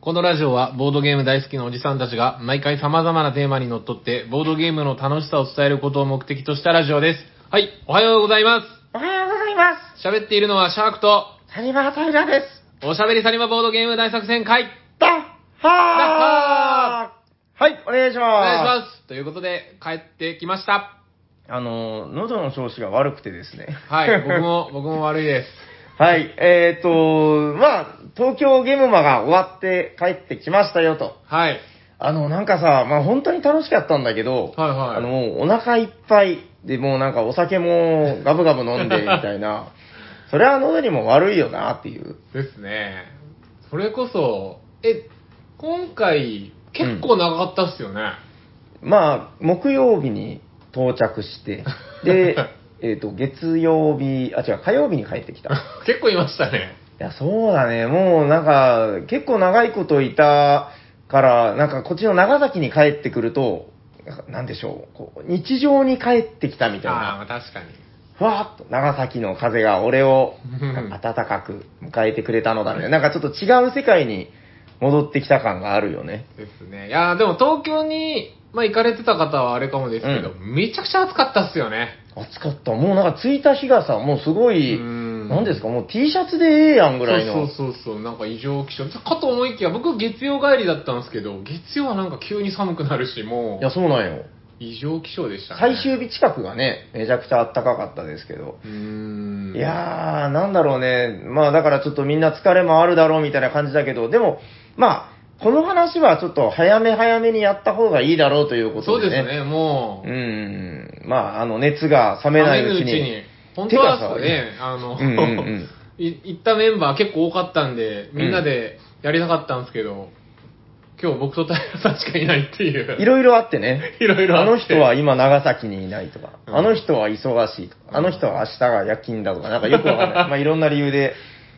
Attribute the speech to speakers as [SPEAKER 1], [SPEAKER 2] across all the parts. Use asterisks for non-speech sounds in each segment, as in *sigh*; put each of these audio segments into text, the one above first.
[SPEAKER 1] このラジオはボードゲーム大好きなおじさんたちが毎回様々なテーマにのっとってボードゲームの楽しさを伝えることを目的としたラジオです。はい、おはようございま。
[SPEAKER 2] おはようございます
[SPEAKER 1] 喋っているのはシャークと
[SPEAKER 2] す。サニバータイラーです。
[SPEAKER 1] おしゃべりサニバボードゲーム大作戦会
[SPEAKER 2] ダッハーはい、お願いします。お
[SPEAKER 1] お願いしますということで帰ってきました。
[SPEAKER 2] す。あの、喉の調子が悪くてですね。
[SPEAKER 1] はい、
[SPEAKER 2] *laughs*
[SPEAKER 1] 僕。も、僕も悪いです。
[SPEAKER 2] はい、えーと、まあ、東京ゲームマが終わって帰ってきましたよと。
[SPEAKER 1] はい。
[SPEAKER 2] あの、なんかさ、まあ本当に楽しかったんだけど、
[SPEAKER 1] はいはい
[SPEAKER 2] あの、もうお腹いっぱいで、もうなんかお酒もガブガブ飲んで、みたい *laughs* な。それは喉にも悪いよな、っていう。
[SPEAKER 1] ですね。それこそ、え、今回結構長かったっすよね。
[SPEAKER 2] まあ、木曜日に到
[SPEAKER 1] *laughs*
[SPEAKER 2] 着して、で、えっ、と、月曜日、あ、違う、火曜日に帰ってきた。い
[SPEAKER 1] *laughs* 結構いましたね。
[SPEAKER 2] や、そうだね、もうなんか、結構長いこといたから、なんかこっちの長崎に帰ってくると、なんでしょう、こう日常に帰ってきた *laughs* みたい
[SPEAKER 1] あ
[SPEAKER 2] な、
[SPEAKER 1] あー、まあ確かに。
[SPEAKER 2] ふわっと長崎の風が
[SPEAKER 1] *laughs*
[SPEAKER 2] 俺を
[SPEAKER 1] うん
[SPEAKER 2] 暖かく迎えてくれたのだね。なんかちょっと違う世界に戻ってきた感があるよね。
[SPEAKER 1] ですね。いやーでも東京に、まあ、行かれてた方はあれかもですけど、
[SPEAKER 2] う
[SPEAKER 1] めちゃくちゃ暑かったっすよね。
[SPEAKER 2] 暑かった。もうなんか着いた日がさ、もうすごい、
[SPEAKER 1] うん
[SPEAKER 2] なんですか、もう T シャツでええやんぐらいの。
[SPEAKER 1] そうそうそうそう、なんか異常気象。かと思いきや、僕月曜帰りだったんですけど、月曜はなんか急に寒くなるし、も
[SPEAKER 2] いうや、、そうなんよ。
[SPEAKER 1] 異常気象でしたね。
[SPEAKER 2] 最終日近くがね、めちゃくちゃ暖かかったですけど。
[SPEAKER 1] うーん。
[SPEAKER 2] いやー、なんだろうね。まあだからちょっとみんな疲れもあるだろうみたいな感じだけど、でも、まあ、この話はちょっと早め早めにやった方がいいだろうということ
[SPEAKER 1] そう
[SPEAKER 2] で
[SPEAKER 1] で
[SPEAKER 2] ね。
[SPEAKER 1] す。ね、もう。
[SPEAKER 2] うん。まあ、あの、熱が冷めないうちに。
[SPEAKER 1] 本当はそう
[SPEAKER 2] て
[SPEAKER 1] ね、あの、
[SPEAKER 2] うんうんうん
[SPEAKER 1] い行ったメンバー結構多かったんで、みんなでやりたかったんですけど、今日僕と平さんしかいないっていう。
[SPEAKER 2] いろいろあってね。
[SPEAKER 1] *laughs* いろいろあ
[SPEAKER 2] あ
[SPEAKER 1] って
[SPEAKER 2] の人は今長崎にいないとか、
[SPEAKER 1] うん
[SPEAKER 2] あの人は忙しいとか、あの人は明日が夜勤だとか、なんかよくわか
[SPEAKER 1] *laughs*
[SPEAKER 2] んない。まあいろんな理由で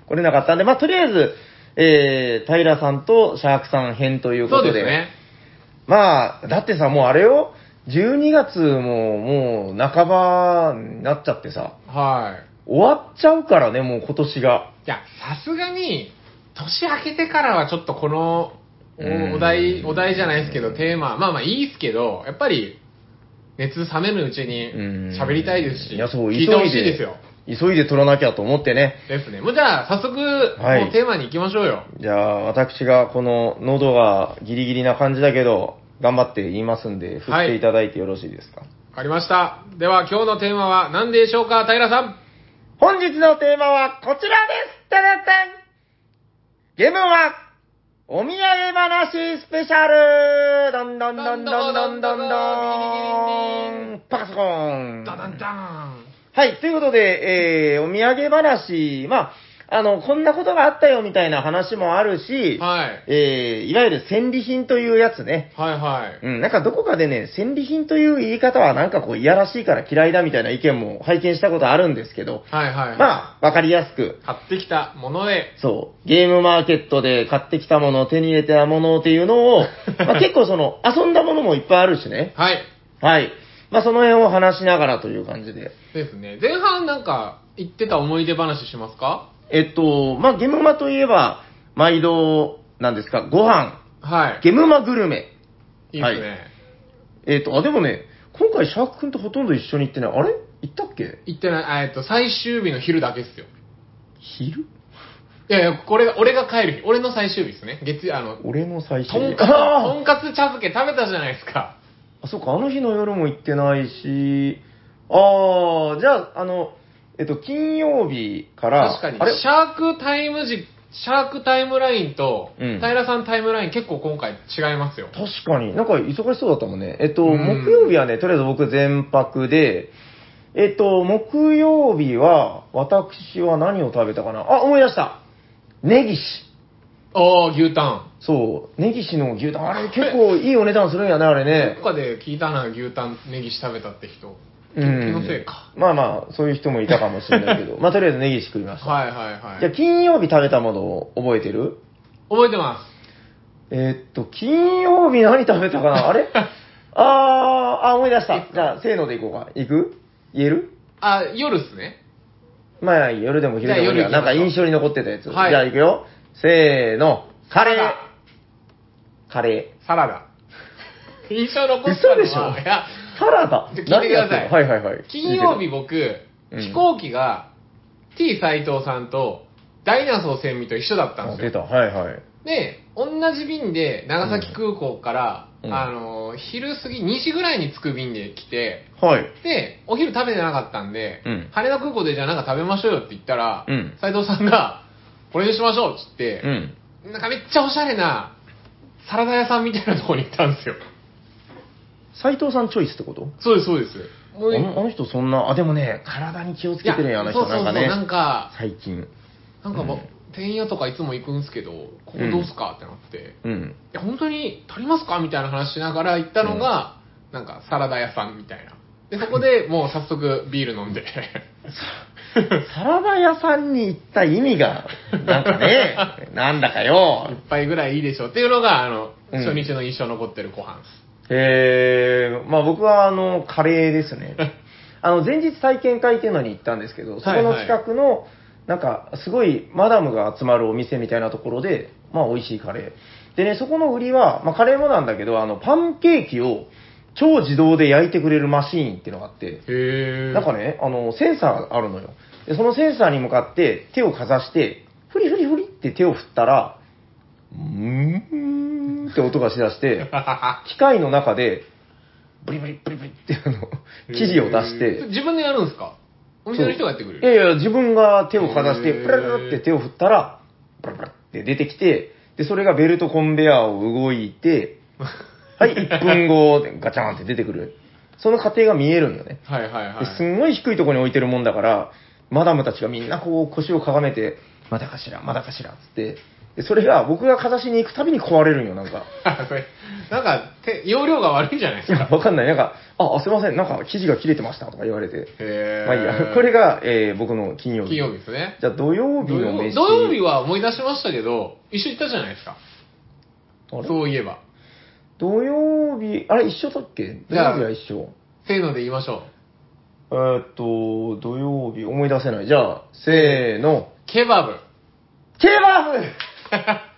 [SPEAKER 2] 来れなかったんで、まあとりあえず、えー、平さんとシャークさん編というこ
[SPEAKER 1] そう
[SPEAKER 2] と
[SPEAKER 1] で
[SPEAKER 2] で。
[SPEAKER 1] すね。
[SPEAKER 2] まあ、だってさ、もうあれよ、12月ももう半ばになっちゃってさ、
[SPEAKER 1] はい。
[SPEAKER 2] 終わっちゃうからね、もう今年が。
[SPEAKER 1] いや、さすがに、年明けてからはちょっとこの
[SPEAKER 2] うん
[SPEAKER 1] おお題、お題じゃないですけど、テーマ、まあまあいいですけど、やっぱり、熱冷めぬうち
[SPEAKER 2] うん
[SPEAKER 1] に喋りたいですし、
[SPEAKER 2] いや、そう、
[SPEAKER 1] 聞いてほしいですよ。
[SPEAKER 2] 急いで撮らなきゃと思ってね。
[SPEAKER 1] ですね。もうじゃあ、早速、
[SPEAKER 2] はい
[SPEAKER 1] もうテーマに行きましょうよ。
[SPEAKER 2] じゃあ、私がこの喉がギリギリな感じだけど、頑張って言いますんで、振
[SPEAKER 1] は
[SPEAKER 2] っ
[SPEAKER 1] い
[SPEAKER 2] ていただいてよろしいですか。
[SPEAKER 1] わかりました。では今日のテーマは何でしょうか、平さん。
[SPEAKER 2] 本日のテーマはこちらですただたんゲームは、お土産話スペシャルどんどんどんどんどんどんどんパソコン
[SPEAKER 1] ダダンダン。
[SPEAKER 2] はい、ということで、えー、お土産話、まあ、あの、こんなことがあったよみたいな話もあるし、
[SPEAKER 1] はい。
[SPEAKER 2] えー、いわゆる戦利品というやつね。
[SPEAKER 1] はいはい。
[SPEAKER 2] うん、なんかどこかでね、戦利品という言い方はなんかこう、いやらしいから嫌いだみたいな意見も拝見したことあるんですけど、
[SPEAKER 1] はいはい。
[SPEAKER 2] まあ、わかりやすく、
[SPEAKER 1] 買ってきたもので、
[SPEAKER 2] そう、ゲームマーケットで買ってきたもの、手に入れたものっていうのを、まあ、結構その、遊んだものもいっぱいあるしね。
[SPEAKER 1] はい。
[SPEAKER 2] はい。まあ、その辺を話しながらという感じで。
[SPEAKER 1] ですね。前半なんか言ってた思い出話しますか
[SPEAKER 2] えっと、まあ、ゲームマといえば、毎度、なんですか、ご飯、
[SPEAKER 1] はい。
[SPEAKER 2] ゲームマグルメ。
[SPEAKER 1] いいですね。
[SPEAKER 2] えっと、あ、でもね、今回シャーク君とほとんど一緒に行ってない。あれ行ったっけ
[SPEAKER 1] 言ってない、あえっと、最終日の昼だけっすよ。
[SPEAKER 2] 昼
[SPEAKER 1] いやいや、これが、俺が帰る日。俺の最終日ですね。月、あの、
[SPEAKER 2] 俺の最
[SPEAKER 1] と
[SPEAKER 2] 終
[SPEAKER 1] ん
[SPEAKER 2] 日。
[SPEAKER 1] かつ、と
[SPEAKER 2] あ
[SPEAKER 1] んかつ茶漬け食べたじゃないですか。
[SPEAKER 2] あそっか、あの日の夜も行ってないし、ああ、じゃあ、あの、えっと、金曜日から、
[SPEAKER 1] 確かに
[SPEAKER 2] あれ、
[SPEAKER 1] シャークタイム時、シャークタイムラインと、
[SPEAKER 2] うん
[SPEAKER 1] 平さんタイムライン結構今回違いますよ。
[SPEAKER 2] 確かに。なんか忙しそうだったもんね。えっと、
[SPEAKER 1] うん
[SPEAKER 2] 木曜日はね、とりあえず僕全泊で、えっと、木曜日は、私は何を食べたかなあ、思い出したネギシ。
[SPEAKER 1] ああ、牛タ
[SPEAKER 2] そう。ネギシの牛タン。あれ結構いいお値段するんやね、あれ
[SPEAKER 1] ン。
[SPEAKER 2] ね
[SPEAKER 1] ど。っかで聞いたな、牛タン、ネギシ食べたって人。 *laughs* 気
[SPEAKER 2] うん
[SPEAKER 1] のせいか。
[SPEAKER 2] まあまあ、そういう人もいたかもしれない
[SPEAKER 1] *laughs*
[SPEAKER 2] けど。まあ、とりあえずネギシ食いました。
[SPEAKER 1] はいはい
[SPEAKER 2] じ
[SPEAKER 1] は
[SPEAKER 2] ゃあ、
[SPEAKER 1] い。
[SPEAKER 2] 金曜日食べたものを覚えてる
[SPEAKER 1] 覚えてま
[SPEAKER 2] えーっと、金曜日何食べたかなあ *laughs* れあー、あ、思い出した。じゃあ、せーのでいこうか。行く言える
[SPEAKER 1] す。あ、夜っすね。
[SPEAKER 2] まあ、夜でも昼でもいい
[SPEAKER 1] じゃあ夜行
[SPEAKER 2] や。
[SPEAKER 1] きましょ
[SPEAKER 2] な
[SPEAKER 1] うん
[SPEAKER 2] か印象に残ってたやつ。
[SPEAKER 1] はい
[SPEAKER 2] じゃあ、行くよ。せーの。カレー。カレ
[SPEAKER 1] サラダ。印象残ったのは、
[SPEAKER 2] 嘘でしょ
[SPEAKER 1] いや、
[SPEAKER 2] ー。サラダ
[SPEAKER 1] ちょ聞いて
[SPEAKER 2] 何やってる
[SPEAKER 1] くださ
[SPEAKER 2] はいはいはい。
[SPEAKER 1] 金曜
[SPEAKER 2] 聞い
[SPEAKER 1] 日僕、
[SPEAKER 2] うん
[SPEAKER 1] 飛行機が T 斎藤さんとダイナソー千美と一緒だったん
[SPEAKER 2] て
[SPEAKER 1] で
[SPEAKER 2] る。あ出
[SPEAKER 1] すよ。
[SPEAKER 2] た。はいはい。
[SPEAKER 1] で、同じ便で長崎空港から、
[SPEAKER 2] うん
[SPEAKER 1] あの、昼過ぎ2時ぐらいに着く便で来て、
[SPEAKER 2] はい。
[SPEAKER 1] で、お昼食べてなかったんで、
[SPEAKER 2] うん
[SPEAKER 1] 羽田空港でじゃあなんか食べましょうよって言ったら、
[SPEAKER 2] うん
[SPEAKER 1] 斉藤さんが、これにしましょうって言って、
[SPEAKER 2] うん。
[SPEAKER 1] なんかめっちゃおしゃれな、サラダ屋さんみたいなとこに行ったんですよ。
[SPEAKER 2] 斎藤さんチョイスってこと
[SPEAKER 1] そうです、そうです。
[SPEAKER 2] あのあの人そんな、あ、でもね、体に気をつけてるんや、あの
[SPEAKER 1] そ
[SPEAKER 2] 人
[SPEAKER 1] うそうそ
[SPEAKER 2] な
[SPEAKER 1] う、
[SPEAKER 2] ん
[SPEAKER 1] な
[SPEAKER 2] か
[SPEAKER 1] ん
[SPEAKER 2] ね。
[SPEAKER 1] か、
[SPEAKER 2] 最近。
[SPEAKER 1] なんかもう
[SPEAKER 2] うん
[SPEAKER 1] 店員屋とかいつも行くんすけど、ここどうすかってなって、い
[SPEAKER 2] うん。
[SPEAKER 1] や、本当に足りますかみたいな話しながら行ったのが、なんかサラダ屋さんみたいな。で、そこでもう早速ビール飲
[SPEAKER 2] *laughs*
[SPEAKER 1] んで。
[SPEAKER 2] サラダ屋さんに行った意味が、なんかね、 *laughs* なんだかよ
[SPEAKER 1] 一。杯ぐらいいいでしょっていうのが、あの、
[SPEAKER 2] うん
[SPEAKER 1] 初日の印象残ってるご飯です。
[SPEAKER 2] えー、まあ僕はあの、カレーですね。あの、前日体験会っていうのに行ったんですけど、そこの
[SPEAKER 1] はいはい
[SPEAKER 2] 近くの、なんか、すごいマダムが集まるお店みたいなところで、まあ美味しいカレー。でね、そこの売りは、まあカレーもなんだけど、あの、パンケーキを超自動で焼いてくれるマシーンっていうのがあって、
[SPEAKER 1] へ
[SPEAKER 2] なんかね、あの、センサーがあるのよ。で、そのセンサーに向かって手をかざして、フリフリフリって手を振ったら、うーんって音がし
[SPEAKER 1] *laughs*
[SPEAKER 2] だして、機械の中で、ブリブリブリブリってあの、生地を出し
[SPEAKER 1] へー
[SPEAKER 2] て、
[SPEAKER 1] 自分でやるんですかお店の人がやってくれ
[SPEAKER 2] いや
[SPEAKER 1] る
[SPEAKER 2] いや、自分が手をかざして、
[SPEAKER 1] へー
[SPEAKER 2] プラプラって手を振ったら、プラプラって出てきて、で、それがベルトコンベヤーを動いて、はい、1分後、ガチャンって出てくる。その過程が見えるんよね。
[SPEAKER 1] はいはいは
[SPEAKER 2] です
[SPEAKER 1] *laughs* い。
[SPEAKER 2] んごい低いところに置いてるもんだから、マダムたちがみんなこう腰をかがめて、まだかしら、まだかしらっつって、でそれが僕がかざしに行くたびに壊れるんよ、なんか。 *laughs*
[SPEAKER 1] それなんか、手容量が悪いんじゃないです
[SPEAKER 2] いや
[SPEAKER 1] か。
[SPEAKER 2] わかんない。なんか、あ、あすいません、なんか生地が切れてましたとか言われて。
[SPEAKER 1] へー
[SPEAKER 2] まあいいや。こ *laughs* れが、えー僕の金曜日。
[SPEAKER 1] 金曜日ですね。
[SPEAKER 2] じゃあ土曜日
[SPEAKER 1] 土
[SPEAKER 2] の
[SPEAKER 1] 曜
[SPEAKER 2] 飯。
[SPEAKER 1] 土曜日は思い出しましたけど、一緒に行ったじゃないですか。
[SPEAKER 2] あれ
[SPEAKER 1] そういえば。
[SPEAKER 2] 土曜日、あれ一緒だっけ土
[SPEAKER 1] じゃあ
[SPEAKER 2] 曜日は一緒。
[SPEAKER 1] せーので言いましょう。
[SPEAKER 2] えーっと、土曜日思い出せない。じゃあ、せーの。
[SPEAKER 1] ケバ
[SPEAKER 2] *laughs*
[SPEAKER 1] ブ。
[SPEAKER 2] ケバブ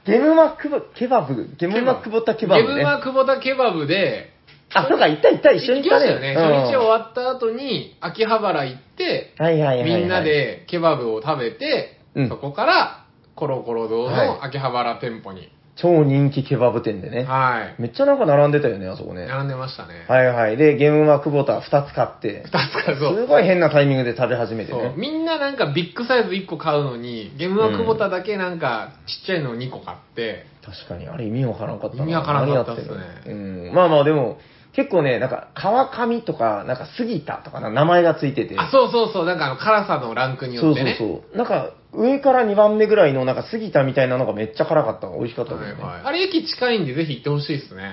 [SPEAKER 2] ゲムマクボ、ケバブ、ゲムマクボタケバブね。
[SPEAKER 1] ゲムマクボタケバブで、
[SPEAKER 2] あ、そうか、行った行った、一緒に行
[SPEAKER 1] 行きま
[SPEAKER 2] ったね。
[SPEAKER 1] したよね。
[SPEAKER 2] うん
[SPEAKER 1] 初日終わった後に、秋葉原行って、
[SPEAKER 2] はいはいはいはい。
[SPEAKER 1] みんな。でケバブを食べて、
[SPEAKER 2] うん
[SPEAKER 1] そこからコロコロ堂
[SPEAKER 2] はい
[SPEAKER 1] の秋葉原店舗に、
[SPEAKER 2] 超人気ケバブ店でね。
[SPEAKER 1] はい、
[SPEAKER 2] めっちゃなんか並んでたよね、あそこね。
[SPEAKER 1] 並んでましたね。
[SPEAKER 2] はいはい。で、ゲームは久保田2つ買って、
[SPEAKER 1] 二つからそう。
[SPEAKER 2] すごい変なタイミングで食べ始めて
[SPEAKER 1] そう
[SPEAKER 2] ね。
[SPEAKER 1] みんななんかビッグサイズ1個買うのに、ゲームは久保田だけなんかちっちゃいのを2個買って、
[SPEAKER 2] 確かに、あれ意味わからんかったな。
[SPEAKER 1] 意味わからんかったっすね
[SPEAKER 2] 何やてんのうん。まあまあでも、結構ね、なんか、川上とか、なんか、杉田とかな、名前がついてて。
[SPEAKER 1] あ、そうそうそう、なんかあの辛さのランクによ
[SPEAKER 2] そ
[SPEAKER 1] っ
[SPEAKER 2] う
[SPEAKER 1] て
[SPEAKER 2] そう
[SPEAKER 1] ね。
[SPEAKER 2] そう。なんか、上から2番目ぐらいの、なんか、杉田みたいなのがめっちゃ辛かったの美味しかった
[SPEAKER 1] は
[SPEAKER 2] で
[SPEAKER 1] い
[SPEAKER 2] すね。
[SPEAKER 1] はい。あれ駅近いんでぜひ行ってほしいですね。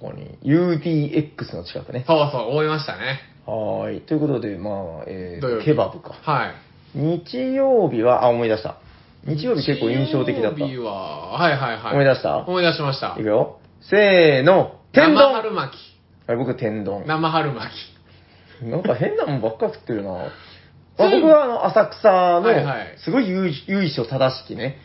[SPEAKER 2] 確かに。UDX の近くね。
[SPEAKER 1] そうそう、思いましたね。
[SPEAKER 2] はーい。ということで、まあ、え
[SPEAKER 1] 土曜
[SPEAKER 2] ー、
[SPEAKER 1] 日
[SPEAKER 2] ケバブか。
[SPEAKER 1] はい。
[SPEAKER 2] 日曜日は、あ、思い出した。日曜日結構印象的だった。
[SPEAKER 1] 日曜日は、はいはいはい。
[SPEAKER 2] 思い出した
[SPEAKER 1] 思い出しました。
[SPEAKER 2] いくよ。せーの、天
[SPEAKER 1] 生
[SPEAKER 2] 丼
[SPEAKER 1] 春巻
[SPEAKER 2] はい、僕天
[SPEAKER 1] き。
[SPEAKER 2] 丼。
[SPEAKER 1] 生春巻き。
[SPEAKER 2] なんか変なもんばっか食って
[SPEAKER 1] *laughs*
[SPEAKER 2] るな。あ
[SPEAKER 1] そう
[SPEAKER 2] 僕はあの、浅草の
[SPEAKER 1] はいはい、
[SPEAKER 2] すごい由由緒正しきね、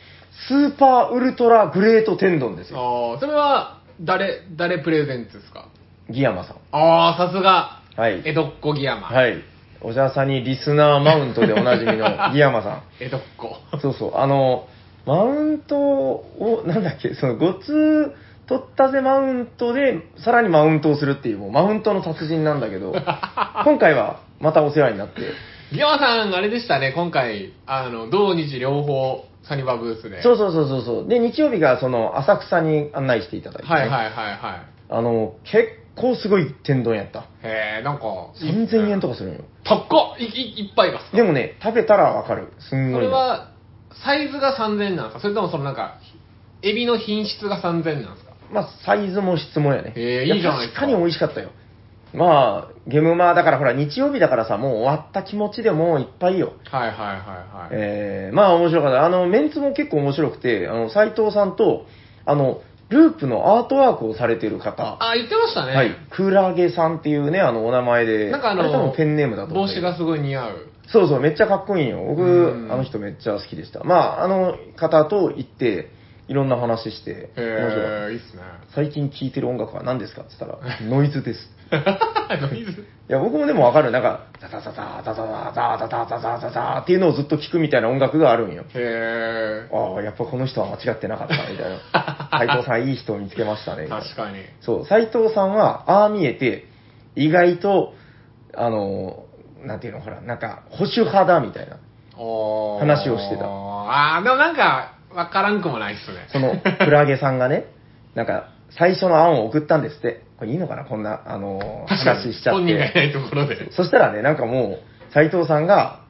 [SPEAKER 2] スーパーウルトラグレート天丼ですよ。
[SPEAKER 1] ああ、それは、誰、誰プレゼンツですか
[SPEAKER 2] ギヤマさん。
[SPEAKER 1] ああ、さすが、
[SPEAKER 2] はい。
[SPEAKER 1] 江戸っ子ギヤマ。
[SPEAKER 2] はい。おじゃさにリスナーマウントでおなじみのギヤマさん。
[SPEAKER 1] 江戸っ子。
[SPEAKER 2] そうそう、あの、マウントを、なんだっけ、その、ごつ取ったぜマウントで、さらにマウントをするっていう、もうマウントの達人なんだ
[SPEAKER 1] *laughs*
[SPEAKER 2] けど、今回はまたお世話になって、
[SPEAKER 1] ギヤマさん、あれでしたね、今回、あの、同日両方、サニバブースで。
[SPEAKER 2] そううそうそうそうそう、で、日曜日がその、浅草に案内していただいてね、
[SPEAKER 1] はいはいはいは
[SPEAKER 2] あの、結構すごい天丼やった。
[SPEAKER 1] い。へえ、なんか、
[SPEAKER 2] 3000円と
[SPEAKER 1] か。
[SPEAKER 2] かするのよ。
[SPEAKER 1] 高っい、い、いっぱいが。
[SPEAKER 2] でもね、食べたらわかる。すん
[SPEAKER 1] そ
[SPEAKER 2] ごい
[SPEAKER 1] れ
[SPEAKER 2] な。
[SPEAKER 1] は、サイズが3000なんですかそれともそのなんか、エビの品質が3000なんですか
[SPEAKER 2] まあ、サイズも質もやね。
[SPEAKER 1] へえ
[SPEAKER 2] や
[SPEAKER 1] いいじゃないですか
[SPEAKER 2] 確かに美味しかったよ。まあ、ゲームマーだからほら、日曜日だからさ、もう終わった気持ちでもういっぱいよ。
[SPEAKER 1] はいはいはいはい。
[SPEAKER 2] えー、まあ面白かった。あの、メンツも結構面白くて、あの、斎藤さんと、あの、ループのアートワークをされてる方、
[SPEAKER 1] あ、言ってましたね。
[SPEAKER 2] はい、クラゲさんっていうね、あの、お名前で、
[SPEAKER 1] なんかあ
[SPEAKER 2] れ多
[SPEAKER 1] の、
[SPEAKER 2] 分ペンネームだと思う。
[SPEAKER 1] 帽子。がすごい似合う。
[SPEAKER 2] そうそう、めっちゃかっこいいよ。僕
[SPEAKER 1] う、ん
[SPEAKER 2] あの人めっちゃ好きでした。まあ、あの方と行って、いろんな話して、
[SPEAKER 1] へ
[SPEAKER 2] 面白かっ
[SPEAKER 1] え、いいっすね。 *laughs*
[SPEAKER 2] た最近聴いてる音楽は何ですかって言ったら、ノイズです。
[SPEAKER 1] ノイズ。
[SPEAKER 2] いや、僕もでもわかる。なんか、ザザザザザザザザザザザザザっていうのをずっと聞くみたいな音楽があるんよ。
[SPEAKER 1] へえ。
[SPEAKER 2] ああ、やっぱこの人は間違ってなかったみたい
[SPEAKER 1] *laughs*
[SPEAKER 2] な。斎藤さんいい人を見つけましたね。みたいな
[SPEAKER 1] 確かに。
[SPEAKER 2] そう、斎藤さんは、ああ見えて、意外と、あの、なんていうの、ほら、なんか、保守派だみたいな。
[SPEAKER 1] おー
[SPEAKER 2] 話をしてた
[SPEAKER 1] ああ、でもなんか、わからんくもないっすね。 *laughs*
[SPEAKER 2] その、クラゲさんがね、なんか、最初の案を送ったんですって。これいいのかなこんな、あの、
[SPEAKER 1] 確かに
[SPEAKER 2] 話しちゃって。
[SPEAKER 1] 本人がいないところで。
[SPEAKER 2] そしたらね、なんかもう、斎藤さんが、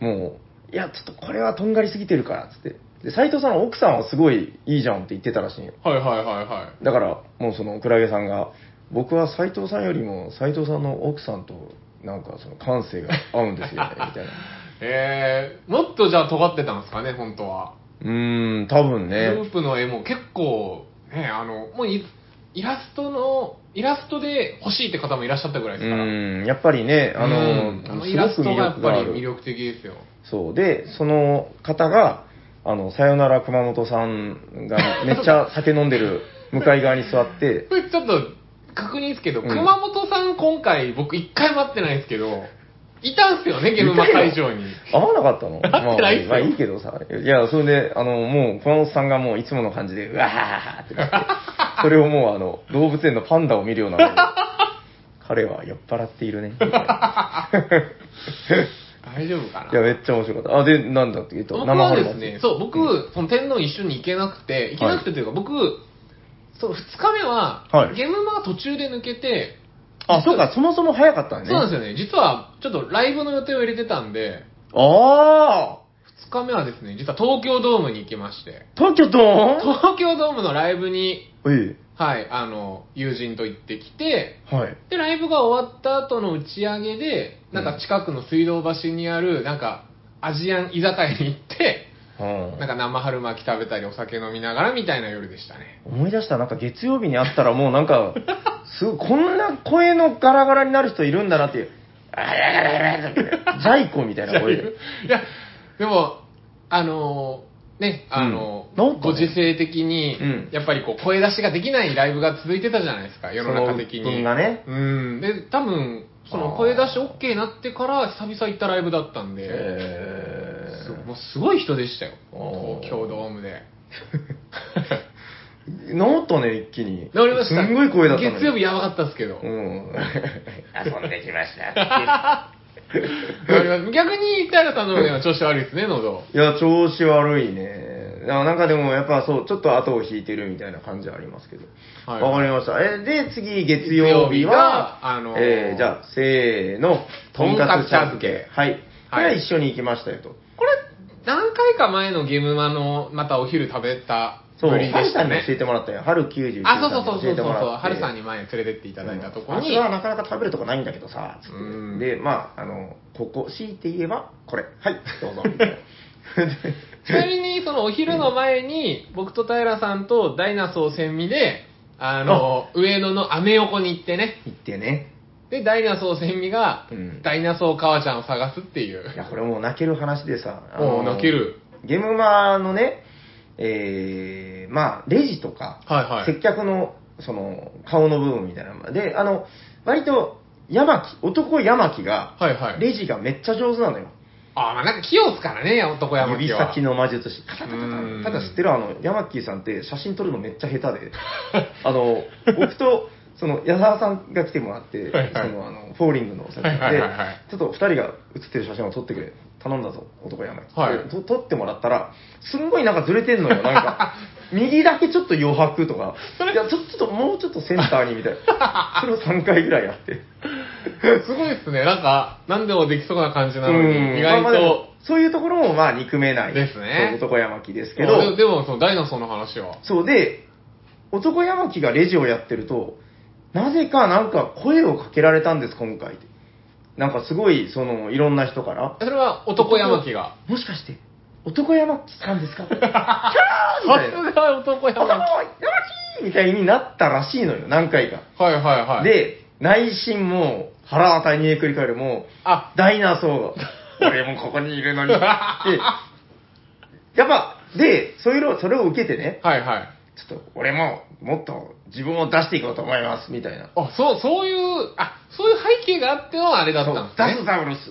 [SPEAKER 2] もう、いや、ちょっとこれはとんがりすぎてるから、つって。で、斎藤さんの奥さんはすごいいいじゃんって言ってたらしいんよ。
[SPEAKER 1] はいはいはいは
[SPEAKER 2] だから、もうその、クラゲさんが、僕は斎藤さんよりも、斎藤さんの奥さんと、なんかその感性が合うんですよね、みたいな。
[SPEAKER 1] *laughs* い。えー、もっとじゃあ尖ってたんですかね、本当は。
[SPEAKER 2] うーん、多分
[SPEAKER 1] グル
[SPEAKER 2] ね。
[SPEAKER 1] ープの絵も結構、ね、あの、もういイラストの、イラストで欲しいって方もいらっしゃったぐら
[SPEAKER 2] う
[SPEAKER 1] いですから。
[SPEAKER 2] ーん、やっぱりね、あ
[SPEAKER 1] う
[SPEAKER 2] の
[SPEAKER 1] んあ、のイ
[SPEAKER 2] す
[SPEAKER 1] ラス
[SPEAKER 2] ご
[SPEAKER 1] トが
[SPEAKER 2] く魅
[SPEAKER 1] やっぱ
[SPEAKER 2] 力が
[SPEAKER 1] り
[SPEAKER 2] ある
[SPEAKER 1] 魅。力的ですよ。
[SPEAKER 2] そう。で、その方が、あの、さよなら熊本さんがめっちゃ酒飲んでる向かい側に座って、
[SPEAKER 1] これちょっと確認ですけど、
[SPEAKER 2] うん
[SPEAKER 1] 熊本さん今回僕一回待ってないですけど、いたんすよね、ゲームマ会場に。
[SPEAKER 2] 合わなかった
[SPEAKER 1] *laughs*
[SPEAKER 2] の
[SPEAKER 1] 合ってないっすよ
[SPEAKER 2] まあ、まあいいけどさ。いや、それで、あの、もう、熊本さんがもういつもの感じで、うわーってなって、それをもう、あの、動物園のパンダを見るような目で
[SPEAKER 1] *laughs*
[SPEAKER 2] 彼は酔っ払っているね。みたいな
[SPEAKER 1] 大丈夫かない
[SPEAKER 2] や、めっちゃ面白かった。あ、で、なんだって言うと、
[SPEAKER 1] 僕はで
[SPEAKER 2] 生
[SPEAKER 1] す
[SPEAKER 2] 春
[SPEAKER 1] ね
[SPEAKER 2] 祭、
[SPEAKER 1] そう、僕、その天皇一緒に行けなくて、行けなくてというか、僕、その2日目は、
[SPEAKER 2] はい
[SPEAKER 1] ゲームマが途中で抜けて、
[SPEAKER 2] あ、そうか、そもそも早かったね。
[SPEAKER 1] そうなんですよね、実はちょっとライブの予定を入れてたんで、
[SPEAKER 2] あ
[SPEAKER 1] 2日目はですね、実は東京ドームに行きまして、
[SPEAKER 2] ー東京ドーン
[SPEAKER 1] 東京ドームのライブに、
[SPEAKER 2] え
[SPEAKER 1] はい、あの、友人と行ってきて、
[SPEAKER 2] え。はい。
[SPEAKER 1] で、ライブが終わった後の打ち上げで、なんか近くの水道橋にある、なんか、アジアン居酒屋に行って、
[SPEAKER 2] うん
[SPEAKER 1] なんか生春巻き食べたりお酒飲みながらみたいな夜でしたね。
[SPEAKER 2] 思い出した、なんか月曜日に会ったらもうなんか、すごい、こんな声のガラガラになる人いるんだなっていう。あらららららジャイコみたいな声で。
[SPEAKER 1] いや、でも、あのーね、あのー
[SPEAKER 2] うんなんかね
[SPEAKER 1] ご時世的に、
[SPEAKER 2] うん
[SPEAKER 1] やっぱりこう声出しができないライブが続いてたじゃないですか、世の中的
[SPEAKER 2] その鬱憤
[SPEAKER 1] に。
[SPEAKER 2] がね。
[SPEAKER 1] うん。で、多分、その
[SPEAKER 2] あー
[SPEAKER 1] 声出し OK になってから久々行ったライブだったんで、
[SPEAKER 2] え
[SPEAKER 1] すもうすごい人でしたよ、
[SPEAKER 2] おー
[SPEAKER 1] 東京ドームで。
[SPEAKER 2] ー、治ったね、一気に。
[SPEAKER 1] 乗りました。
[SPEAKER 2] すんごい声だったのに
[SPEAKER 1] 月曜日やばかったですけど。
[SPEAKER 2] うん。遊んできました。
[SPEAKER 1] 乗りました逆に、平さんの方が調子悪いですね、喉。
[SPEAKER 2] いや、調子悪いね。あなんかでも、やっぱそう、ちょっと後を引いてるみたいな感じはありますけど。
[SPEAKER 1] はい
[SPEAKER 2] わかりました。え、で、次、月曜日は、
[SPEAKER 1] 月曜日があのー
[SPEAKER 2] えーじゃあ、せーの、とんかつ茶漬け。はい。これは一緒に行きましたよと。
[SPEAKER 1] これ、何回か前のゲームマの、またお昼食べた
[SPEAKER 2] そう、
[SPEAKER 1] ぶり
[SPEAKER 2] ハ
[SPEAKER 1] で
[SPEAKER 2] ル
[SPEAKER 1] し
[SPEAKER 2] さ
[SPEAKER 1] た
[SPEAKER 2] んに
[SPEAKER 1] ね
[SPEAKER 2] 教。えてもらったよ。春99
[SPEAKER 1] あ、そ
[SPEAKER 2] さ
[SPEAKER 1] うそ
[SPEAKER 2] ん
[SPEAKER 1] うそ
[SPEAKER 2] に教
[SPEAKER 1] う
[SPEAKER 2] えて
[SPEAKER 1] そう
[SPEAKER 2] もらって。
[SPEAKER 1] そう、春さんに前に連れてっていただいたとこ
[SPEAKER 2] う
[SPEAKER 1] ろ
[SPEAKER 2] ん
[SPEAKER 1] に、
[SPEAKER 2] あそこはなかなか食べるとこないんだけどさ、つって
[SPEAKER 1] うん
[SPEAKER 2] で、まあ、あの、ここ、強いて言えば、これ。はい、
[SPEAKER 1] *laughs*
[SPEAKER 2] どうぞ。 *laughs* みたいな
[SPEAKER 1] ちなみにそのお昼の前に、僕と平さんとダイナソー千味で、あの、上野のアメ横に行ってね、
[SPEAKER 2] 行ってね。
[SPEAKER 1] で、ダイナソー千味が
[SPEAKER 2] うん、
[SPEAKER 1] ダイナソー母ちゃんを探すっていう。
[SPEAKER 2] いや、これもう泣ける話でさ、あ
[SPEAKER 1] おう
[SPEAKER 2] の
[SPEAKER 1] 泣ける。
[SPEAKER 2] ゲームマのね、えー、まあ、レジとか、
[SPEAKER 1] はいはい。
[SPEAKER 2] 接客の、その、顔の部分みたいなので、あの、割と、山木、男山木が、
[SPEAKER 1] はいはい。
[SPEAKER 2] レジがめっちゃ上手なのよ。
[SPEAKER 1] あ、まあなんか器用っすからね、男山
[SPEAKER 2] 指
[SPEAKER 1] 木は。
[SPEAKER 2] 先の魔術師。カタカタカ
[SPEAKER 1] うん
[SPEAKER 2] タただ知ってるあの、ヤマッキーさんって写真撮るのめっちゃ下手
[SPEAKER 1] *laughs*
[SPEAKER 2] で、あの、僕と、その、矢沢さんが来てもらって、
[SPEAKER 1] はいはい
[SPEAKER 2] その、あの、フォーリングの写真で、
[SPEAKER 1] はいはいはいはい
[SPEAKER 2] ちょっと二人が写ってる写真を撮ってくれ。頼んだぞ、男山木。
[SPEAKER 1] はい
[SPEAKER 2] でと撮ってもらったら、すんごいなんかずれてんのよ、なんか。
[SPEAKER 1] *laughs*
[SPEAKER 2] 右だけちょっと余白とか、いや、ちょちょっと、もうちょっとセンターにみたい
[SPEAKER 1] *laughs*
[SPEAKER 2] な。それを3回ぐらいやって。
[SPEAKER 1] すごいっすね。なんか、何でもできそうな感じなのに、意外
[SPEAKER 2] まあまあでも
[SPEAKER 1] と。
[SPEAKER 2] そういうところもまあ憎めない。
[SPEAKER 1] ですね
[SPEAKER 2] そう男山木ですけ
[SPEAKER 1] で
[SPEAKER 2] ど。
[SPEAKER 1] も、でもそのダイナソーの話は。
[SPEAKER 2] そうで、男山木がレジをやってると、なぜかなんか声をかけられたんです、今回。なんかすごい、その、いろんな人から。
[SPEAKER 1] それは男山木が。
[SPEAKER 2] もしかして、男山木さんです
[SPEAKER 1] *laughs*
[SPEAKER 2] かキャーみたい
[SPEAKER 1] さ
[SPEAKER 2] な。
[SPEAKER 1] すが男
[SPEAKER 2] 男
[SPEAKER 1] 山木。
[SPEAKER 2] 山木みたいになったらしいのよ、何回か。
[SPEAKER 1] はいはいはい。、
[SPEAKER 2] で、内心も、腹当たりにくり返るも、
[SPEAKER 1] あ、 *laughs*
[SPEAKER 2] ダイナソーが、俺もここにいるのにって、やっぱ、で、そういうの、それを受けてね、
[SPEAKER 1] はいはい。
[SPEAKER 2] ちょっと俺ももっと自分を出していこうと思います、みたいな。
[SPEAKER 1] あ、そう、そういう、あ、そういう背景があってのあれだったんです
[SPEAKER 2] そうダス
[SPEAKER 1] ね。
[SPEAKER 2] ザウルス。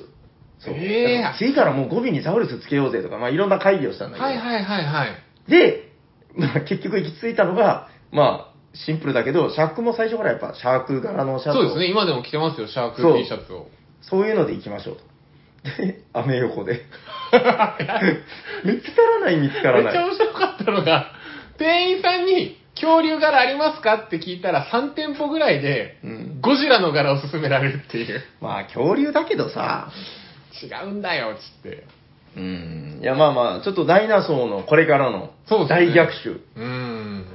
[SPEAKER 2] そう。
[SPEAKER 1] へえ
[SPEAKER 2] だから次からもう語尾にザウルスつけようぜとか、まあいろんな会議をしたんだけど。
[SPEAKER 1] はいはいはいはい。
[SPEAKER 2] で、まあ結局行き着いたのが、まあシンプルだけど、シャークも最初からやっぱシャーク柄のシャツ
[SPEAKER 1] そ
[SPEAKER 2] を
[SPEAKER 1] うですね、今でも着てますよ、シャーク
[SPEAKER 2] そう
[SPEAKER 1] T シャツ
[SPEAKER 2] *laughs*
[SPEAKER 1] を。
[SPEAKER 2] そういうので行きましょうと。で、アメ横で。 *laughs* 見つからない見つから
[SPEAKER 1] めっ
[SPEAKER 2] な
[SPEAKER 1] ちゃ
[SPEAKER 2] い。
[SPEAKER 1] 面白かったのが、店員さんに恐竜柄ありますかって聞いたら3店舗ぐらいで、
[SPEAKER 2] うん。
[SPEAKER 1] ゴジラの柄を勧められるっていう。
[SPEAKER 2] まあ恐竜だけどさ、
[SPEAKER 1] 違うんだよ、つって。
[SPEAKER 2] うん。いやまあまあ、ちょっとダイナソーのこれからの
[SPEAKER 1] そうですね
[SPEAKER 2] 大逆襲。
[SPEAKER 1] うーん。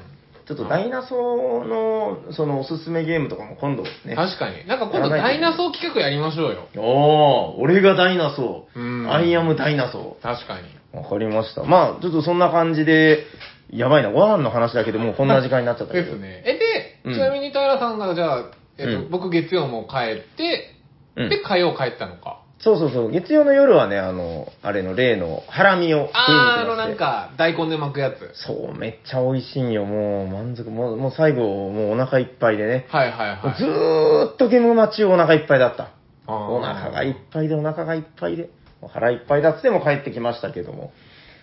[SPEAKER 2] ちょっとダイナソーの、そのおすすめゲームとかも今度ね。
[SPEAKER 1] 確かに。なんか今度
[SPEAKER 2] やらな
[SPEAKER 1] ダ
[SPEAKER 2] いとね
[SPEAKER 1] イナソー企画やりましょうよ。
[SPEAKER 2] おー、俺がダイナソー。
[SPEAKER 1] うん
[SPEAKER 2] アイアムダイナソ
[SPEAKER 1] 確かに。
[SPEAKER 2] ー。わかりました。まあ、ちょっとそんな感じで、やばいな、ご飯の話だけでもうこんな時間になっちゃった
[SPEAKER 1] *laughs*
[SPEAKER 2] け
[SPEAKER 1] で
[SPEAKER 2] ど。
[SPEAKER 1] すね。え、で、
[SPEAKER 2] うん
[SPEAKER 1] ちなみに平さんがじゃあ、えっと、
[SPEAKER 2] うん
[SPEAKER 1] 僕月曜も帰って、
[SPEAKER 2] うん
[SPEAKER 1] で、火曜帰ったのか。
[SPEAKER 2] そうそうそう。月曜の夜はね、あの、あれの例のハラミを食いに行きまして。
[SPEAKER 1] あー、あのなんか、大根で巻くやつ。
[SPEAKER 2] そう、めっちゃ美味しいんよ。もう満足。もうもう最後、もうお腹いっぱいでね。
[SPEAKER 1] はいはいはい。
[SPEAKER 2] ずーっとゲーム待ちお腹いっぱいだった。
[SPEAKER 1] あー
[SPEAKER 2] お腹がいっぱいでお腹がいっぱいで、お腹いっぱいだっつっても帰ってきましたけども。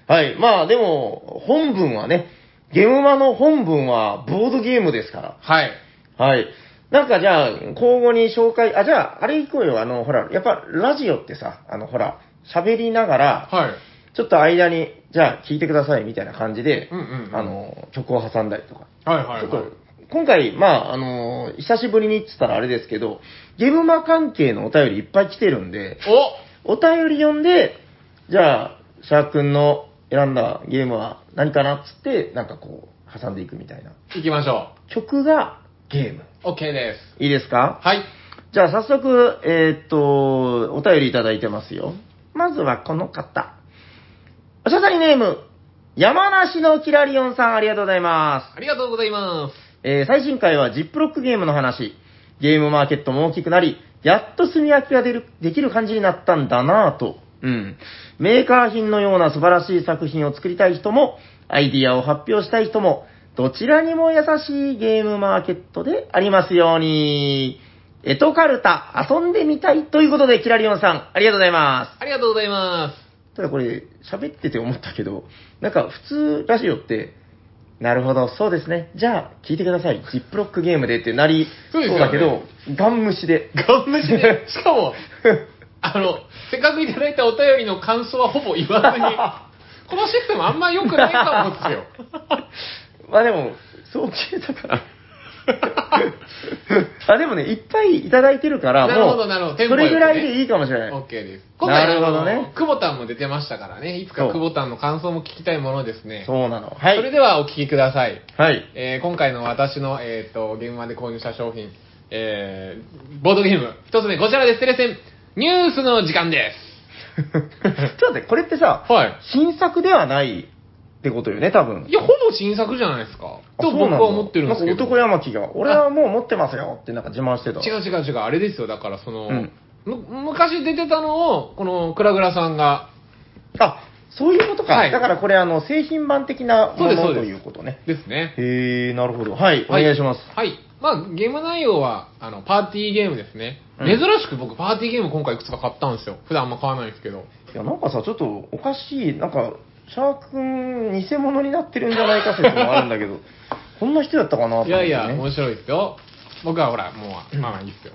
[SPEAKER 2] はい。まあでも、本文はね、ゲームマの本文はボードゲームですか
[SPEAKER 1] はい。
[SPEAKER 2] ら。はい。なんかじゃあ、交互に紹介、あ、じゃあ、あれ行こうよ。あの、ほら、やっぱラジオってさ、あの、ほら、喋りながら、
[SPEAKER 1] はい。
[SPEAKER 2] ちょっと間に、じゃあ聞いてくださいみたいな感じで、
[SPEAKER 1] うんうんうん
[SPEAKER 2] あの、曲を挟んだりとか。
[SPEAKER 1] はいはい
[SPEAKER 2] ちょっ
[SPEAKER 1] はい
[SPEAKER 2] と。今回、まあ、あのー久しぶりにって言ったらあれですけど、ゲームマ関係のお便りいっぱい来てるんで、
[SPEAKER 1] お
[SPEAKER 2] お便り読んで、じゃあ、シャー君の選んだゲームは何かなっつって、なんかこう、挟んでいくみたいな。
[SPEAKER 1] 行きましょ
[SPEAKER 2] 曲がゲーム。
[SPEAKER 1] う。OK です。
[SPEAKER 2] いいですか
[SPEAKER 1] はい。
[SPEAKER 2] じゃあ早速、えーっと、お便りいただいてますよ。まずはこの方。おしゃさりネーム、山梨のキラリオンさん、ありがとうございます。
[SPEAKER 1] ありがとうございます。
[SPEAKER 2] えー最新回はジップロックゲームの話。ゲームマーケットも大きくなり、やっと炭焼きが出る、できる感じになったんだなぁと。うん。メーカー品のような素晴らしい作品を作りたい人も、アイディアを発表したい人も、どちらにも優しいゲームマーケットでありますように。エトカルタ、遊んでみたいということで、キラリオンさん、ありがとうございます。
[SPEAKER 1] ありがとうございま
[SPEAKER 2] ただこれ、喋ってて思ったけど、なんか普通ラジオって、なるほど、そうですね。じゃあ、聞いてください。ジップロックゲームでってなり
[SPEAKER 1] そうですよね
[SPEAKER 2] だけど、ガン無視で。
[SPEAKER 1] す。ガン無視で、しかも、あの、せっかくいただいたお便りの感想はほぼ言わず
[SPEAKER 2] *laughs*
[SPEAKER 1] に、このシステムあんま良くないかもですよ。
[SPEAKER 2] *laughs* まあでも、そう消えたから。 *laughs* あでもね、いっぱいいただいてるから、
[SPEAKER 1] なるほ
[SPEAKER 2] も
[SPEAKER 1] ど
[SPEAKER 2] う
[SPEAKER 1] なるほどテン
[SPEAKER 2] そ
[SPEAKER 1] ポよくね
[SPEAKER 2] れぐらいでいいかもしれない。
[SPEAKER 1] OK です。今回、
[SPEAKER 2] なるほどね
[SPEAKER 1] あの、久保田も出てましたからね、いつか
[SPEAKER 2] そう
[SPEAKER 1] 久保田の感想も聞きたいものですね。
[SPEAKER 2] そうなの。はい。
[SPEAKER 1] それではお聞きください。
[SPEAKER 2] はい。 *laughs*
[SPEAKER 1] えー今回の私の、えー、と現場で購入した商品、えーボードゲーム一つ目こちらですテレセンニュースの時間で
[SPEAKER 2] ちょっと待って、これってさ、
[SPEAKER 1] すは
[SPEAKER 2] 新作ではないってことよね、多分
[SPEAKER 1] い。やほぼ新作じゃないですか
[SPEAKER 2] あ
[SPEAKER 1] と
[SPEAKER 2] そうな
[SPEAKER 1] 僕
[SPEAKER 2] んだ
[SPEAKER 1] は思ってるんですけ
[SPEAKER 2] なんか
[SPEAKER 1] ど
[SPEAKER 2] 男山木が、俺はもう持ってますよってなんか自慢してた。
[SPEAKER 1] 違う違う違うあれですよだからその、
[SPEAKER 2] うん
[SPEAKER 1] む昔出てたのをこのクラグラさんが
[SPEAKER 2] あ、そういうことか。
[SPEAKER 1] はい
[SPEAKER 2] だからこれ、あの、製品版的なも
[SPEAKER 1] そうです
[SPEAKER 2] の
[SPEAKER 1] そう
[SPEAKER 2] と
[SPEAKER 1] です
[SPEAKER 2] いうことね。
[SPEAKER 1] ですね
[SPEAKER 2] へえ、なるほど。はい、お願いします。
[SPEAKER 1] はい、まあゲーム内容はあのパーティーゲームですね、
[SPEAKER 2] うん
[SPEAKER 1] 珍しく僕パーティーゲーム今回いくつか買ったんですよ普段あんま買わないんですけど
[SPEAKER 2] いや、なんかさ、ちょっとおかしい、なんか、シャーク君、偽物になってるんじゃないか説もあるん
[SPEAKER 1] *laughs*
[SPEAKER 2] だけど、こんな人だったかなと思って、
[SPEAKER 1] い
[SPEAKER 2] ね。
[SPEAKER 1] やいや、面白いですよ。僕はほら、もう、まあまあいいっすよ。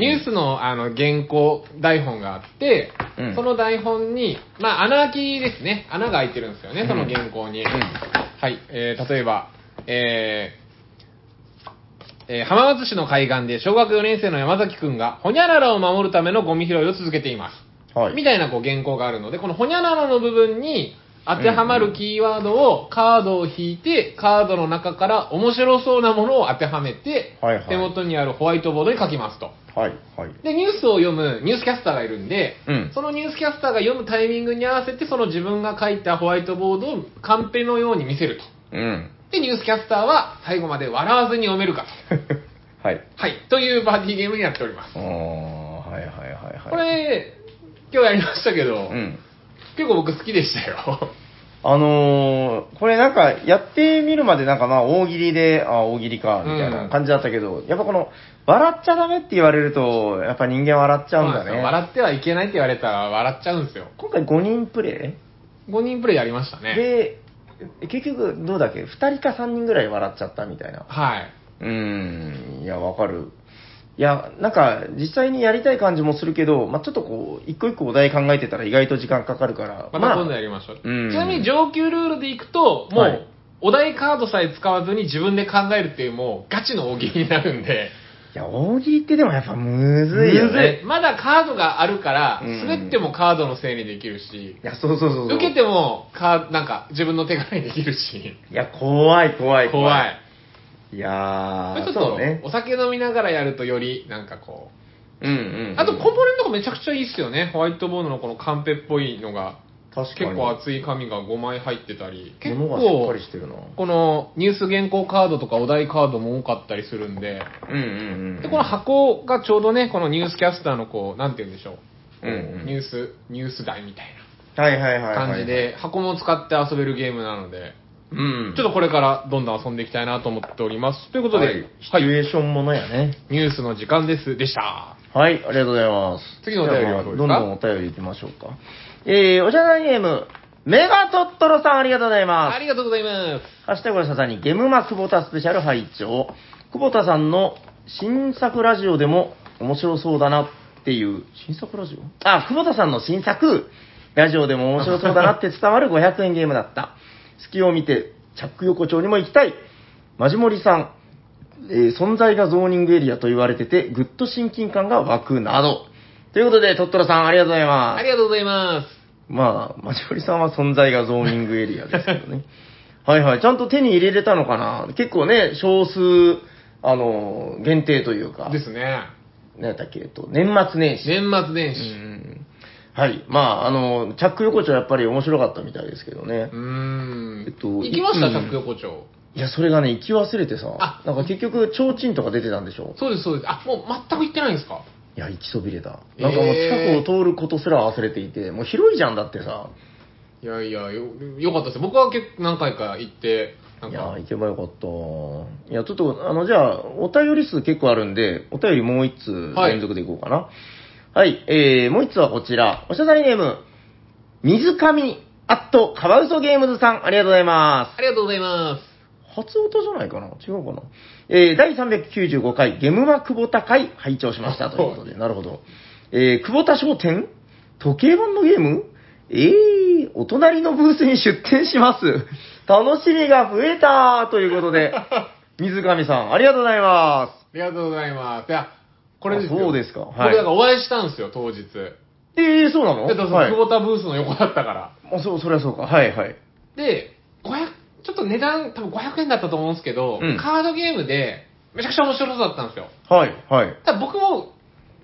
[SPEAKER 1] ニュースのあの原稿、台本があって、
[SPEAKER 2] うん
[SPEAKER 1] その台本に、まあ穴開きですね。穴が開いてるんですよね、その原稿に。はい、えー、例えば、えー、えー浜松市の海岸で小学4年生の山崎くんが、ほにゃららを守るためのゴミ拾いを続けています。
[SPEAKER 2] はい。
[SPEAKER 1] みたいなこう原稿があるので、このほにゃららの部分に当てはまるキーワードをカードを引いて、カードの中から面白そうなものを当てはめて、
[SPEAKER 2] はいはい
[SPEAKER 1] 手元にあるホワイトボードに書きますと。
[SPEAKER 2] はい、はい。
[SPEAKER 1] で、ニュースを読むニュースキャスターがいるんで、
[SPEAKER 2] うん
[SPEAKER 1] そのニュースキャスターが読むタイミングに合わせて、その自分が書いたホワイトボードをカンペのように見せると。
[SPEAKER 2] うん。
[SPEAKER 1] で、ニュースキャスターは最後まで笑わずに読めるかと。
[SPEAKER 2] はい。
[SPEAKER 1] はい。というバーディーゲームになっております。
[SPEAKER 2] あー、はい、はい、はい、はい。
[SPEAKER 1] これ、今日やりましたけど、
[SPEAKER 2] うん。
[SPEAKER 1] 結構僕好きでしたよ。
[SPEAKER 2] あのーこれなんか、やってみるまでなんかまあ、大喜利で、あ大喜利か、みたいな感じだったけど、やっぱこの、笑っちゃダメって言われると、やっぱ人間笑 *laughs* っちゃうんだ
[SPEAKER 1] そうなんです
[SPEAKER 2] ね。
[SPEAKER 1] よ *laughs* 笑ってはいけないって言われたら笑っちゃうんですよ。
[SPEAKER 2] 今回5人プレ
[SPEAKER 1] 5人プレイやりました
[SPEAKER 2] イ、
[SPEAKER 1] ね。
[SPEAKER 2] で、結局、どうだっけ ?2 人か3人ぐらい笑っちゃったみたいな。
[SPEAKER 1] はい。
[SPEAKER 2] うーん、いや、わかる。いや、なんか、実際にやりたい感じもするけど、まあちょっとこう、一個一個お題考えてたら意外と時間かかるから、
[SPEAKER 1] また今度やりましょう。
[SPEAKER 2] うん
[SPEAKER 1] ちなみに上級ルールでいくと、もう、
[SPEAKER 2] はい
[SPEAKER 1] お題カードさえ使わずに自分で考えるっていう、もうガチの大喜利になるんで、
[SPEAKER 2] いや、大喜利ってでもやっぱむずいよね。
[SPEAKER 1] まだカードがあるから、
[SPEAKER 2] うん
[SPEAKER 1] 滑ってもカードのせいにできるし、
[SPEAKER 2] いや、そうそうそうそう。
[SPEAKER 1] 受けてもカーなんか自分の手柄にできるし、
[SPEAKER 2] いや、怖い、怖い、
[SPEAKER 1] 怖い。
[SPEAKER 2] い。いや
[SPEAKER 1] これちょ
[SPEAKER 2] ー、
[SPEAKER 1] っ
[SPEAKER 2] そ
[SPEAKER 1] と、
[SPEAKER 2] うね。
[SPEAKER 1] お酒飲みながらやるとより、なんかこ
[SPEAKER 2] うんうんう
[SPEAKER 1] う、
[SPEAKER 2] ん。
[SPEAKER 1] あとコンポーネントがめちゃくちゃいいっすよね。ホワイトボードのこのカンペっぽいのが、
[SPEAKER 2] 確かに
[SPEAKER 1] 結構厚い紙が5枚入ってたり、結
[SPEAKER 2] 物がしっ
[SPEAKER 1] 構
[SPEAKER 2] かり、してるな。
[SPEAKER 1] このニュース原稿カードとかお題カードも多かったりするんで、
[SPEAKER 2] うんうんうん。
[SPEAKER 1] で、この箱がちょうどね、このニュースキャスターのこう、なんて言うんでしょう、
[SPEAKER 2] うんうん
[SPEAKER 1] ニュース、ニュース台みたい
[SPEAKER 2] はいはいはいは。
[SPEAKER 1] ない感じで、。箱も使って遊べるゲームなので、
[SPEAKER 2] うん。
[SPEAKER 1] ちょっとこれからどんどん遊んでいきたいなと思っております。ということで、
[SPEAKER 2] はいシチュエーションものやね。
[SPEAKER 1] ニュースの時間です。でした。
[SPEAKER 2] はい、ありがとうございます。
[SPEAKER 1] 次のお便りはどうですか
[SPEAKER 2] じゃあまあどんどんお便り行きましょうか。えー、おしゃだにゲーム、メガトットロさんありがとうございます
[SPEAKER 1] あ。りがとうございます。
[SPEAKER 2] ハッシュタグはささにゲムマ久保田スペシャル拝聴久保田さんの新作ラジオでも面白そうだなっていう、新作ラジオあ、久保田さんの新作ラジオでも面白そうだなって伝わる500円ゲームだった。隙を見て、チャック横丁にも行きたい。マジモリさん、えー存在がゾーニングエリアと言われてて、ぐっと親近感が湧くなど。ということで、トットロさん、ありがとうございます。
[SPEAKER 1] ありがとうございます。
[SPEAKER 2] まあ、マジオリさんは存在がゾーニングエリアですけどね。 *laughs* はいはい。ちゃんと手に入れれたのかな結構ね、少数、あの、限定というか。
[SPEAKER 1] ですね。
[SPEAKER 2] 何やったっけえっと、年末年始。
[SPEAKER 1] 年末年
[SPEAKER 2] う
[SPEAKER 1] 始。
[SPEAKER 2] ん。はい。まあ、あの、チャック横丁やっぱり面白かったみたいですけどね
[SPEAKER 1] う。ーん。
[SPEAKER 2] えっと
[SPEAKER 1] 行きました、
[SPEAKER 2] うん
[SPEAKER 1] チャック横丁。
[SPEAKER 2] いや、それがね、行き忘れてさ
[SPEAKER 1] あ、
[SPEAKER 2] なんか結局、提灯とか出てたんでしょ
[SPEAKER 1] そうです、そうです。あ、もう全く行ってないんですか
[SPEAKER 2] いや、行きそびれた。
[SPEAKER 1] えー
[SPEAKER 2] なんかもう近くを通ることすら忘れていて、もう広いじゃんだってさ。
[SPEAKER 1] いやいや、よ、よかったです。僕は結構何回か行って、なん
[SPEAKER 2] いや
[SPEAKER 1] か
[SPEAKER 2] ー、、行けばよかった。いや、ちょっと、あの、じゃあ、お便り数結構あるんで、お便りもう一通
[SPEAKER 1] はい
[SPEAKER 2] 連続でいこうかな。はい、えー、もう一通はこちら。おしゃべりネーム、水上、アット、カワウソゲームズさん、ありがとうございます。
[SPEAKER 1] ありがとうございます。
[SPEAKER 2] 初音じゃないかな違うかなえー、第395回ゲムマ久保田会拝聴しました
[SPEAKER 1] あ
[SPEAKER 2] ということで、なるほど。えー、久保田商店時計版のゲームえー、お隣のブースに出店します。楽しみが増えたということで、水上さん、ありがとうございま
[SPEAKER 1] ありがとうございます。いや、これですよ。
[SPEAKER 2] あそうですかはい
[SPEAKER 1] これだからお会いしたんですよ、当日。
[SPEAKER 2] す。えー、そうなの
[SPEAKER 1] で、その
[SPEAKER 2] はい
[SPEAKER 1] 久。保田ブースの横だったから。
[SPEAKER 2] あそう、そりゃそうか。はい、はい。
[SPEAKER 1] で、500、ちょっと値段、多分500円だったと思うんですけど、
[SPEAKER 2] うん
[SPEAKER 1] カードゲームで、めちゃくちゃ面白そうだったんですよ。
[SPEAKER 2] はい、はい。
[SPEAKER 1] ただ僕も、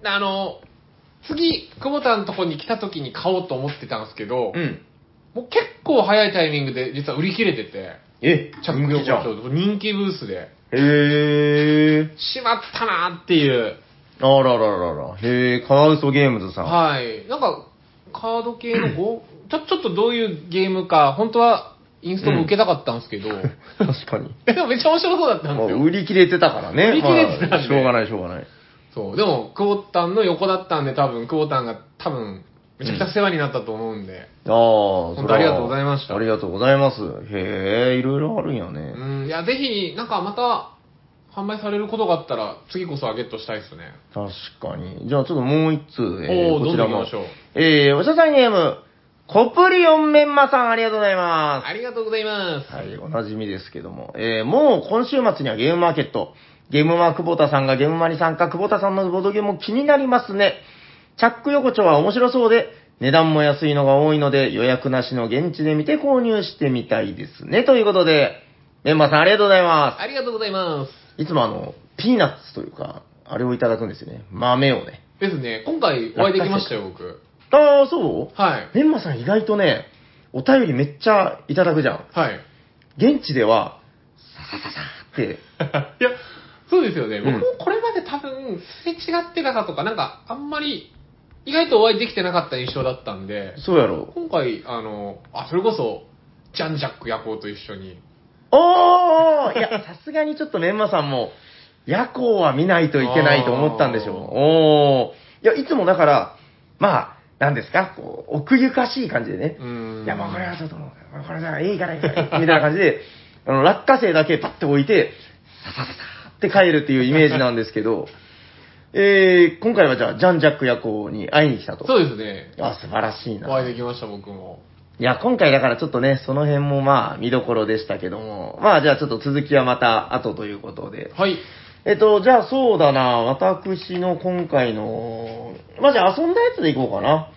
[SPEAKER 1] あの、次、久保田のとこに来た時に買おうと思ってたんですけど、
[SPEAKER 2] うん。
[SPEAKER 1] もう結構早いタイミングで実は売り切れてて、
[SPEAKER 2] え、
[SPEAKER 1] 着用
[SPEAKER 2] じゃ
[SPEAKER 1] 長
[SPEAKER 2] ん。
[SPEAKER 1] 人気ブースで、
[SPEAKER 2] へー。
[SPEAKER 1] しまったなーっていう、
[SPEAKER 2] あらららら。へー、カワウソゲームズさん。
[SPEAKER 1] はい。なんか、カード系の
[SPEAKER 2] *laughs*
[SPEAKER 1] ごちょ、ちょっとどういうゲームか、本当はインストも受けたかったんですけど、
[SPEAKER 2] 確かに。
[SPEAKER 1] *laughs* でもめっちゃ面白そうだったん
[SPEAKER 2] まあ
[SPEAKER 1] ですよ。
[SPEAKER 2] 売り切れてたからね。
[SPEAKER 1] 売り切れてたんで
[SPEAKER 2] まあしょうがない、しょうがない。
[SPEAKER 1] そう。でも、クボタンの横だったんで、多分、クボタンが多分、めちゃくちゃ世話になったと思うんで、
[SPEAKER 2] ああ、本
[SPEAKER 1] 本当ありがとうございました
[SPEAKER 2] ありがとうございます。へえ、いろいろあるんや
[SPEAKER 1] う
[SPEAKER 2] ね。
[SPEAKER 1] ん、いや、ぜひ、なんかまた、販売されることがあったら、次こそはゲットしたいですね。
[SPEAKER 2] 確かに。じゃあちょっともう一通、えー
[SPEAKER 1] おー、
[SPEAKER 2] こ
[SPEAKER 1] ど
[SPEAKER 2] ち
[SPEAKER 1] んど
[SPEAKER 2] ら
[SPEAKER 1] ん行き
[SPEAKER 2] も
[SPEAKER 1] まし。ょう。
[SPEAKER 2] えー、おしゃさんゲーム、コプリオンメンマさん、ありがとうございます。
[SPEAKER 1] ありがとうございます。
[SPEAKER 2] はい、おなじみですけども。えー、もう今週末にはゲームマーケット。ゲームマー久保田さんがゲームマに参加、久保田さんのボードゲームも気になりますね。チャック横丁は面白そうで、値段も安いのが多いので、予約なしの現地で見て購入してみたいですね。ということで、メンバーさんありがとうございま
[SPEAKER 1] ありがとうございます。
[SPEAKER 2] す。いつもあの、ピーナッツというか、あれをいただくんですよね。豆をね。
[SPEAKER 1] ですね、今回お会いできましたよ、僕。
[SPEAKER 2] ああ、そう
[SPEAKER 1] はい。
[SPEAKER 2] メンマさん意外とね、お便りめっちゃいただくじゃん。
[SPEAKER 1] はい。
[SPEAKER 2] 現地では、ササササって、
[SPEAKER 1] いや、そうですよね。僕
[SPEAKER 2] うん
[SPEAKER 1] もこれまで多分、すれ違ってたかとか、なんか、あんまり、意外とお会いできてなかった印象だったんで、
[SPEAKER 2] そうやろ。
[SPEAKER 1] 今回、あの、あ、それこそ、ジャンジャック夜行と一緒に。
[SPEAKER 2] お
[SPEAKER 1] *laughs*
[SPEAKER 2] ーいや、さすがにちょっとメンマさんも、夜行は見ないといけないと思ったんでしょう。おーいや、いつもだから、まあ、なんですか、こう、奥ゆかしい感じでね
[SPEAKER 1] う。ーん。
[SPEAKER 2] いや、もうこれはちょっと、もうこれじゃいいからいいから、みたいな感じで、 *laughs* あの、落花生だけパッと置いて、ささささって帰るっていうイメージなんですけど、えー、今回はじゃあ、ジャン・ジャック夜行に会いに来たと。
[SPEAKER 1] そうですね。
[SPEAKER 2] あ、素晴らしいな。
[SPEAKER 1] お会いできました、僕も。
[SPEAKER 2] いや、今回だからちょっとね、その辺もまあ、見どころでしたけども、まあ、じゃあちょっと続きはまた後ということで。
[SPEAKER 1] はい。
[SPEAKER 2] えっと、じゃあそうだな、私の今回の、まあ、じゃあ遊んだやつでいこうかな。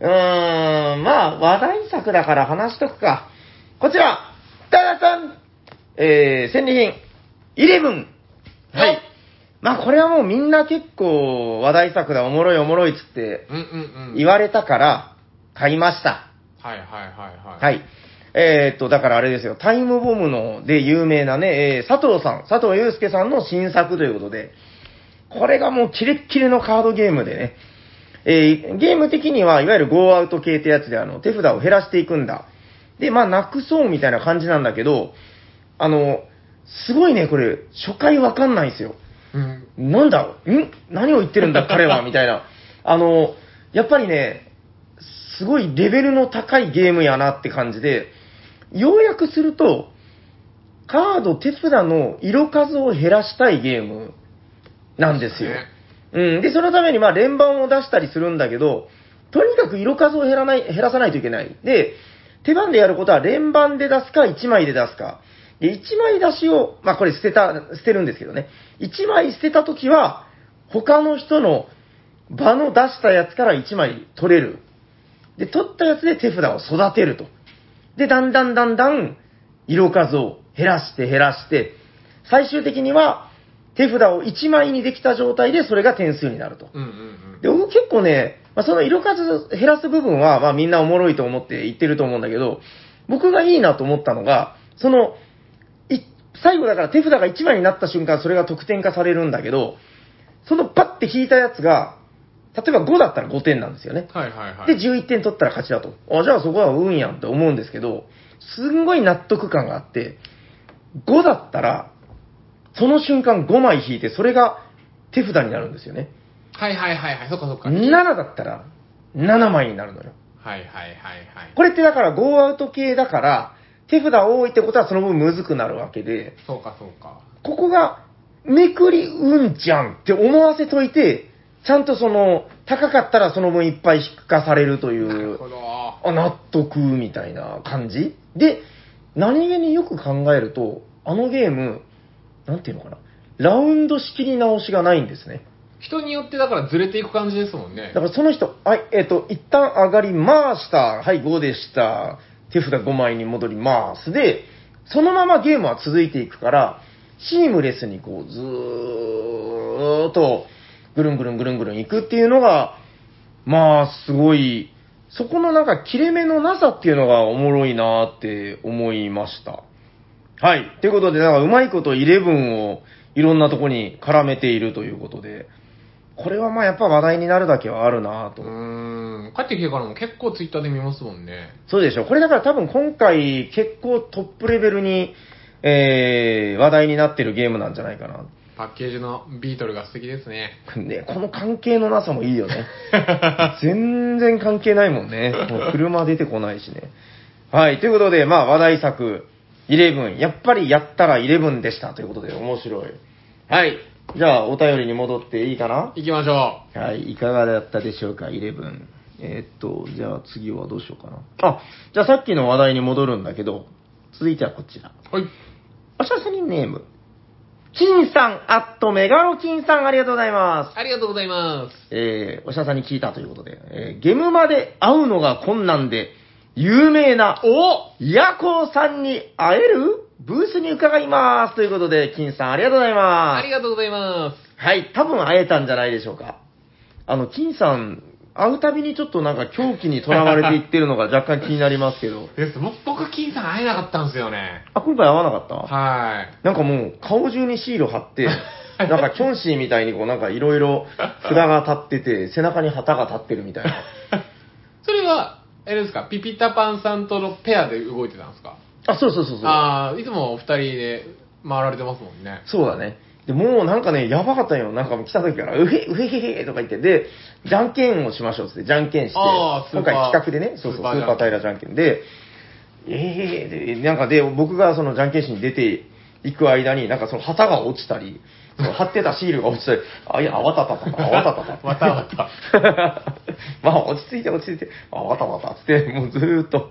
[SPEAKER 2] うーん、まあ、話題作だから話しとくか。こちら、ダダさんえー、戦利品、イレブン
[SPEAKER 1] はい。
[SPEAKER 2] まあ、これはもうみんな結構話題作だ、おもろいおもろいっつって
[SPEAKER 1] うんうんうん。
[SPEAKER 2] 言われたから、買いました。
[SPEAKER 1] はいはいはいはい。
[SPEAKER 2] はい。えーっと、だからあれですよ、タイムボムので有名なね、えー佐藤さん、佐藤祐介さんの新作ということで、これがもうキレッキレのカードゲームでね、えーゲーム的には、いわゆるゴーアウト系ってやつで、あの、手札を減らしていくんだ。で、まあ、なくそうみたいな感じなんだけど、あの、すごいね、これ、初回わかんないんですよ。
[SPEAKER 1] うん。
[SPEAKER 2] なんだん何を言ってるん *laughs* だ彼はみたいな。あの、やっぱりね、すごいレベルの高いゲームやなって感じで、ようやくすると、カード手札の色数を減らしたいゲームなんですよ。うん。で、そのために、まあ、連番を出したりするんだけど、とにかく色数を減らない、減らさないといけない。で、手番でやることは連番で出すか、1枚で出すか。で、1枚出しを、まあ、これ捨てた、捨てるんですけどね。1枚捨てたときは、他の人の場の出したやつから1枚取れる。で、取ったやつで手札を育てると。で、だんだんだんだん、色数を減らして減らして、最終的には、手札を1枚にできた状態で、それが点数になると。
[SPEAKER 1] うんうん
[SPEAKER 2] で、僕結構ね、まあ、その色数減らす部分は、まあみんなおもろいと思って言ってると思うんだけど、僕がいいなと思ったのが、その、い最後だから手札が1枚になった瞬間、それが得点化されるんだけど、そのパッて引いたやつが、例えば5だったら5点なんですよね。
[SPEAKER 1] うん。はいはいはい。
[SPEAKER 2] で、11点取ったら勝ちだと。あ、じゃあそこは運やんって思うんですけど、すんごい納得感があって、5だったら、その瞬間5枚引いて、それが手札になるんですよね。
[SPEAKER 1] はいはいはいはい。そっかそっか。はい
[SPEAKER 2] 7だったら、7枚になるのよ。
[SPEAKER 1] はいはいはい。
[SPEAKER 2] これってだから、ゴーアウト系だから、手札多いってことはその分むずくなるわけで、
[SPEAKER 1] そうかそうか。
[SPEAKER 2] ここが、めくりうんちゃんって思わせといて、ちゃんとその、高かったらその分いっぱい引かされるとい
[SPEAKER 1] なる
[SPEAKER 2] う
[SPEAKER 1] ほ、ど。
[SPEAKER 2] あ、納得みたいな感じで、何気によく考えると、あのゲーム、なんていうのかな、ラウンド仕切り直しがないんですね。
[SPEAKER 1] 人によってだからずれていく感じですもんね
[SPEAKER 2] だ。からその人、はい、えっ、と、一旦上がりました。はい、5でした。手札5枚に戻ります。で、そのままゲームは続いていくから、シームレスにこう、ずーっと、ぐるんぐるんぐるんぐるん行くっていうのが、まあ、すごい、そこのなんか切れ目のなさっていうのがおもろいなーって思いました。はい。ということで、なんかうまいこと11をいろんなとこに絡めているということで、これはまあやっぱ話題になるだけはあるなぁ
[SPEAKER 1] う
[SPEAKER 2] と。
[SPEAKER 1] ーん。帰ってきてからも結構ツイッターで見ますもんね。
[SPEAKER 2] そうでしょ。これだから多分今回結構トップレベルに、えー、話題になってるゲームなんじゃないかな。
[SPEAKER 1] パッケージのビートルが素敵ですね。
[SPEAKER 2] ね、この関係のなさもいいよね。 *laughs* 全然関係ないもんね。もう車出てこないしね。はい。ということで、まあ話題作、11。やっぱりやったら11でした。ということで、面白い。はい。じゃあ、お便りに戻っていいかな
[SPEAKER 1] 行きましょ
[SPEAKER 2] はい、いかがだったでしょうか、11。えーっと、じゃあ次はどうしようかな。あ、じゃあさっきの話題に戻るんだけど、続いてはこちら。
[SPEAKER 1] う。はい。
[SPEAKER 2] おしゃせにネーム。金さん、アットメガロ金さん、ありがとうございます。
[SPEAKER 1] ありがとうございます。
[SPEAKER 2] えー、おしゃさんに聞いたということで、えーゲームまで会うのが困難で、有名な、
[SPEAKER 1] お
[SPEAKER 2] ヤコウさんに会えるブースに伺います。ということで、金さん、ありがとうございます
[SPEAKER 1] あ。りがとうございま
[SPEAKER 2] はい、多分会えたんじゃないでしょうか。あの、金さん、会うたびにちょっとなんか狂気にとらわれていってるのが *laughs* 若干気になりますけど、
[SPEAKER 1] す。です。僕、僕、金さん会えなかったんですよね。
[SPEAKER 2] あ、今回会わなかった、
[SPEAKER 1] はい。
[SPEAKER 2] なんかもう顔中にシール
[SPEAKER 1] *laughs*
[SPEAKER 2] 貼って、なんかキョンシーみたいにこうなんかい
[SPEAKER 1] *laughs*
[SPEAKER 2] ろいろ札が立ってて、背中に旗が立ってるみたいな。
[SPEAKER 1] それは、えれですか、ピピタパンさんとのペアで動いてたんですか
[SPEAKER 2] あ、そうそうそうそう。
[SPEAKER 1] ああ、いつもお二人で回られてますもんね。
[SPEAKER 2] そうだね。で、もうなんかね、やばかったよ。なんかもう来た時から、うへ、うへへへとか言って、で、じゃんけんをしましょうっつって、じゃんけんして、
[SPEAKER 1] あースー
[SPEAKER 2] 今
[SPEAKER 1] パー
[SPEAKER 2] 回企画でね、そうそう、ス
[SPEAKER 1] スー
[SPEAKER 2] ー
[SPEAKER 1] パ
[SPEAKER 2] パ
[SPEAKER 1] ー
[SPEAKER 2] ー平じゃんけんで、えへへへで、なんかで、僕がそのじゃんけんしに出ていく間に、なんかその旗が落ちたり、その貼ってたシールが落ちたり、あ、いや、あわたたたた、あわたた
[SPEAKER 1] *laughs*
[SPEAKER 2] た。
[SPEAKER 1] わたわた。
[SPEAKER 2] *laughs* まあ、落ち着いて落ち着いて、あ、わたわたっつって、もうずーっと。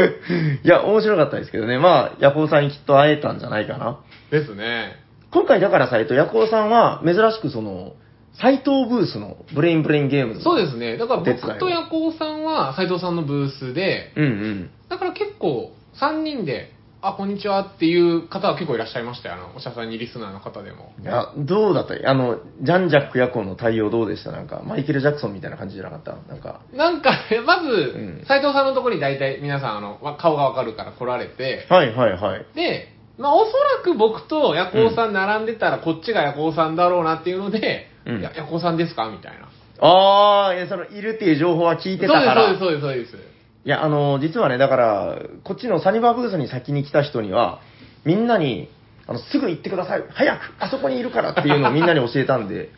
[SPEAKER 2] *laughs* いや、面白かったですけどね。まあ、ヤコウさんにきっと会えたんじゃないかな。
[SPEAKER 1] ですね。
[SPEAKER 2] 今回だからさ、えっと、ヤコウさんは珍しくその、斎藤ブースのブレインブレインゲームズ。
[SPEAKER 1] そう
[SPEAKER 2] で
[SPEAKER 1] ですね。だから
[SPEAKER 2] 手伝いを
[SPEAKER 1] 僕とヤコウさんは斎藤さんのブースで、
[SPEAKER 2] す。うんうん。
[SPEAKER 1] だから結構3人で、あ、こんにちはっていう方は結構いらっしゃいましたよ。あの、おしゃさんにリスナーの方でも。
[SPEAKER 2] いや、どうだったあの、ジャンジャックヤコウの対応どうでしたなんか、マイケル・ジャクソンみたいな感じじゃなかったなんか。
[SPEAKER 1] なんか、 *laughs* ま
[SPEAKER 2] ん
[SPEAKER 1] ず、斎、藤さんのところに大体皆さん、あの、わ顔がわかるから来られて、
[SPEAKER 2] はいはいはい。
[SPEAKER 1] で、まあ、おそらく僕とヤコウさん並んでたら、こっちがヤコウさんだろうなっていうので、
[SPEAKER 2] うん
[SPEAKER 1] やヤコウさんですかみたいな。
[SPEAKER 2] あー、いや、その、いるっていう情報は聞いてたから。
[SPEAKER 1] そうです、そうです、そうです、そうです。
[SPEAKER 2] いや、あの、実はね、だから、こっちのサニバブースに先に来た人には、みんなに、あの、すぐ行ってください。早くあそこにいるからっていうのをみんなに教えたんで。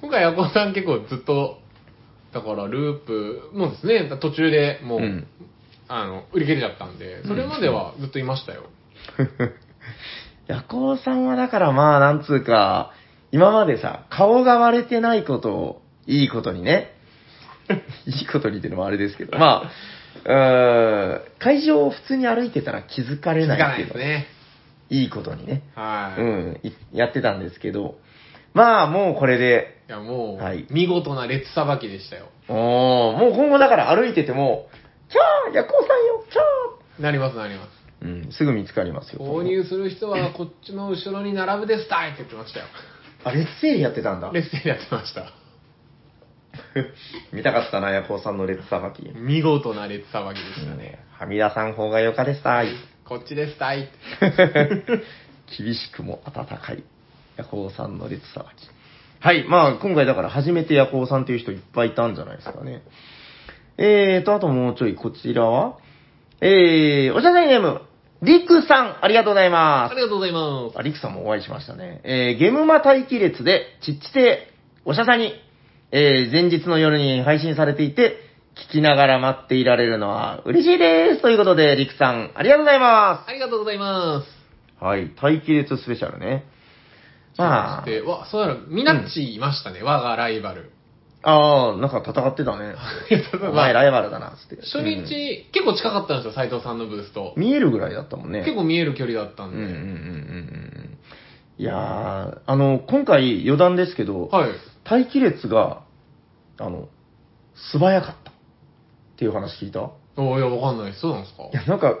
[SPEAKER 1] 今回ヤコウさん結構ずっと、だからループもですね、途中でもう、
[SPEAKER 2] うん
[SPEAKER 1] あの、売り切れちゃったんで、それまではずっといましたよ。
[SPEAKER 2] ヤコウさんはだからまあなんつうか、今までさ、顔が割れてないことを、いいことにね、 *laughs* いいことにっていうのもあれですけど、まあ、うーん、会場を普通に歩いてたら気づか
[SPEAKER 1] 気
[SPEAKER 2] れ
[SPEAKER 1] づか
[SPEAKER 2] な
[SPEAKER 1] ない
[SPEAKER 2] って
[SPEAKER 1] いで
[SPEAKER 2] いう
[SPEAKER 1] す
[SPEAKER 2] の
[SPEAKER 1] ね。
[SPEAKER 2] いいことにね、
[SPEAKER 1] はい。
[SPEAKER 2] う
[SPEAKER 1] い
[SPEAKER 2] ん、いやってたんですけど、まあもうこれで、
[SPEAKER 1] や、もう、
[SPEAKER 2] はい
[SPEAKER 1] 見事な列さばきでしたよ。
[SPEAKER 2] おーもう今後だから歩いてても、キャーヤコウさんよキ
[SPEAKER 1] なります、なります。
[SPEAKER 2] ャーうん、すぐ見つかりますよ。
[SPEAKER 1] 購入する人はこっちの後ろに並ぶですたいって言ってましたよ。
[SPEAKER 2] あ、レッツエリやってたんだ。
[SPEAKER 1] レッスンやってました。
[SPEAKER 2] *laughs* 見たかったな、ヤコウさんのレッツさばき。
[SPEAKER 1] 見事な列さばきでしたね。
[SPEAKER 2] はみ出さん方がよかですたい。
[SPEAKER 1] こっちですたい。
[SPEAKER 2] 厳しくも温かい。ヤコウさんの列さばき。はい。まあ、今回だから初めてヤコウさんという人いっぱいいたんじゃないですかね。えーと、あともうちょい、こちらはえー、おしゃべりネーム、りくさん、ありがとうござい
[SPEAKER 1] あ
[SPEAKER 2] ます
[SPEAKER 1] り。がとうございます。
[SPEAKER 2] あ、リクさんもお会いしましたね。えー、ゲムマ待機列で、ちっちて、おしゃさに、えー、前日の夜に配信されていて、聞きながら待っていられるのは嬉しいです。ということで、リクさん、ありがとうございま
[SPEAKER 1] ありがとうございます。
[SPEAKER 2] す。はい、待機列スペシャルね。まあ
[SPEAKER 1] で、わ、そうやら、ミナッチいましたね、我がライバル。
[SPEAKER 2] ああ、なんか戦って
[SPEAKER 1] *laughs*
[SPEAKER 2] たね。お前ライバルだな、つって。
[SPEAKER 1] 初
[SPEAKER 2] うん
[SPEAKER 1] 日、結構近かったんですよ、斎藤さんのブースと。
[SPEAKER 2] 見えるぐらいだったもんね。
[SPEAKER 1] 結構見える距離だった
[SPEAKER 2] うんんうんうんうんう
[SPEAKER 1] で。
[SPEAKER 2] ん。いやー、あの、今回余談ですけど、
[SPEAKER 1] はい。
[SPEAKER 2] 待機列が、あの、素早かったっていう話聞いたい
[SPEAKER 1] おいや、わかんないです。そうなんですか
[SPEAKER 2] や、なんか、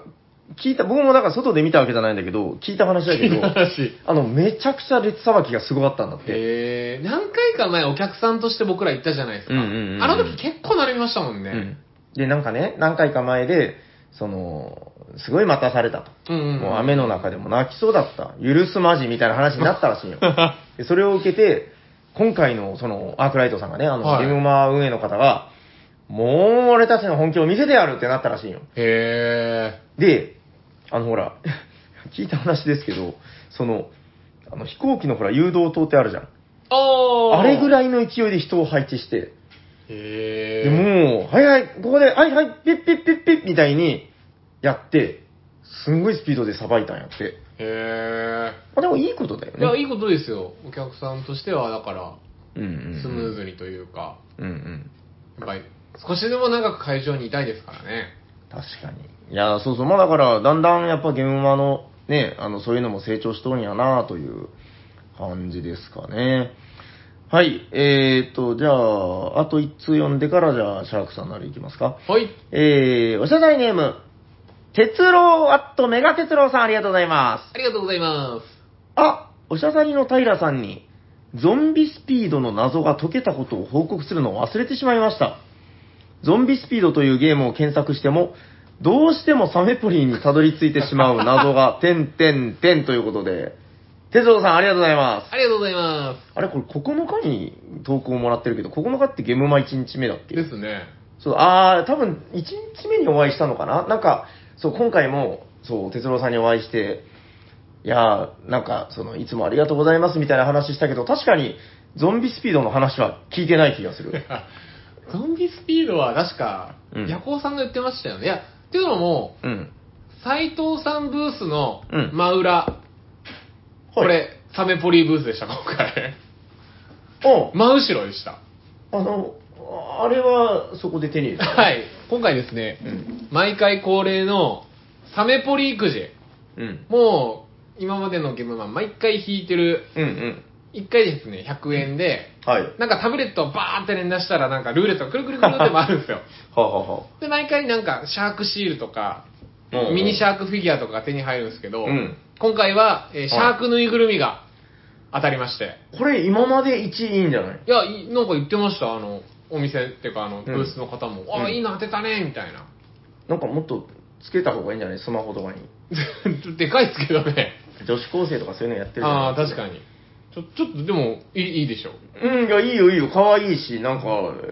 [SPEAKER 2] 聞いた、僕もなんか外で見たわけじゃないんだけど、 *laughs* 聞いた話
[SPEAKER 1] *laughs*
[SPEAKER 2] だけど、
[SPEAKER 1] 話。
[SPEAKER 2] あの、めちゃくちゃ列さばきがすごかったんだって。
[SPEAKER 1] えー、何回か前お客さんとして僕ら行ったじゃないですか。
[SPEAKER 2] うんうんうん
[SPEAKER 1] あの時結構並びましたもん
[SPEAKER 2] う
[SPEAKER 1] ね。
[SPEAKER 2] んで、なんかね、何回か前で、その、すごい待たされたと。
[SPEAKER 1] うん。うん
[SPEAKER 2] もう雨の中でも泣きそうだった。許すまじみたいな話になったらし *laughs* いよ。でそれを受けて、今回のそのアークライトさんがね、あの、
[SPEAKER 1] はい
[SPEAKER 2] ゲームマー運営の方が、もう俺たちの本気を見せてやるってなったらしいよ。
[SPEAKER 1] へ
[SPEAKER 2] で、あのほら、 *laughs* 聞いた話ですけど、その、あの飛行機のほら誘導灯ってあるじゃん。
[SPEAKER 1] ー。おー。
[SPEAKER 2] あれぐ
[SPEAKER 1] い。
[SPEAKER 2] らいの勢いで人を配置して、
[SPEAKER 1] へ
[SPEAKER 2] で
[SPEAKER 1] ー。
[SPEAKER 2] もう、はいはい、ここで、はいはい、ピッピッピッピッみたいにやって、すんごいスピードでさばいたんやって。
[SPEAKER 1] へ
[SPEAKER 2] まあでもいいことだよ
[SPEAKER 1] ー。いや、
[SPEAKER 2] ね。
[SPEAKER 1] いいことですよ。お客さんとしては、だから、
[SPEAKER 2] うんうんうん
[SPEAKER 1] スムーズにというか、
[SPEAKER 2] うんうん。
[SPEAKER 1] やっぱり、少しでも長く会場にいたいですからね。
[SPEAKER 2] 確かに。いや、そうそう。まあだから、だんだんやっぱゲームマのね、あの、そういうのも成長しとんやなという感じですかね。はい。えーと、じゃあ、あと1通読んでから、じゃあ、シャークさんなりいきますか。
[SPEAKER 1] はい。
[SPEAKER 2] えー、おしゃさいネーム、鉄郎アットメガ鉄郎さんありがとうございます。
[SPEAKER 1] ありがとうございます。
[SPEAKER 2] あ、おしゃさりの平さんに、ゾンビスピードの謎が解けたことを報告するのを忘れてしまいました。ゾンビスピードというゲームを検索しても、どうしてもサメポリーにたどり着いてしまう謎が、てんてんてんということで、哲郎さんありがとうございます。
[SPEAKER 1] ありがとうございま
[SPEAKER 2] あれこれ9日に投稿もらってるけど、9日ってゲームマ1日目だっ
[SPEAKER 1] す。
[SPEAKER 2] け
[SPEAKER 1] ですね。
[SPEAKER 2] そう、あー、多分、1日目にお会いしたのかななんか、そう、今回も、そう、哲郎さんにお会いして、いやー、なんか、その、いつもありがとうございますみたいな話したけど、確かに、ゾンビスピードの話は聞いてない気が
[SPEAKER 1] *laughs*
[SPEAKER 2] する。
[SPEAKER 1] ゾンビスピードは確か、
[SPEAKER 2] うん
[SPEAKER 1] ヤコウさんが言ってましたよね。いや、っていうのも、
[SPEAKER 2] うん。
[SPEAKER 1] 斎藤さんブースの
[SPEAKER 2] うん
[SPEAKER 1] 真裏、こ
[SPEAKER 2] はい。
[SPEAKER 1] れ、サメポリブースでした、今
[SPEAKER 2] *laughs*
[SPEAKER 1] 回。
[SPEAKER 2] お
[SPEAKER 1] 真後ろでした。
[SPEAKER 2] あの、あれは、そこで手に入れた。。
[SPEAKER 1] はいい。今回ですね、
[SPEAKER 2] うん。
[SPEAKER 1] 毎回恒例のサメポリ育児。
[SPEAKER 2] うん。
[SPEAKER 1] もう、今までのゲームマン、毎回引いてる、
[SPEAKER 2] うんうん。
[SPEAKER 1] 1回ですね、100円で、
[SPEAKER 2] はい。
[SPEAKER 1] なんかタブレットをバーって連打したら、なんかルーレットがくるくるくるって回るん
[SPEAKER 2] *laughs*
[SPEAKER 1] ですよ。
[SPEAKER 2] はあ、はあは
[SPEAKER 1] で、毎回なんかシャークシールとか、
[SPEAKER 2] うんうん
[SPEAKER 1] ミニシャークフィギュアとかが手に入るんですけど、
[SPEAKER 2] うん
[SPEAKER 1] 今回は、えーシャークぬいぐるみが当たりまして。
[SPEAKER 2] あ、これ今まで1位いいんじゃない
[SPEAKER 1] いや、いなんか言ってました、あの、お店っていうか、あの、ブースの方も、
[SPEAKER 2] ん
[SPEAKER 1] あ
[SPEAKER 2] う
[SPEAKER 1] あ、
[SPEAKER 2] ん
[SPEAKER 1] いいの当てたね、みたいな。 *laughs*
[SPEAKER 2] なんかもっとつけた方がいいんじゃないスマホとかに。
[SPEAKER 1] でかいですけどね。
[SPEAKER 2] 女子高生とかそういうのやってるじゃない
[SPEAKER 1] ああ、確かに。ちょ、ちょっと、でも、いいいいでしょう。
[SPEAKER 2] うん、いや、いいよ、いいよ、可愛いし、なんか、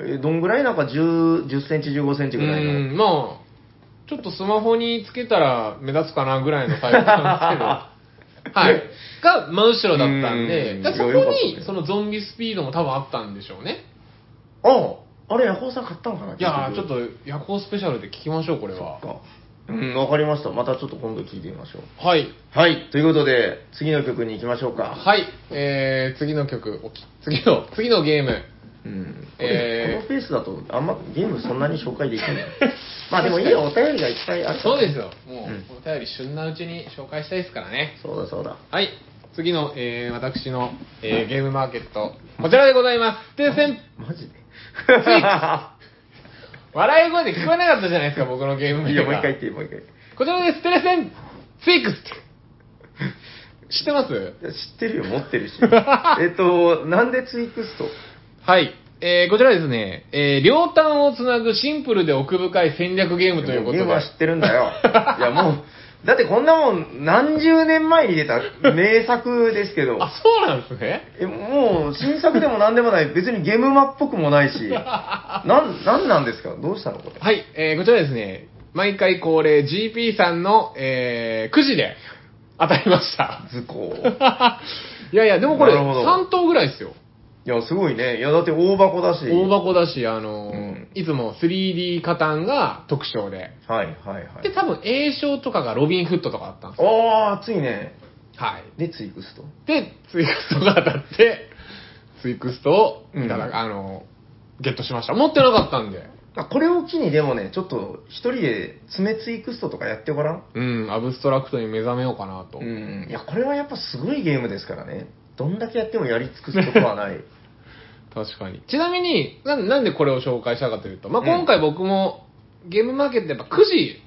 [SPEAKER 2] えどんぐらいなんか10、10センチ、15センチぐらいうの。
[SPEAKER 1] ん、まあ、ちょっとスマホにつけたら目立つかなぐらいのサイズなんです
[SPEAKER 2] *laughs*
[SPEAKER 1] けど、はい。が真後ろだったん
[SPEAKER 2] う
[SPEAKER 1] で、
[SPEAKER 2] ん
[SPEAKER 1] だから
[SPEAKER 2] いやよ
[SPEAKER 1] そ
[SPEAKER 2] か
[SPEAKER 1] こ
[SPEAKER 2] った
[SPEAKER 1] に
[SPEAKER 2] ね
[SPEAKER 1] そのゾンビスピードも多分あったんでしょうね。
[SPEAKER 2] ああ、あれ、ヤホーさん買ったのかない
[SPEAKER 1] やー、ちょっ
[SPEAKER 2] と。
[SPEAKER 1] と夜行スペシャルで聞きましょう、これは。
[SPEAKER 2] そっかうん、わかりました。またちょっと今度聞いてみましょう。
[SPEAKER 1] はい。
[SPEAKER 2] はい、ということで、次の曲に行きましょうか。
[SPEAKER 1] はい。えー、次の曲、おき次の、次のゲーム。
[SPEAKER 2] うんこ
[SPEAKER 1] えー
[SPEAKER 2] れこのペースだと、あんまゲームそんなに紹介でき
[SPEAKER 1] *laughs*
[SPEAKER 2] ない。まあでもいいよ、お便りがいっぱいあるから
[SPEAKER 1] そうですよ。も
[SPEAKER 2] うん
[SPEAKER 1] う、お便り旬なうちに紹介したいですからね。
[SPEAKER 2] そうだそうだ。
[SPEAKER 1] はい。次の、えー、私の、えー、ゲームマーケット、こちらでございます。抽選
[SPEAKER 2] マジで
[SPEAKER 1] 笑い声で聞こえなかったじゃないですか、僕のゲーム名が
[SPEAKER 2] *laughs* いいよ、もう一回言って、もう一回。
[SPEAKER 1] こちらです、テレセンフェイクス *laughs* 知ってます
[SPEAKER 2] いや知ってるよ、持っ
[SPEAKER 1] *laughs*
[SPEAKER 2] てるし。えっと、なんでツイクスト
[SPEAKER 1] はい。えー、こちらですね、えー、両端をつなぐシンプルで奥深い戦略ゲームということ
[SPEAKER 2] ゲ
[SPEAKER 1] で。
[SPEAKER 2] ームは知ってるん
[SPEAKER 1] *laughs*
[SPEAKER 2] だよ。いや、もう、だってこんなもん何十年前に出た名作ですけど、
[SPEAKER 1] あ、そうなんですね。
[SPEAKER 2] えもう新作でも何でもない、別にゲームマっぽくもないし、
[SPEAKER 1] *laughs*
[SPEAKER 2] なん、なんなんですかどうしたのこれ。
[SPEAKER 1] はい。えー、こちらですね、毎回恒例 GP さんの、えー、くじで当たりました。 *laughs*
[SPEAKER 2] 図工。
[SPEAKER 1] いやいや、でもこれ、
[SPEAKER 2] なるほど
[SPEAKER 1] 3等ぐらいですよ。
[SPEAKER 2] いや、すごいね。いや、だって大箱だし。
[SPEAKER 1] 大箱だし、あのー
[SPEAKER 2] うん
[SPEAKER 1] いつも 3D カタンが特徴で。
[SPEAKER 2] はいはいは
[SPEAKER 1] で、
[SPEAKER 2] い。
[SPEAKER 1] 多分、栄翔とかがロビンフットとかだったんですよ。
[SPEAKER 2] ああ、熱いね。
[SPEAKER 1] はい。
[SPEAKER 2] で、ツイクスト。
[SPEAKER 1] で、ツイクストが当たって、ツイクストを、
[SPEAKER 2] うん
[SPEAKER 1] いただあの、ゲットしました。持ってなかったんで。
[SPEAKER 2] あこれを機にでもね、ちょっと一人で爪ツイクストとかやってごらん。
[SPEAKER 1] うん、アブストラクトに目覚めようかなと。
[SPEAKER 2] うん。いや、これはやっぱすごいゲームですからね。どんだけやってもやり尽くすことは
[SPEAKER 1] *laughs*
[SPEAKER 2] ない。
[SPEAKER 1] 確かに。ちなみにな、なんでこれを紹介したかというと、まあ、今回僕も、ゲームマーケットやっぱくじ、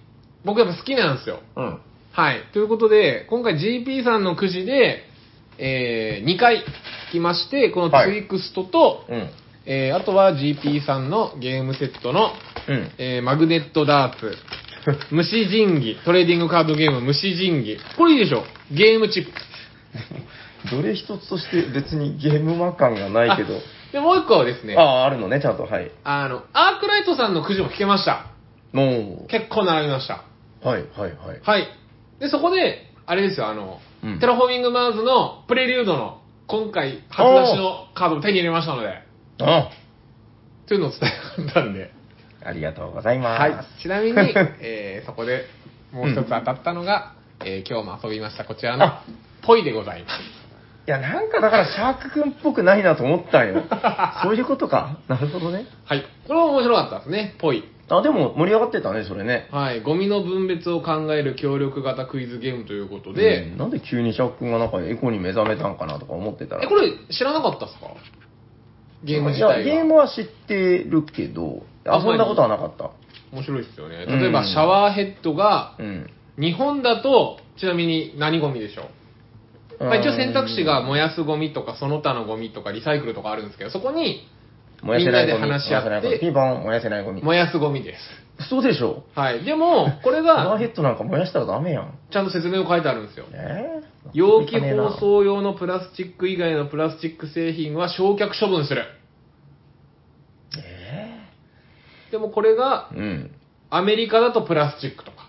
[SPEAKER 1] 僕やっぱ好きなんですよ。
[SPEAKER 2] うん。
[SPEAKER 1] はい。ということで、今回 GP さんのくじで、え2回来まして、この
[SPEAKER 2] はい
[SPEAKER 1] ツイクストと、
[SPEAKER 2] うん。
[SPEAKER 1] えーあとは GP さんのゲームセットの、
[SPEAKER 2] うん。
[SPEAKER 1] えーマグネットダー *laughs* ツ、虫神器、トレーディングカードゲーム虫神器。これいいでしょゲームチップ。
[SPEAKER 2] どれ一つとして別にゲーム魔感がないけど。
[SPEAKER 1] で、もう一個はですね、あ
[SPEAKER 2] ああー、あるのね、ちゃんと。はい。
[SPEAKER 1] の、アークライトさんのくじも聞けました。
[SPEAKER 2] も
[SPEAKER 1] 結構並びました。
[SPEAKER 2] う。はい、はい、はい。
[SPEAKER 1] はい。で、そこで、あれですよ、あの、
[SPEAKER 2] うん
[SPEAKER 1] テラフォーミングマーズのプレリュードの、今回初出しのカードを手に入れましたので、
[SPEAKER 2] あ
[SPEAKER 1] というのを伝えたんで。
[SPEAKER 2] あありがとうございます。
[SPEAKER 1] はい、ちな
[SPEAKER 2] *laughs*
[SPEAKER 1] みに、えーそこでもう一つ当たったのが、えー今日も遊びましたこちらの
[SPEAKER 2] あ
[SPEAKER 1] ポイでございま
[SPEAKER 2] いや、なんかだからシャークくんっぽくないなと思った
[SPEAKER 1] *laughs*
[SPEAKER 2] んよ。そういうことか。なるほどね。
[SPEAKER 1] す。はい、これも面白かったですね、ポイ。
[SPEAKER 2] あ、でも盛り上がってたね、それね。
[SPEAKER 1] はい、ゴミの分別を考える協力型クイズゲームということで、
[SPEAKER 2] うんなんで急にシャークくんがなんかエコに目覚めたんかなとか思ってたら。
[SPEAKER 1] え、これ知らなかったですかゲーム自体
[SPEAKER 2] い
[SPEAKER 1] が。
[SPEAKER 2] や、ゲームは知ってるけど、
[SPEAKER 1] あ
[SPEAKER 2] 遊んだことはなかった。
[SPEAKER 1] 面白いですよね。例えば、
[SPEAKER 2] うん
[SPEAKER 1] シャワーヘッドが、
[SPEAKER 2] うん。
[SPEAKER 1] 日本だと、ちなみに何ゴミでしょう、まあ、一応選択肢が燃やすゴミとか、その他のゴミとか、リサイクルとかあるんですけど、そこに
[SPEAKER 2] 燃やせないゴミ
[SPEAKER 1] みんなで話し合って
[SPEAKER 2] 燃やせないゴミピンポン、燃やせないゴミ。
[SPEAKER 1] 燃やすゴミです。
[SPEAKER 2] そうでしょ
[SPEAKER 1] はい。でも、これ
[SPEAKER 2] シャワー
[SPEAKER 1] が、
[SPEAKER 2] ヘッドなんか燃やしたらダメやん。
[SPEAKER 1] ちゃんと説明を書いてあるんですよ。
[SPEAKER 2] ええ
[SPEAKER 1] 容器包装用のプラスチック以外のプラスチック製品は焼却処分する。
[SPEAKER 2] え
[SPEAKER 1] でもこれが、
[SPEAKER 2] うん。
[SPEAKER 1] アメリカだとプラスチックとか、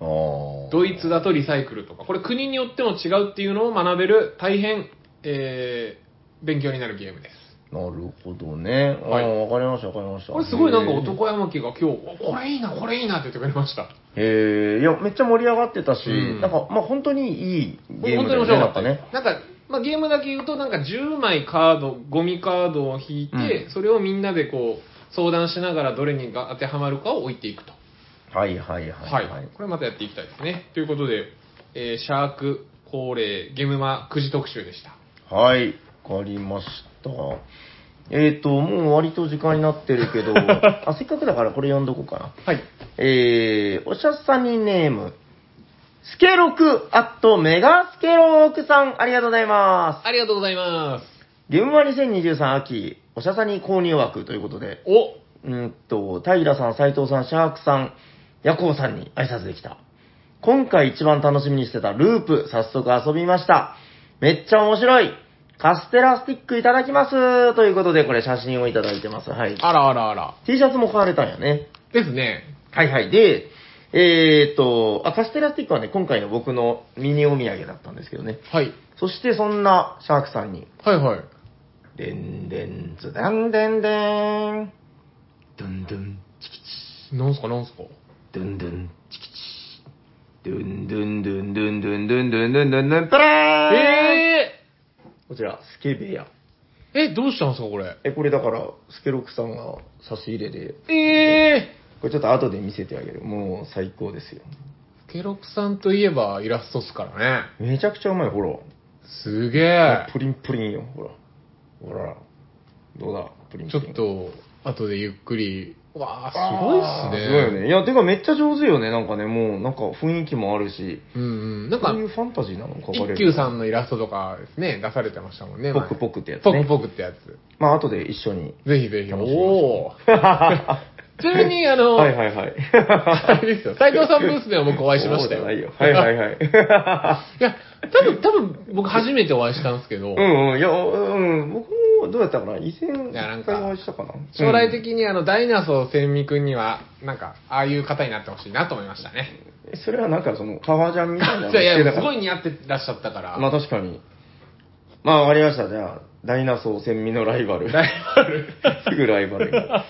[SPEAKER 2] あー
[SPEAKER 1] ドイツだとリサイクルとか、これ国によっても違うっていうのを学べる、大変、えー、勉強になるゲームです。
[SPEAKER 2] なるほどね。あ
[SPEAKER 1] はい
[SPEAKER 2] ーわ、かりました、わかりました。
[SPEAKER 1] これすごいなんか男山木が今日、おこれいいな、これいいなって言ってくれました。
[SPEAKER 2] へえいや、めっちゃ盛り上がってたし、
[SPEAKER 1] うん
[SPEAKER 2] なんか、まあ、本当にいいゲーム
[SPEAKER 1] 本当に面
[SPEAKER 2] だよね、
[SPEAKER 1] 白
[SPEAKER 2] な
[SPEAKER 1] かっ
[SPEAKER 2] ん
[SPEAKER 1] た
[SPEAKER 2] か
[SPEAKER 1] ね
[SPEAKER 2] ね。。
[SPEAKER 1] なんか、まあ、ゲームだけ言うと、なんか10枚カード、ゴミカードを引いて、
[SPEAKER 2] う
[SPEAKER 1] それをみんなでこう、相談しながらどれにが当てはまるかを置いていくと。
[SPEAKER 2] はいはいはい、
[SPEAKER 1] はい。これまたやっていきたいですね。ということで、えーシャーク恒例ゲームマくじ特集でした。
[SPEAKER 2] はい、わかりました。えっ、と、もう割と時間になってる
[SPEAKER 1] *laughs*
[SPEAKER 2] けど、あ、せっかくだからこれ読んどこうかな。
[SPEAKER 1] はい。
[SPEAKER 2] えー、おしゃさにネーム、スケロクアットメガスケロクさん、ありがとうございま
[SPEAKER 1] ありがとうございます。
[SPEAKER 2] す。ゲームは2023秋、おしゃさに購入枠ということで、
[SPEAKER 1] お
[SPEAKER 2] うーんと、平さん、斉藤さん、シャークさん、ヤコウさんに挨拶できた。今回一番楽しみにしてたループ、早速遊びました。めっちゃ面白い。カステラスティックいただきます。ということで、これ写真をいただいてます。はい。
[SPEAKER 1] あらあらあら。
[SPEAKER 2] T シャツも買われたんやね。
[SPEAKER 1] ですね。
[SPEAKER 2] はいはい。で、えーっと、あ、カステラスティックはね、今回の僕のミニお土産だったんですけどね。
[SPEAKER 1] はい。
[SPEAKER 2] そしてそんなシャークさんに、
[SPEAKER 1] はいはい。
[SPEAKER 2] でんでんずだんでんでーん。どんどん。
[SPEAKER 1] なんすかなんすか
[SPEAKER 2] ドゥンドゥン、チキチ。ドゥンドゥンドゥンドゥンドゥンドゥンドゥンドゥンドゥンドゥン、パラーン
[SPEAKER 1] え
[SPEAKER 2] こちら、スケベや。
[SPEAKER 1] ー、え、どうしたんですかこれ。
[SPEAKER 2] え、これだから、スケロクさんが差し入れで、
[SPEAKER 1] ええー。
[SPEAKER 2] これちょっと後で見せてあげる。もう最高ですよ。
[SPEAKER 1] ケロクさんといえばイラストっすからね。
[SPEAKER 2] めちゃくちゃうまい、ほら。
[SPEAKER 1] すげえ。
[SPEAKER 2] プリンプリンよ、ほら。ほら。どうだ、プリン
[SPEAKER 1] ち
[SPEAKER 2] プ
[SPEAKER 1] ょ
[SPEAKER 2] リン。
[SPEAKER 1] っと、後でゆっくり。わあ、すごいっ
[SPEAKER 2] あ
[SPEAKER 1] すね。
[SPEAKER 2] ーすごいよね。いや、てかめっちゃ上手よね、なんかね、もう、なんか雰囲気もあるし、
[SPEAKER 1] うんうん。なん
[SPEAKER 2] こ
[SPEAKER 1] か
[SPEAKER 2] うい、うファンタジーなの書かれる。
[SPEAKER 1] 一休さんのイラストとかですね、出されてましたもんね。
[SPEAKER 2] ポクポ
[SPEAKER 1] ク。
[SPEAKER 2] クってやつ
[SPEAKER 1] ポ
[SPEAKER 2] ね
[SPEAKER 1] ク。ポクってやつ。
[SPEAKER 2] まあ、後で一緒に。
[SPEAKER 1] ぜひぜひ。
[SPEAKER 2] 楽しみましょう
[SPEAKER 1] おお。ちなみに、あの、
[SPEAKER 2] はいはいはい。
[SPEAKER 1] あれですよ。斉藤さんブースでは僕お会いしましたよ。
[SPEAKER 2] そうじゃないよ。はいは
[SPEAKER 1] *laughs*
[SPEAKER 2] いはい。
[SPEAKER 1] いや、多分、多分、僕初めてお会いしたんですけど、
[SPEAKER 2] うんうん。いや、うん。僕もどうやったかな以前、
[SPEAKER 1] いやなん
[SPEAKER 2] 一
[SPEAKER 1] か
[SPEAKER 2] 回お会いしたかな。
[SPEAKER 1] 将来
[SPEAKER 2] うん
[SPEAKER 1] 的にあの、ダイナソー千美くんには、なんか、ああいう方になってほしいなと思いましたね。
[SPEAKER 2] えそれはなんかその、革ジャンみたいなの着
[SPEAKER 1] じゃあ、い
[SPEAKER 2] てた
[SPEAKER 1] や、
[SPEAKER 2] か
[SPEAKER 1] す
[SPEAKER 2] ら
[SPEAKER 1] ごい似合ってらっしゃったから。
[SPEAKER 2] まあ確かに。まあわかりました。じゃあ、ダイナソー千味のライバル。
[SPEAKER 1] ライバル。
[SPEAKER 2] *laughs* すぐライバルが。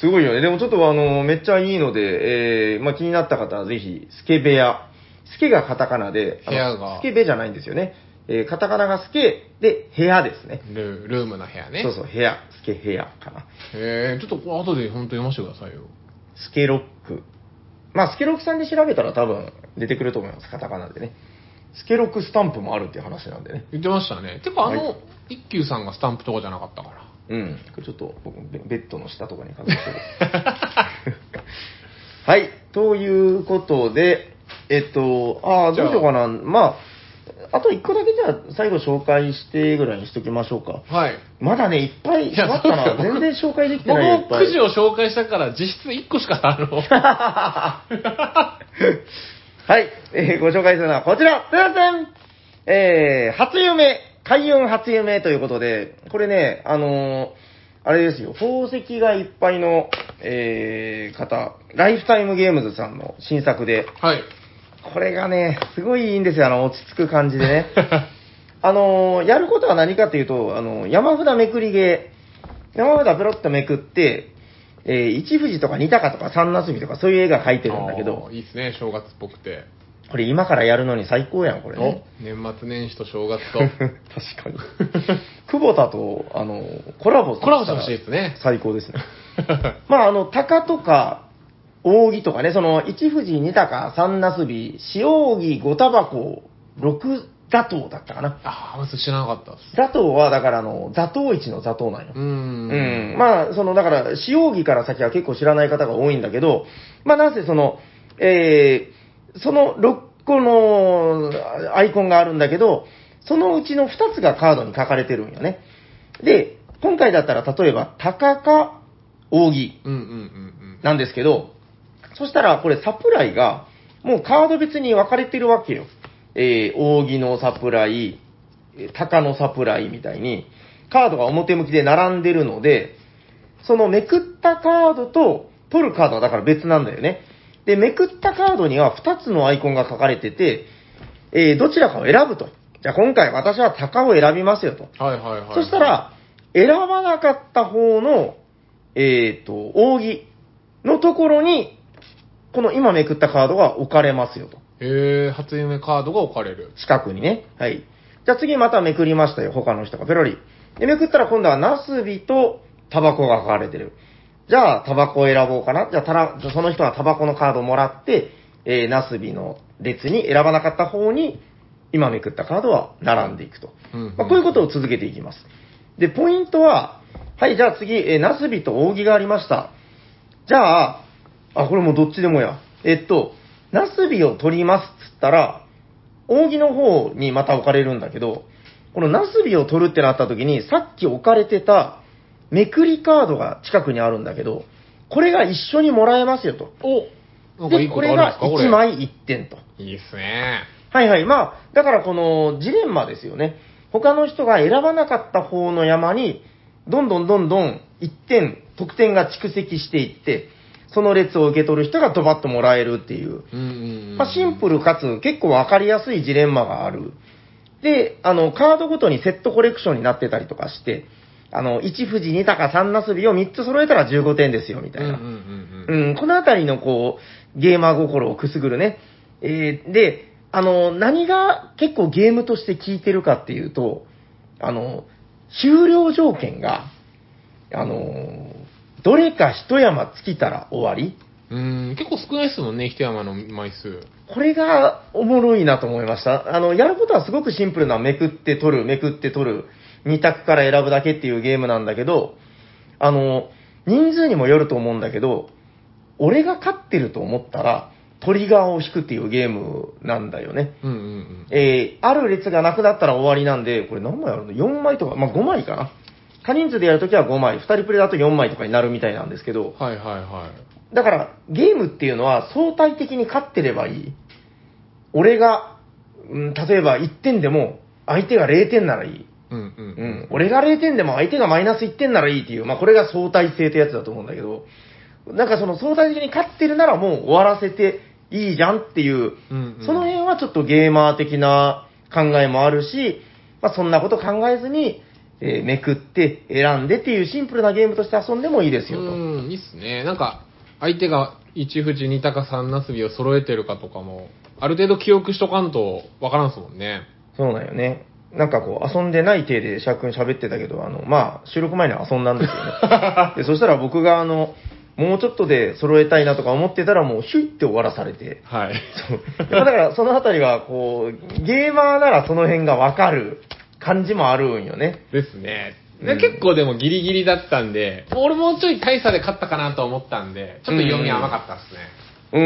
[SPEAKER 2] すごいよね。でもちょっとあの、めっちゃいいので、えー、まあ気になった方はぜひ、スケベア。スケがカタカナで、あの
[SPEAKER 1] 部屋が
[SPEAKER 2] スケベじゃないんですよね。えー、カタカナがスケで、部屋ですね。
[SPEAKER 1] ルルームの部屋ね。
[SPEAKER 2] そうそう、部屋。スケ部屋かな。
[SPEAKER 1] へえ、ちょっと後で本当に読ませてくださいよ。
[SPEAKER 2] スケロック。まあ、スケロックさんで調べたら多分出てくると思います。カタカナでね。スケロックスタンプもあるっていう話なんでね。
[SPEAKER 1] 言ってましたね。てか、あの、
[SPEAKER 2] はい
[SPEAKER 1] 一休さんがスタンプとかじゃなかったから。
[SPEAKER 2] うん。これちょっと僕、ベベッドの下とかに飾ってる。 *laughs* はい。ということで、えっと、ああ、
[SPEAKER 1] じゃ
[SPEAKER 2] ど
[SPEAKER 1] あ
[SPEAKER 2] うしようかな。まあ、あと一個だけじゃあ最後紹介してぐらいにしときましょうか。
[SPEAKER 1] はい。
[SPEAKER 2] まだね、いっぱい
[SPEAKER 1] い
[SPEAKER 2] あったな。
[SPEAKER 1] そう
[SPEAKER 2] 全然
[SPEAKER 1] ですよ
[SPEAKER 2] 紹介できて
[SPEAKER 1] 僕
[SPEAKER 2] ないよい
[SPEAKER 1] も
[SPEAKER 2] っぱい
[SPEAKER 1] くじを紹介したから、実質1個しか、
[SPEAKER 2] *laughs*
[SPEAKER 1] あの、
[SPEAKER 2] はい、えーご紹介するのはこちら、すいませんえー、初夢、開運初夢ということで、これね、あのーあれですよ、宝石がいっぱいの、えー、方、ライフタイムゲームズさんの新作で、
[SPEAKER 1] はい。
[SPEAKER 2] これがね、すごいいいんですよ、あの、落ち着く感じでね。あのーやることは何かというと、あのー山札めくりゲー。山札ペロッとめくって、えー、一富士とか二鷹とか三なすびとかそういう絵が描いてるんだけ
[SPEAKER 1] あ
[SPEAKER 2] ど
[SPEAKER 1] ー、いいっすね、正月っぽくて。
[SPEAKER 2] これ今からやるのに最高やん、これね。
[SPEAKER 1] お年末年始と正月と。
[SPEAKER 2] *laughs* 確かに。久保田と、あのーコラボ
[SPEAKER 1] コラボしてほしいですね。 *laughs*
[SPEAKER 2] 最高ですね。まあ、あの、鷹とか、扇とかね、その、一富士、二鷹、三なすび、塩扇、五タバコ、六座頭だったかな。
[SPEAKER 1] ああ、まず知らなかったっす。
[SPEAKER 2] 座頭は、だから、あの、座頭市の座頭なんよ
[SPEAKER 1] う。ん。
[SPEAKER 2] うん。まあ、その、だから、使用着から先は結構知らない方が多いんだけど、まあ、なんせその、えー、その6個のあアイコンがあるんだけど、そのうちの2つがカードに書かれてるんよね。で、今回だったら、例えば、鷹か扇
[SPEAKER 1] うんうんうん
[SPEAKER 2] なんですけど、そしたら、これサプライが、もうカード別に分かれてるわけよ。えー、扇のサプライ、えー鷹のサプライみたいに、カードが表向きで並んでるので、そのめくったカードと取るカードはだから別なんだよね。で、めくったカードには2つのアイコンが書かれてて、えーどちらかを選ぶと。じゃあ今回私は鷹を選びますよと。
[SPEAKER 1] はいはいはい。
[SPEAKER 2] そした、ら、選ばなかった方の、えっ、と、扇のところに、この今めくったカードが置かれますよと。
[SPEAKER 1] えー、初夢カードが置かれる。
[SPEAKER 2] 近くにね。はい。じゃあ次まためくりましたよ。他の人がペロリ。で、めくったら今度はナスビとタバコが書かれてる。じゃあ、タバコを選ぼうかな。じゃあ、たらじゃあその人がタバコのカードをもらって、えー、ナスビの列に選ばなかった方に、今めくったカードは並んでいくと。
[SPEAKER 1] うんうん
[SPEAKER 2] まあ、こういうことを続けていきます。で、ポイントは、はい、じゃあ次、えー、ナスビと扇がありました。じゃあ、あ、これもうどっちでもや。えっと、ナスビを取りますっつったら、扇の方にまた置かれるんだけど、このナスビを取るってなった時に、さっき置かれてためくりカードが近くにあるんだけど、これが一緒にもらえますよと。
[SPEAKER 1] おなんかい
[SPEAKER 2] で、
[SPEAKER 1] いこ
[SPEAKER 2] ことれ
[SPEAKER 1] あ
[SPEAKER 2] が
[SPEAKER 1] るんですかこれ。
[SPEAKER 2] 1。枚1点と。
[SPEAKER 1] いいっすね。
[SPEAKER 2] はいはい。まあ、だからこのジレンマですよね。他の人が選ばなかった方の山に、どんどんどんどん1点、得点が蓄積していって、その列を受け取る人がドバッともらえるっていう。
[SPEAKER 1] うんうん、うん。
[SPEAKER 2] まあ、シンプルかつ結構わかりやすいジレンマがある。で、あの、カードごとにセットコレクションになってたりとかして、あの、1富士、2鷹、3ナスビを3つ揃えたら15点ですよ、みたいな。
[SPEAKER 1] うんうんうんうん。
[SPEAKER 2] うん、このあたりのこう、ゲーマー心をくすぐるね。えーで、あの、何が結構ゲームとして効いてるかっていうと、あの、終了条件が、あの、どれか一山尽きたら終わり。
[SPEAKER 1] うん、結構少ないっすもんね、一山の枚数。
[SPEAKER 2] これがおもろいなと思いました。あの、やることはすごくシンプルな、めくって取る、めくって取る、2択から選ぶだけっていうゲームなんだけど、あの、人数にもよると思うんだけど、俺が勝ってると思ったら、トリガーを引くっていうゲームなんだよね。
[SPEAKER 1] うんうんうん。
[SPEAKER 2] えー、ある列がなくなったら終わりなんで、これ何枚あるの ?4 枚とか、まあ、5枚かな。他人数でやるときは5枚、2人プレイだと4枚とかになるみたいなんですけど、
[SPEAKER 1] はいはいは
[SPEAKER 2] だから、ゲームっていうのは相対的に勝ってればいい。俺が、うん、例えば1点でも相手が0点ならいい。
[SPEAKER 1] い。うんうん
[SPEAKER 2] う。ん、俺が0点でも相手がマイナス1点ならいいっていう、まあこれが相対性ってやつだと思うんだけど、なんかその相対的に勝ってるならもう終わらせていいじゃんっていう、
[SPEAKER 1] うんうん
[SPEAKER 2] その辺はちょっとゲーマー的な考えもあるし、まあそんなこと考えずに、えーめくって選んでっていうシンプルなゲームとして遊んでもいいですよと。
[SPEAKER 1] うん、いいっすね。なんか、相手が1富士、2鷹、3ナスビを揃えてるかとかも、ある程度記憶しとかんとわからんっすもんね。
[SPEAKER 2] そうなんよね。なんかこう、遊んでない体でシャークン喋ってたけど、あの、まあ、収録前に遊んだんですよね。でそしたら僕が、あの、もうちょっとで揃えたいなとか思ってたら、もうヒュイって終わらされて。
[SPEAKER 1] はい。
[SPEAKER 2] そうやっぱだから、そのあたりは、こう、ゲーマーならその辺がわかる感じもあるんよね。
[SPEAKER 1] ですね。
[SPEAKER 2] う
[SPEAKER 1] で
[SPEAKER 2] ん
[SPEAKER 1] 結構でもギリギリだったんで、俺もうちょい大差で勝ったかなと思ったんで、ちょっと読み甘かったっすね。
[SPEAKER 2] う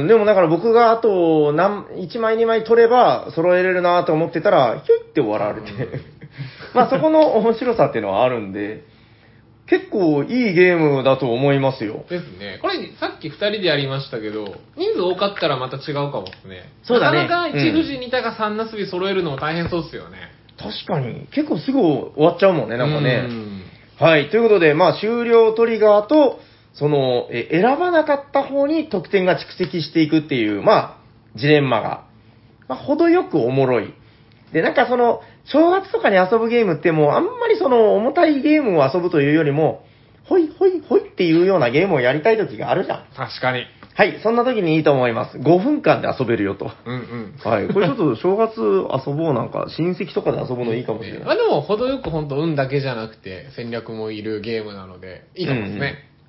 [SPEAKER 2] ーん、でもだから僕があと、何、1枚2枚取れば揃えれるなと思ってたら、ヒュイって終わられて。 *laughs* まあそこの面白さっていうのはあるんで、結構いいゲームだと思いますよ。
[SPEAKER 1] ですね。これ、さっき2人でやりましたけど、人数多かったらまた違うかもですね。
[SPEAKER 2] そうだね
[SPEAKER 1] なかなか
[SPEAKER 2] う
[SPEAKER 1] 1
[SPEAKER 2] ん
[SPEAKER 1] 富士、2鷹、3ナスビ揃えるのも大変そうっすよね。
[SPEAKER 2] 確かに、結構すぐ終わっちゃうもんね、なんか
[SPEAKER 1] う
[SPEAKER 2] ね。はい、ということで、まあ終了トリガーと、その、え選ばなかった方に得点が蓄積していくっていう、まあ、ジレンマが、まあ、程よくおもろい。で、なんかその、正月とかに遊ぶゲームってもうあんまりその重たいゲームを遊ぶというよりも、ほいほいほいっていうようなゲームをやりたい時があるじゃん。
[SPEAKER 1] 確かに。
[SPEAKER 2] はい、そんな時にいいと思います。5分間で遊べるよと。
[SPEAKER 1] うんうん。
[SPEAKER 2] はい、これちょっと正月遊ぼうなんか、親戚とかで遊ぶのいいかもしれ
[SPEAKER 1] ま
[SPEAKER 2] な
[SPEAKER 1] あ
[SPEAKER 2] い。
[SPEAKER 1] でも、程よく本当運だけじゃなくて、戦略もいるゲームなので、いいかもですね。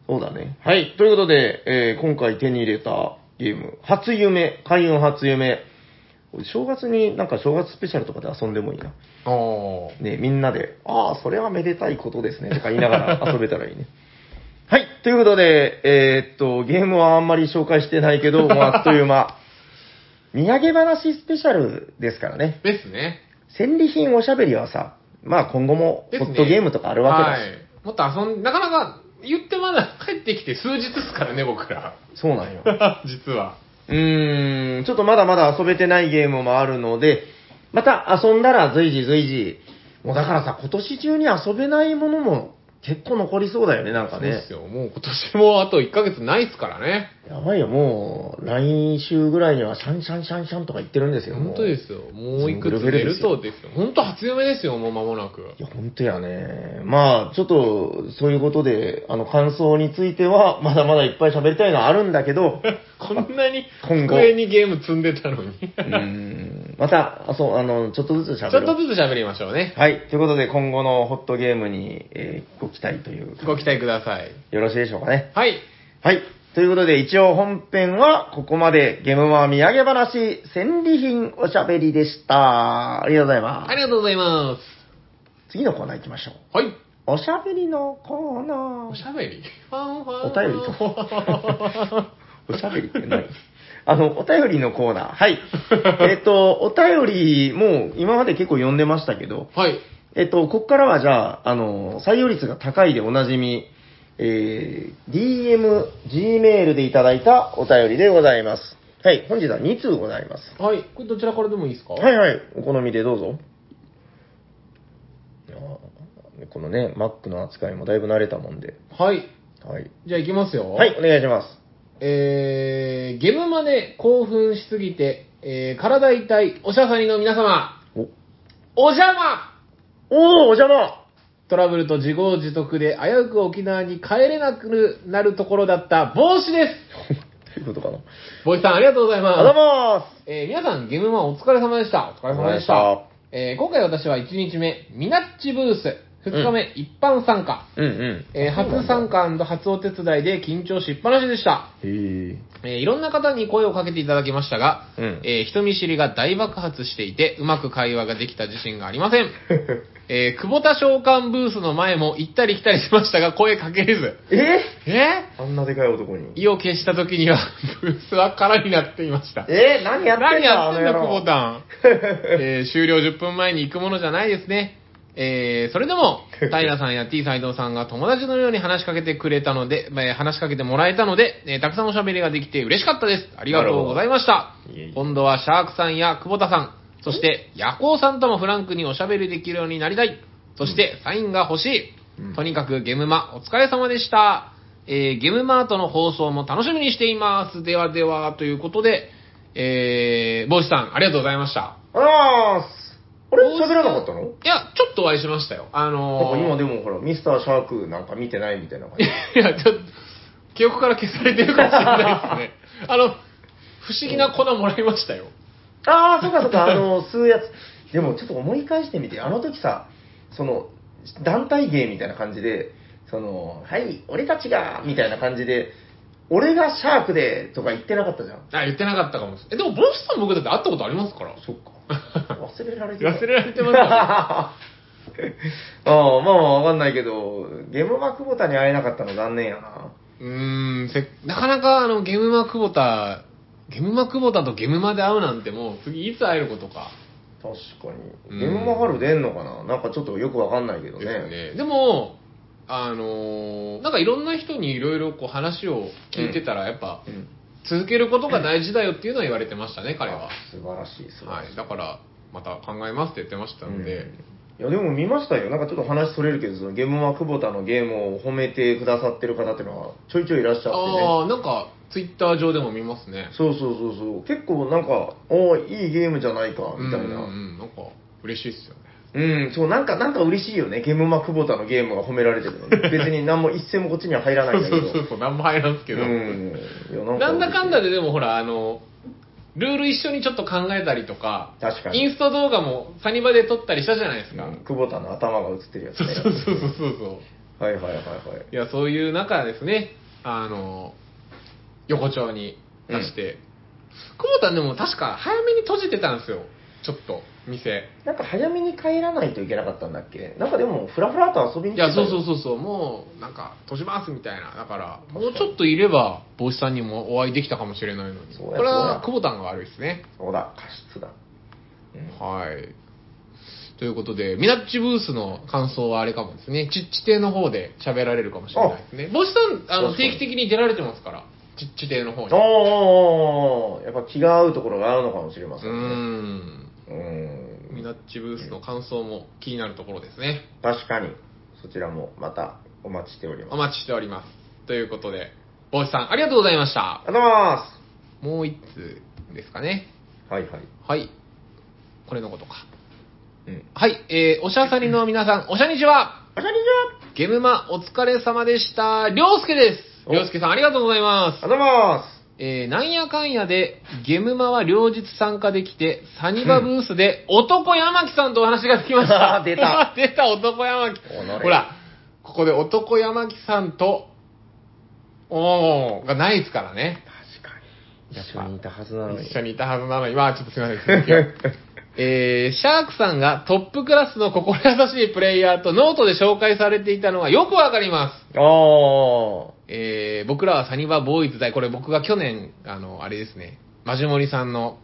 [SPEAKER 2] うんうん。そうだね。はい、ということで、えー今回手に入れたゲーム、初夢、開運初夢。正月になんか正月スペシャルとかで遊んでもいいな。
[SPEAKER 1] おー
[SPEAKER 2] ね、みんなで、ああ、それはめでたいことですね、とか言いなが *laughs* ら遊べたらいいね。はい、ということで、えーっと、ゲームはあんまり紹介してないけど、もうあっという *laughs* 間。土産話スペシャルですからね。
[SPEAKER 1] ですね。
[SPEAKER 2] 戦利品おしゃべりはさ、まあ今後も
[SPEAKER 1] です
[SPEAKER 2] ホ
[SPEAKER 1] ね
[SPEAKER 2] ットゲームとかあるわけだし、
[SPEAKER 1] はい。もっと遊んなかなか、言ってまだ帰ってきて数日ですからね、僕ら。 *laughs*
[SPEAKER 2] そうなんよ。
[SPEAKER 1] 実は。
[SPEAKER 2] うーん、ちょっとまだまだ遊べてないゲームもあるので、また遊んだら随時随時、もうだからさ、今年中に遊べないものも結構残りそうだよね、なん
[SPEAKER 1] そ
[SPEAKER 2] か
[SPEAKER 1] うで
[SPEAKER 2] ね
[SPEAKER 1] す。よ。もう今年もあと1ヶ月ないっすからね。
[SPEAKER 2] やばいよ、もう、来週ぐらいにはシャンシャンシャンシャンとか言ってるんですよ。もう
[SPEAKER 1] 本当ですよ。もういくつ出るとですよ。本当初夢ですよ、もう間もなく。
[SPEAKER 2] *laughs* いや、本当やね。まあ、ちょっと、そういうことで、あの、感想については、まだまだいっぱい喋りたいのはあるんだ
[SPEAKER 1] *laughs*
[SPEAKER 2] けど、
[SPEAKER 1] こんなに
[SPEAKER 2] 今後
[SPEAKER 1] 机にゲーム積んでたのに。
[SPEAKER 2] うーん、また、あそう、あの、ちょっとずつ
[SPEAKER 1] ち
[SPEAKER 2] 喋
[SPEAKER 1] ょっ
[SPEAKER 2] ろ
[SPEAKER 1] と
[SPEAKER 2] う。
[SPEAKER 1] ずつ喋りましょうね。
[SPEAKER 2] はい、ということで、今後のホットゲームに、えーご期待という。
[SPEAKER 1] ご期待ください。
[SPEAKER 2] よろしいでしょうかね。
[SPEAKER 1] はい。
[SPEAKER 2] はい。ということで、一応本編はここまで、ゲームは土産話、戦利品おしゃべりでした。ありがとうございま
[SPEAKER 1] ありがとうございます。
[SPEAKER 2] す。次のコーナー行きましょう。
[SPEAKER 1] はい。
[SPEAKER 2] おしゃべりのコーナー
[SPEAKER 1] おし。ゃべりお
[SPEAKER 2] お便りか *laughs* おしゃべりって何あの、お便りのコーナー。
[SPEAKER 1] *laughs*
[SPEAKER 2] はい。えっと、お便り、もう今まで結構読んでましたけど、
[SPEAKER 1] はい。
[SPEAKER 2] えっと、ここからはじゃあ、あの、採用率が高いでおなじみ、えー、DM、Gmail でいただいたお便りでございます。はい、本日は2通ございます。
[SPEAKER 1] はい。これどちらからでもいいですか
[SPEAKER 2] はい
[SPEAKER 1] い。
[SPEAKER 2] はい、お好みでどうぞ。いやーこのね、Mac の扱いもだいぶ慣れたもんで。
[SPEAKER 1] はい。
[SPEAKER 2] はい。
[SPEAKER 1] じゃあ行きますよ。
[SPEAKER 2] はい、お願いします。
[SPEAKER 1] えー、ゲムまで興奮しすぎて、えー、体痛いおしゃさにの皆様、
[SPEAKER 2] お、
[SPEAKER 1] お邪魔
[SPEAKER 2] おー、お邪魔
[SPEAKER 1] トラブルと自業自得で危うく沖縄に帰れなくなるところだった帽子です
[SPEAKER 2] ということかな。
[SPEAKER 1] ボイスさんありがとうござい
[SPEAKER 2] あどう
[SPEAKER 1] ます。
[SPEAKER 2] も
[SPEAKER 1] えー、皆さん、ゲムマンお疲れ様でした。お疲れ様でし
[SPEAKER 2] お疲れ様
[SPEAKER 1] た。えー、今回私は1日目、ミナッチブース、2日目、一般参加、
[SPEAKER 2] ーうんうん。
[SPEAKER 1] えー初参加初お手伝いで緊張しっぱなしでした。
[SPEAKER 2] へえ。
[SPEAKER 1] えーいろんな方に声をかけていただきましたが、
[SPEAKER 2] うん
[SPEAKER 1] えー人見知りが大爆発していて、うまく会話ができた自信がありません。えー久保田召喚ブースの前も行ったり来たりしましたが、声かけれず。
[SPEAKER 2] *laughs* え
[SPEAKER 1] え
[SPEAKER 2] あんなでかい男に。
[SPEAKER 1] 意を決した時には、ブースは空になっていました。
[SPEAKER 2] え何やってんだ
[SPEAKER 1] 何やってんだ、
[SPEAKER 2] あ
[SPEAKER 1] 久
[SPEAKER 2] の野郎
[SPEAKER 1] 保田。
[SPEAKER 2] *laughs*
[SPEAKER 1] えー終了10分前に行くものじゃないですね。えーそれで
[SPEAKER 2] *laughs*
[SPEAKER 1] も、平さんや T 斎藤さんが友達のように話しかけてくれたので、えー話しかけてもらえたので、えーたくさんおしゃべりができて嬉しかったです。ありがとうございました
[SPEAKER 2] なるほどいえいえ。
[SPEAKER 1] 今度はシャークさんや久保田さん、そして、夜行さんともフランクにおしゃべりできるようになりたい。そして、サインが欲しい。
[SPEAKER 2] うん
[SPEAKER 1] とにかくゲムマ、お疲れ様でした。えーゲムマートの放送も楽しみにしています。ではでは、ということで、えー、帽子さん、ありがとうございました。
[SPEAKER 2] あーあれ喋らなかったの
[SPEAKER 1] いや、ちょっとお会いしましたよ。あのー、
[SPEAKER 2] なんか今でもほら、ミスターシャークなんか見てないみたいな感
[SPEAKER 1] *laughs*
[SPEAKER 2] じ。
[SPEAKER 1] いや、ちょっと、記憶から消されてるかもしれない
[SPEAKER 2] *laughs*
[SPEAKER 1] ですね。あの、不思議な粉もらいましたよ。
[SPEAKER 2] ああ、そうかそうか、あの、吸うやつ。でもちょっと思い返してみて、あの時さ、その、団体芸みたいな感じで、その、はい、俺たちが、みたいな感じで、俺がシャークで、とか言ってなかったじゃん。
[SPEAKER 1] あ、言ってなかったかもしれない。え、でも、帽子さん僕だって会ったことありますから。
[SPEAKER 2] そっか。忘れられて
[SPEAKER 1] 忘れられてます
[SPEAKER 2] す。
[SPEAKER 1] よ
[SPEAKER 2] *laughs* ああ、まあわかんないけど、ゲムマクボタに会えなかったの残念やな。
[SPEAKER 1] *laughs* うーん、せなかなかあの、ゲムマ久保田、ゲムマ久保田とゲムマで会うなんてもう、次いつ会えることか。
[SPEAKER 2] 確か
[SPEAKER 1] う
[SPEAKER 2] に。
[SPEAKER 1] ん
[SPEAKER 2] ゲムマ春出んのかななんかちょっとよくわかんないけど
[SPEAKER 1] で
[SPEAKER 2] ね。
[SPEAKER 1] すね。でも、あのーなんかいろんな人にいろいろこう話を聞いてたら、やっぱ、
[SPEAKER 2] うん
[SPEAKER 1] 続けることが大事だよっていうのは言われてましたね、彼は
[SPEAKER 2] あ。素晴らしい、素晴らしい。
[SPEAKER 1] はい。だから、また考えますって言ってましたので、
[SPEAKER 2] いやでも見ましたよ、なんかちょっと話それるけど、そのゲームは久保田のゲームを褒めてくださってる方っていうのはちょいちょいいらっしゃってね、
[SPEAKER 1] ああ、なんか、ツイッター上でも見ますね。
[SPEAKER 2] そうそうそうそう、結構なんか、おーいいゲームじゃないかみたいな、
[SPEAKER 1] うんうんうん、なんか、嬉しいっすよね。
[SPEAKER 2] うん、そう、なんか、なんか嬉しいよね、ゲームは久保田のゲームが褒められ
[SPEAKER 1] *laughs*
[SPEAKER 2] てるのね、別に何も一銭もこっちには入らないんだけ
[SPEAKER 1] そ
[SPEAKER 2] ど、
[SPEAKER 1] うそうそう、なんも入らんすけど。
[SPEAKER 2] うんいや
[SPEAKER 1] なんだかんだ
[SPEAKER 2] で、
[SPEAKER 1] ででもほら、あの、ルール一緒にちょっと考えたりとか、
[SPEAKER 2] 確か
[SPEAKER 1] イ
[SPEAKER 2] に、
[SPEAKER 1] ンスト動画もサニバで撮ったりしたじゃないですか。
[SPEAKER 2] うん久保田の頭が映ってるやつ
[SPEAKER 1] そう
[SPEAKER 2] ね、
[SPEAKER 1] そうそうそうそう。
[SPEAKER 2] はいはいはいはい、
[SPEAKER 1] いや、そういう中ですね、あの、横丁に出して、久保田でも確か早めに閉じてたんですよ、ちょっと、店。
[SPEAKER 2] なんか早めに帰らないといけなかったんだっけ、なんかでも、ふらふらと遊びに
[SPEAKER 1] い
[SPEAKER 2] 来てた
[SPEAKER 1] や、
[SPEAKER 2] よ
[SPEAKER 1] そうそうそうそう、もう、なんか、閉じますみたいな。だから、もうちょっといれば、帽子さんにもお会いできたかもしれないのに。
[SPEAKER 2] そう
[SPEAKER 1] こ
[SPEAKER 2] や
[SPEAKER 1] れ
[SPEAKER 2] そう
[SPEAKER 1] は
[SPEAKER 2] や、
[SPEAKER 1] 久保田が悪いですね。
[SPEAKER 2] そうだ、過失だ。
[SPEAKER 1] はい。ということで、ミナッチブースの感想はあれかもですね。ちっち亭の方で喋られるかもしれないですね。帽子さん、あの、
[SPEAKER 2] 確かに
[SPEAKER 1] 定期的に出られてますから、ちっち亭の方に。
[SPEAKER 2] おーおーおーやっぱ気が合うところがあるのかもしれま
[SPEAKER 1] う
[SPEAKER 2] せ
[SPEAKER 1] ー
[SPEAKER 2] んね。
[SPEAKER 1] ん。
[SPEAKER 2] うー
[SPEAKER 1] ミ
[SPEAKER 2] ん。
[SPEAKER 1] ナッチブースの感想も気になるところですね。
[SPEAKER 2] 確かに、そちらもまたお待ちしております。
[SPEAKER 1] お待ちしております。ということで、帽子さん、ありがとうございました。
[SPEAKER 2] ありがとうございま
[SPEAKER 1] もう一通ですかね。
[SPEAKER 2] す。はいはい。
[SPEAKER 1] はい。これのことか。
[SPEAKER 2] うん。
[SPEAKER 1] はい、えー、おしゃさりの皆さん、おしゃにちは
[SPEAKER 2] あしゃりじ
[SPEAKER 1] ゲムマお疲れ様でした。りょうすけです。
[SPEAKER 2] お
[SPEAKER 1] りょうすけさんありがとうございま
[SPEAKER 2] ゃあ
[SPEAKER 1] す。
[SPEAKER 2] りがとうございます。
[SPEAKER 1] えー、なんやかんやで、ゲムマは両日参加できて、サニバブースで男山木さんとお話ができました。
[SPEAKER 2] あー出
[SPEAKER 1] *laughs*
[SPEAKER 2] た。
[SPEAKER 1] 出た男山木
[SPEAKER 2] おの。れ
[SPEAKER 1] ほら、ここで男山木さんと、おー、がないですからね。
[SPEAKER 2] 確かに。一緒にいたはずなのに。
[SPEAKER 1] 一緒にいたはずなのに、まあちょっとすいません続
[SPEAKER 2] *laughs*
[SPEAKER 1] きを。えー、シャークさんがトップクラスの心優しいプレイヤーとノートで紹介されていたのはよくわかります。
[SPEAKER 2] あ
[SPEAKER 1] えー、僕らはサニバボーイズ大、これ僕が去年、あの、あれですね、マジモリさんの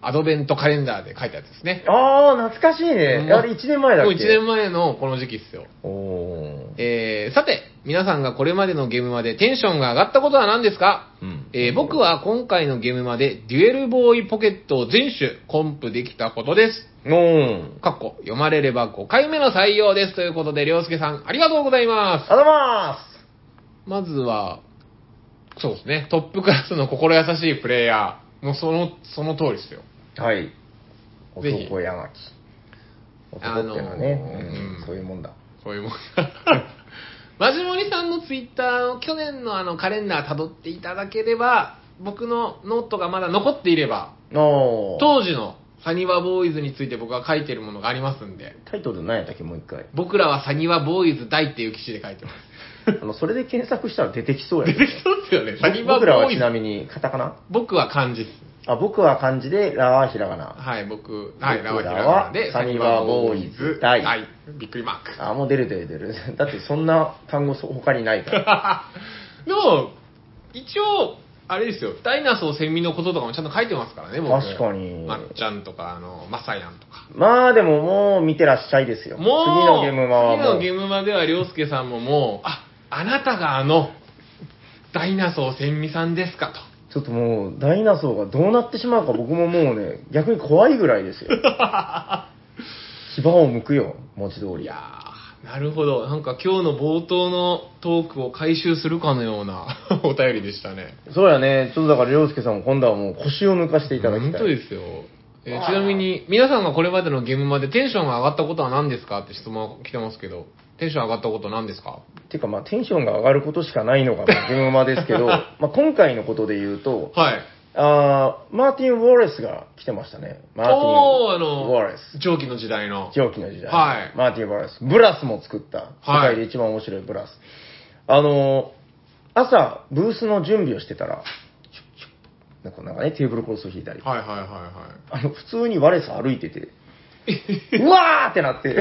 [SPEAKER 1] アドベントカレンダーで書いたやつですね。
[SPEAKER 2] ー。あー、懐かしいね。あれ1年前だっ
[SPEAKER 1] も
[SPEAKER 2] け
[SPEAKER 1] う1年前のこの時期っすよ。
[SPEAKER 2] おー。
[SPEAKER 1] えー、さて、皆さんがこれまでのゲームまでテンションが上がったことは何ですか
[SPEAKER 2] うん
[SPEAKER 1] えー僕は今回のゲームまでデュエルボーイポケットを全種コンプできたことです。
[SPEAKER 2] おー。
[SPEAKER 1] かっこ読まれれば5回目の採用ですということで、りょうすけさん、ありがとうございま
[SPEAKER 2] ありがとうございます。
[SPEAKER 1] す。まずは、そうですね、トップクラスの心優しいプレイヤー。もうその、その通りですよ。
[SPEAKER 2] はい。
[SPEAKER 1] ぜひ
[SPEAKER 2] 男山木。男っての
[SPEAKER 1] あのー
[SPEAKER 2] はね、うん
[SPEAKER 1] うん
[SPEAKER 2] そういうもんだ。
[SPEAKER 1] そういうもん。マジモリさんのツイッターの去年のあのカレンダー辿っていただければ、僕のノートがまだ残っていれば、
[SPEAKER 2] おー。
[SPEAKER 1] 当時のサニワボーイズについて僕が書いてるものがありますんで、
[SPEAKER 2] タイトル何やったっけもう一 *laughs* 回。
[SPEAKER 1] 僕らはサニワボーイズ大っていう記事で書いてます。
[SPEAKER 2] あの、それで検索したら出てきそうや
[SPEAKER 1] 出て
[SPEAKER 2] ね
[SPEAKER 1] きそうですよね。サニ
[SPEAKER 2] 僕
[SPEAKER 1] ワボ
[SPEAKER 2] 僕らは
[SPEAKER 1] ーイ
[SPEAKER 2] ち
[SPEAKER 1] ズ
[SPEAKER 2] な。みに、カタカナ
[SPEAKER 1] 僕は漢字っす。
[SPEAKER 2] あ、僕は漢字で、ラはひらがな。
[SPEAKER 1] はい、僕、はい、
[SPEAKER 2] 僕ら
[SPEAKER 1] ラ
[SPEAKER 2] は
[SPEAKER 1] ワヒラワで、
[SPEAKER 2] サニバボーイズ
[SPEAKER 1] は
[SPEAKER 2] 大
[SPEAKER 1] いびっくりマーク。
[SPEAKER 2] あ、もう出る出る出る。だ *laughs* ってそんな単語そ他にな
[SPEAKER 1] *laughs*
[SPEAKER 2] いから。
[SPEAKER 1] でも、一応、あれですよ、ダイナソーセミのこととかもちゃんと書いてますからね、僕
[SPEAKER 2] 確かに
[SPEAKER 1] まっちゃんとか、あの、まさやんとか。
[SPEAKER 2] まあでももう見てらっしゃいですよ。
[SPEAKER 1] もう、
[SPEAKER 2] 次のゲームは
[SPEAKER 1] 次
[SPEAKER 2] も
[SPEAKER 1] の
[SPEAKER 2] う。
[SPEAKER 1] ゲームまでは、りょうすけさんももう、あ、あなたがあの、ダイナソーセミさんですかと。
[SPEAKER 2] ちょっともう、ダイナソーがどうなってしまうか僕ももうね、逆に怖いぐらい *laughs* ですよ。牙を剥くよ、文字通
[SPEAKER 1] い
[SPEAKER 2] り。
[SPEAKER 1] やー、なるほど。なんか今日の冒頭のトークを回収するかのような *laughs* お便りでしたね。
[SPEAKER 2] そうやね、ちょっとだから、りょうすけさんも今度はもう腰を抜かしていただきた
[SPEAKER 1] 本
[SPEAKER 2] い。
[SPEAKER 1] 当ですよ。えーちなみに、皆さんがこれまでのゲームまでテンションが上がったことは何ですかって質問が来てますけど、テンション上がったこと何ですか
[SPEAKER 2] ていうか、まあ、テンションが上がることしかないのが、ま *laughs* あゲームマですけど、まあ、今回のことで言うと、
[SPEAKER 1] はい。
[SPEAKER 2] あーマーティン・ウォレスが来てましたね。マーティン・
[SPEAKER 1] おーあ
[SPEAKER 2] ウォ
[SPEAKER 1] の
[SPEAKER 2] レス。、
[SPEAKER 1] 蒸気の時代の。
[SPEAKER 2] 上記の時代。
[SPEAKER 1] はい
[SPEAKER 2] マーティン・ウォレス。ブラスも作った。世
[SPEAKER 1] はい
[SPEAKER 2] 界で一番面白いブラス。あのー朝、ブースの準備をしてたら、なんかなんかね、テーブルクロスを引いたり。
[SPEAKER 1] はいはいはいはい。
[SPEAKER 2] あの、普通にワレス歩いて
[SPEAKER 1] *laughs*
[SPEAKER 2] て、うわーってなって、い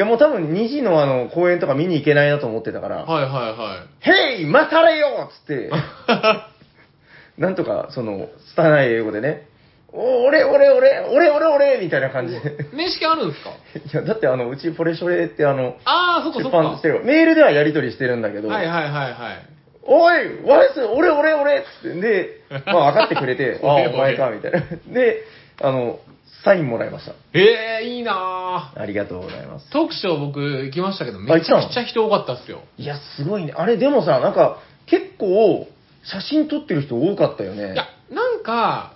[SPEAKER 2] やもう多分2時のあの、公演とか見に行けないなと思ってたから、
[SPEAKER 1] はいは
[SPEAKER 2] ヘイ待たれよっつって、
[SPEAKER 1] いは
[SPEAKER 2] なんとか、その、拙い英語でね、お俺、俺、俺、俺、俺、俺、みたいな感じで。
[SPEAKER 1] *laughs* い。面識あるんですか
[SPEAKER 2] いや、だってあの、うちポレショレってあの、
[SPEAKER 1] あー、そっか
[SPEAKER 2] 出
[SPEAKER 1] そっ
[SPEAKER 2] 版し
[SPEAKER 1] か。
[SPEAKER 2] てる。メールではやり取りしてるんだけど、
[SPEAKER 1] はいはいはいはい。、
[SPEAKER 2] おい、ワレス、俺、俺、俺っつって、で、まあ分かってくれて
[SPEAKER 1] *laughs*
[SPEAKER 2] ああ、
[SPEAKER 1] 俺
[SPEAKER 2] お前か、みたいな。で、あの、サインもらいました。
[SPEAKER 1] えー、いいな
[SPEAKER 2] ありがとうございます
[SPEAKER 1] ー。。トークショー僕行きましたけど、め
[SPEAKER 2] 行っ
[SPEAKER 1] ち
[SPEAKER 2] た
[SPEAKER 1] ゃ
[SPEAKER 2] の
[SPEAKER 1] くちゃ人多かったっすよ。
[SPEAKER 2] いや、すごいね。あれ、でもさ、なんか、結構、写真撮ってる人多かったよ
[SPEAKER 1] い
[SPEAKER 2] ね
[SPEAKER 1] や。、なんか、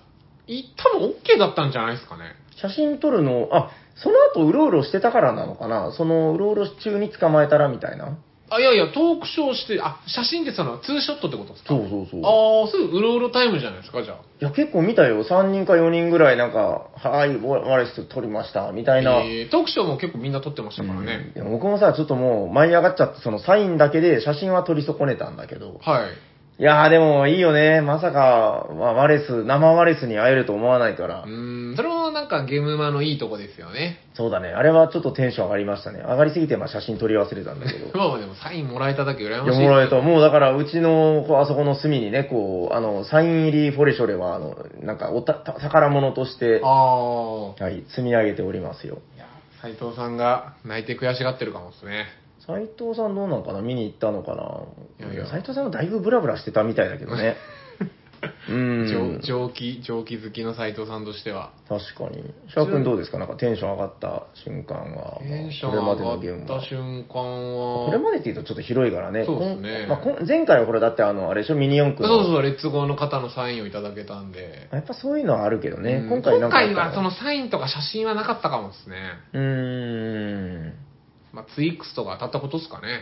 [SPEAKER 1] い多分 OK だったんじゃないですかね。
[SPEAKER 2] 写真撮るの、あ、その後、うろうろしてたからなのかなその、うろうろ中に捕まえたらみたいな。
[SPEAKER 1] あ、いやいや、トークショーして、あ、写真ってその、ツーショットってことですか
[SPEAKER 2] そうそうそう。い
[SPEAKER 1] ああ、すぐうろうろタイムじゃないですか、じゃあ。
[SPEAKER 2] や、結構見たよ。3人か4人ぐらい、なんか、はい、ワレス撮りました、みたいな。
[SPEAKER 1] えートークショーも結構みんな撮ってましたからね。
[SPEAKER 2] うんいや僕もさ、ちょっともう、舞い上がっちゃって、そのサインだけで写真は撮り損ねたんだけど。
[SPEAKER 1] はい。
[SPEAKER 2] いやーでもいいよね。まさか、まあワレス、生ワレスに会えると思わないから
[SPEAKER 1] う。ーん、それもなんかゲームマのいいとこですよね。
[SPEAKER 2] そうだね。あれはちょっとテンション上がりましたね。上がりすぎて、まあ写真撮り忘れたんだけ
[SPEAKER 1] *laughs*
[SPEAKER 2] ど。
[SPEAKER 1] まあまあでもサインもらえただけ羨
[SPEAKER 2] い
[SPEAKER 1] ま
[SPEAKER 2] や、
[SPEAKER 1] しい。
[SPEAKER 2] もらえた。もうだから、うちの、こうあそこの隅にね、こう、あの、サイン入りフォレショレは、あの、なんかおた、た宝物として、は
[SPEAKER 1] ああ。
[SPEAKER 2] い、積み上げておりますよ。
[SPEAKER 1] いや、斎藤さんが泣いて悔しがってるかもですね。
[SPEAKER 2] 斉藤さんどうなのかな見に行ったのかない
[SPEAKER 1] やいや *laughs*
[SPEAKER 2] 斉藤さんもだいぶブラブラしてたみたいだけどね。うん。
[SPEAKER 1] 蒸気、蒸気好きの斎藤さんとしては。
[SPEAKER 2] 確かに。シャー君どうですかなんかテンション上がった瞬間は。
[SPEAKER 1] テンション
[SPEAKER 2] これまでのゲー
[SPEAKER 1] 上がっ
[SPEAKER 2] ムは
[SPEAKER 1] た。瞬間は。
[SPEAKER 2] これまでって言うとちょっと広いからね。
[SPEAKER 1] そうですね
[SPEAKER 2] こんまあこん前回はこれだってあの、あれでしょミニ四
[SPEAKER 1] そ
[SPEAKER 2] 駆
[SPEAKER 1] う
[SPEAKER 2] の。
[SPEAKER 1] そうそう、レッツゴーの方のサインをいただけたんで。
[SPEAKER 2] やっぱそういうのはあるけどね。
[SPEAKER 1] うん
[SPEAKER 2] 今回なんかあった。
[SPEAKER 1] 今回はそのサインとか写真はなかったかもですね。
[SPEAKER 2] うーん。
[SPEAKER 1] まあ、ツイックスとか当たったことですか
[SPEAKER 2] *laughs*
[SPEAKER 1] ね。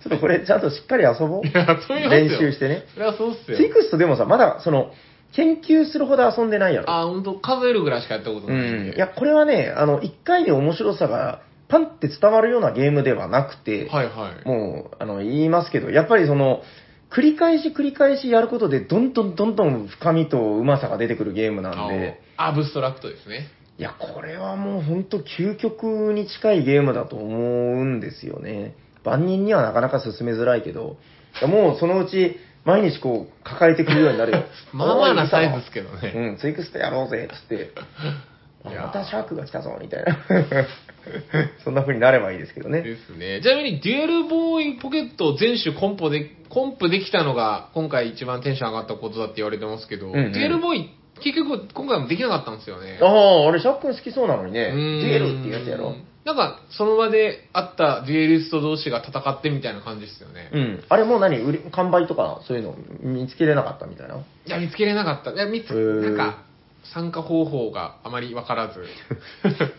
[SPEAKER 2] ちょっとこれちゃんとしっかり遊ぼう。
[SPEAKER 1] いや *laughs* そういうことで
[SPEAKER 2] 練
[SPEAKER 1] すよ
[SPEAKER 2] 習してね。
[SPEAKER 1] それはそうっすよ
[SPEAKER 2] ツ。イクストでもさ、まだその、研究するほど遊んでないやろ。
[SPEAKER 1] あ、ほんと、数えるぐらいしかやったこと
[SPEAKER 2] う
[SPEAKER 1] ないん
[SPEAKER 2] ん
[SPEAKER 1] で。。
[SPEAKER 2] いや、これはね、あの、一回で面白さがパンって伝わるようなゲームではなくて、
[SPEAKER 1] はいはい。
[SPEAKER 2] もう、あの、言いますけど、やっぱりその、繰り返し繰り返しやることで、どんどんどんどん深みとうまさが出てくるゲームなんで、
[SPEAKER 1] あアブストラクトですね。。
[SPEAKER 2] いや、これはもう本当究極に近いゲームだと思うんですよね。万人にはなかなか進めづらいけど、いやもうそのうち、毎日こう、抱えてくるようになるよ
[SPEAKER 1] *laughs* まあまあなサイズ
[SPEAKER 2] で
[SPEAKER 1] ですすけどね。
[SPEAKER 2] うん、ツイクスでやろ
[SPEAKER 1] *laughs*
[SPEAKER 2] うぜ、つって。あ
[SPEAKER 1] いやー
[SPEAKER 2] またシャークが来たぞ、みたいな。 *laughs* そんな風になればいいですけどね。
[SPEAKER 1] ですね。ちなみに、デュエルボーイポケットを全種コンポで、コンプできたのが、今回一番テンション上がったことだって言われてますけど、
[SPEAKER 2] んうん
[SPEAKER 1] デュエルボーイ、結局、今回もできなかったんですよね
[SPEAKER 2] あ。あ、あれ、シャーク好きそうなのにね。
[SPEAKER 1] う
[SPEAKER 2] デ
[SPEAKER 1] ーん
[SPEAKER 2] ュエルっていうやつやろ。
[SPEAKER 1] なんか、その場で会ったデュエリスト同士が戦ってみたいな感じですよね。
[SPEAKER 2] うん。あれもう何売り完売とか、そういうの見つけれなかったみたいな。
[SPEAKER 1] いや、見つけれなかった。いや、見つ、
[SPEAKER 2] へー
[SPEAKER 1] なんか、参加方法があまりわから
[SPEAKER 2] *laughs*
[SPEAKER 1] ず。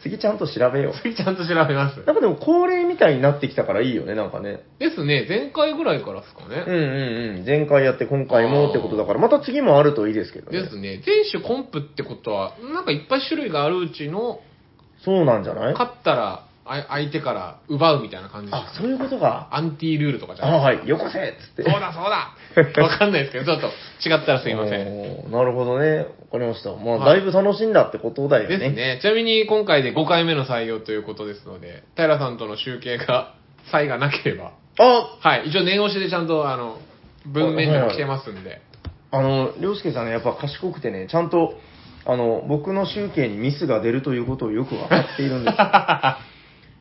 [SPEAKER 2] 次ちゃんと調べよう。
[SPEAKER 1] 次ちゃんと調べます。
[SPEAKER 2] なんかでも恒例みたいになってきたからいいよね、なんかね。
[SPEAKER 1] ですね、前回ぐらいからですか
[SPEAKER 2] うん
[SPEAKER 1] ね。
[SPEAKER 2] うんうん。前回やって今回もってことだから、また次もあるといいですけど
[SPEAKER 1] で
[SPEAKER 2] ね
[SPEAKER 1] す。ね、全種コンプってことは、なんかいっぱい種類があるうちの、
[SPEAKER 2] そうなんじゃない
[SPEAKER 1] 勝ったらあ相手から奪うみたいな感じです
[SPEAKER 2] あ、
[SPEAKER 1] か
[SPEAKER 2] そういうことか。
[SPEAKER 1] アンティルールとかじゃ
[SPEAKER 2] あ、
[SPEAKER 1] ない
[SPEAKER 2] はい、よこせっつって。
[SPEAKER 1] そうだそうだわかんないですけど、ちょっと違ったらすいません。
[SPEAKER 2] おーなるほどね。わかりました。まあ、
[SPEAKER 1] は
[SPEAKER 2] だ
[SPEAKER 1] い
[SPEAKER 2] いぶ楽しんだってことだよ
[SPEAKER 1] で
[SPEAKER 2] ね。
[SPEAKER 1] すね。ちなみに今回で5回目の採用ということですので、平さんとの集計が、 *laughs* 差異がなければ。
[SPEAKER 2] あ
[SPEAKER 1] はい。一応念押しでちゃんと、あの、文面が来てますん *laughs* で。
[SPEAKER 2] あの、りょうすけさんね、やっぱ賢くてね、ちゃんと、あの、僕の集計にミスが出るということをよくわかって
[SPEAKER 1] *laughs*
[SPEAKER 2] いるんです。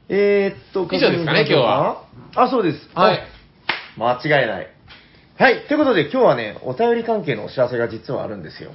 [SPEAKER 2] えーっと、
[SPEAKER 1] 以上ですかね
[SPEAKER 2] 確認しましょうか。あ、そうです。
[SPEAKER 1] はい。
[SPEAKER 2] あ。間違いない。はい。ということで、今日はね、お便り関係のお知らせが実はあるんです
[SPEAKER 1] *laughs*
[SPEAKER 2] よ。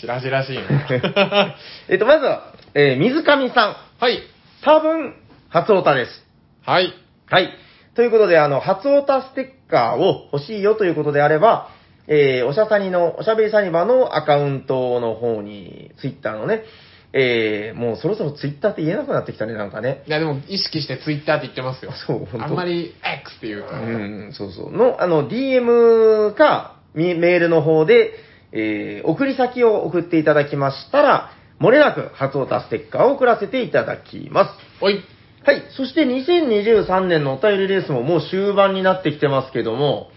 [SPEAKER 1] しらしらしい *laughs* な。
[SPEAKER 2] えっと、まずは、えー水上さん。
[SPEAKER 1] はい。
[SPEAKER 2] 多分、初オタです。
[SPEAKER 1] はい。
[SPEAKER 2] はい。ということで、あの、初オタステッカーを欲しいよということであれば、えー、おしゃさにの、おしゃべりサニバのアカウントの方に、ツイッターのね、えー、もうそろそろツイッターって言えなくなってきたね、なんかね。
[SPEAKER 1] いや、でも意識してツイッターって言ってますよ。
[SPEAKER 2] そう本当
[SPEAKER 1] あんまり X って言うと。
[SPEAKER 2] うん、そうそう。の、あの、DM か、みメールの方で、えー、送り先を送っていただきましたら、漏れなく初オタステッカーを送らせていただきます。
[SPEAKER 1] おい。
[SPEAKER 2] はい。そして2023年のお便りレースももう終盤になってきてますけども、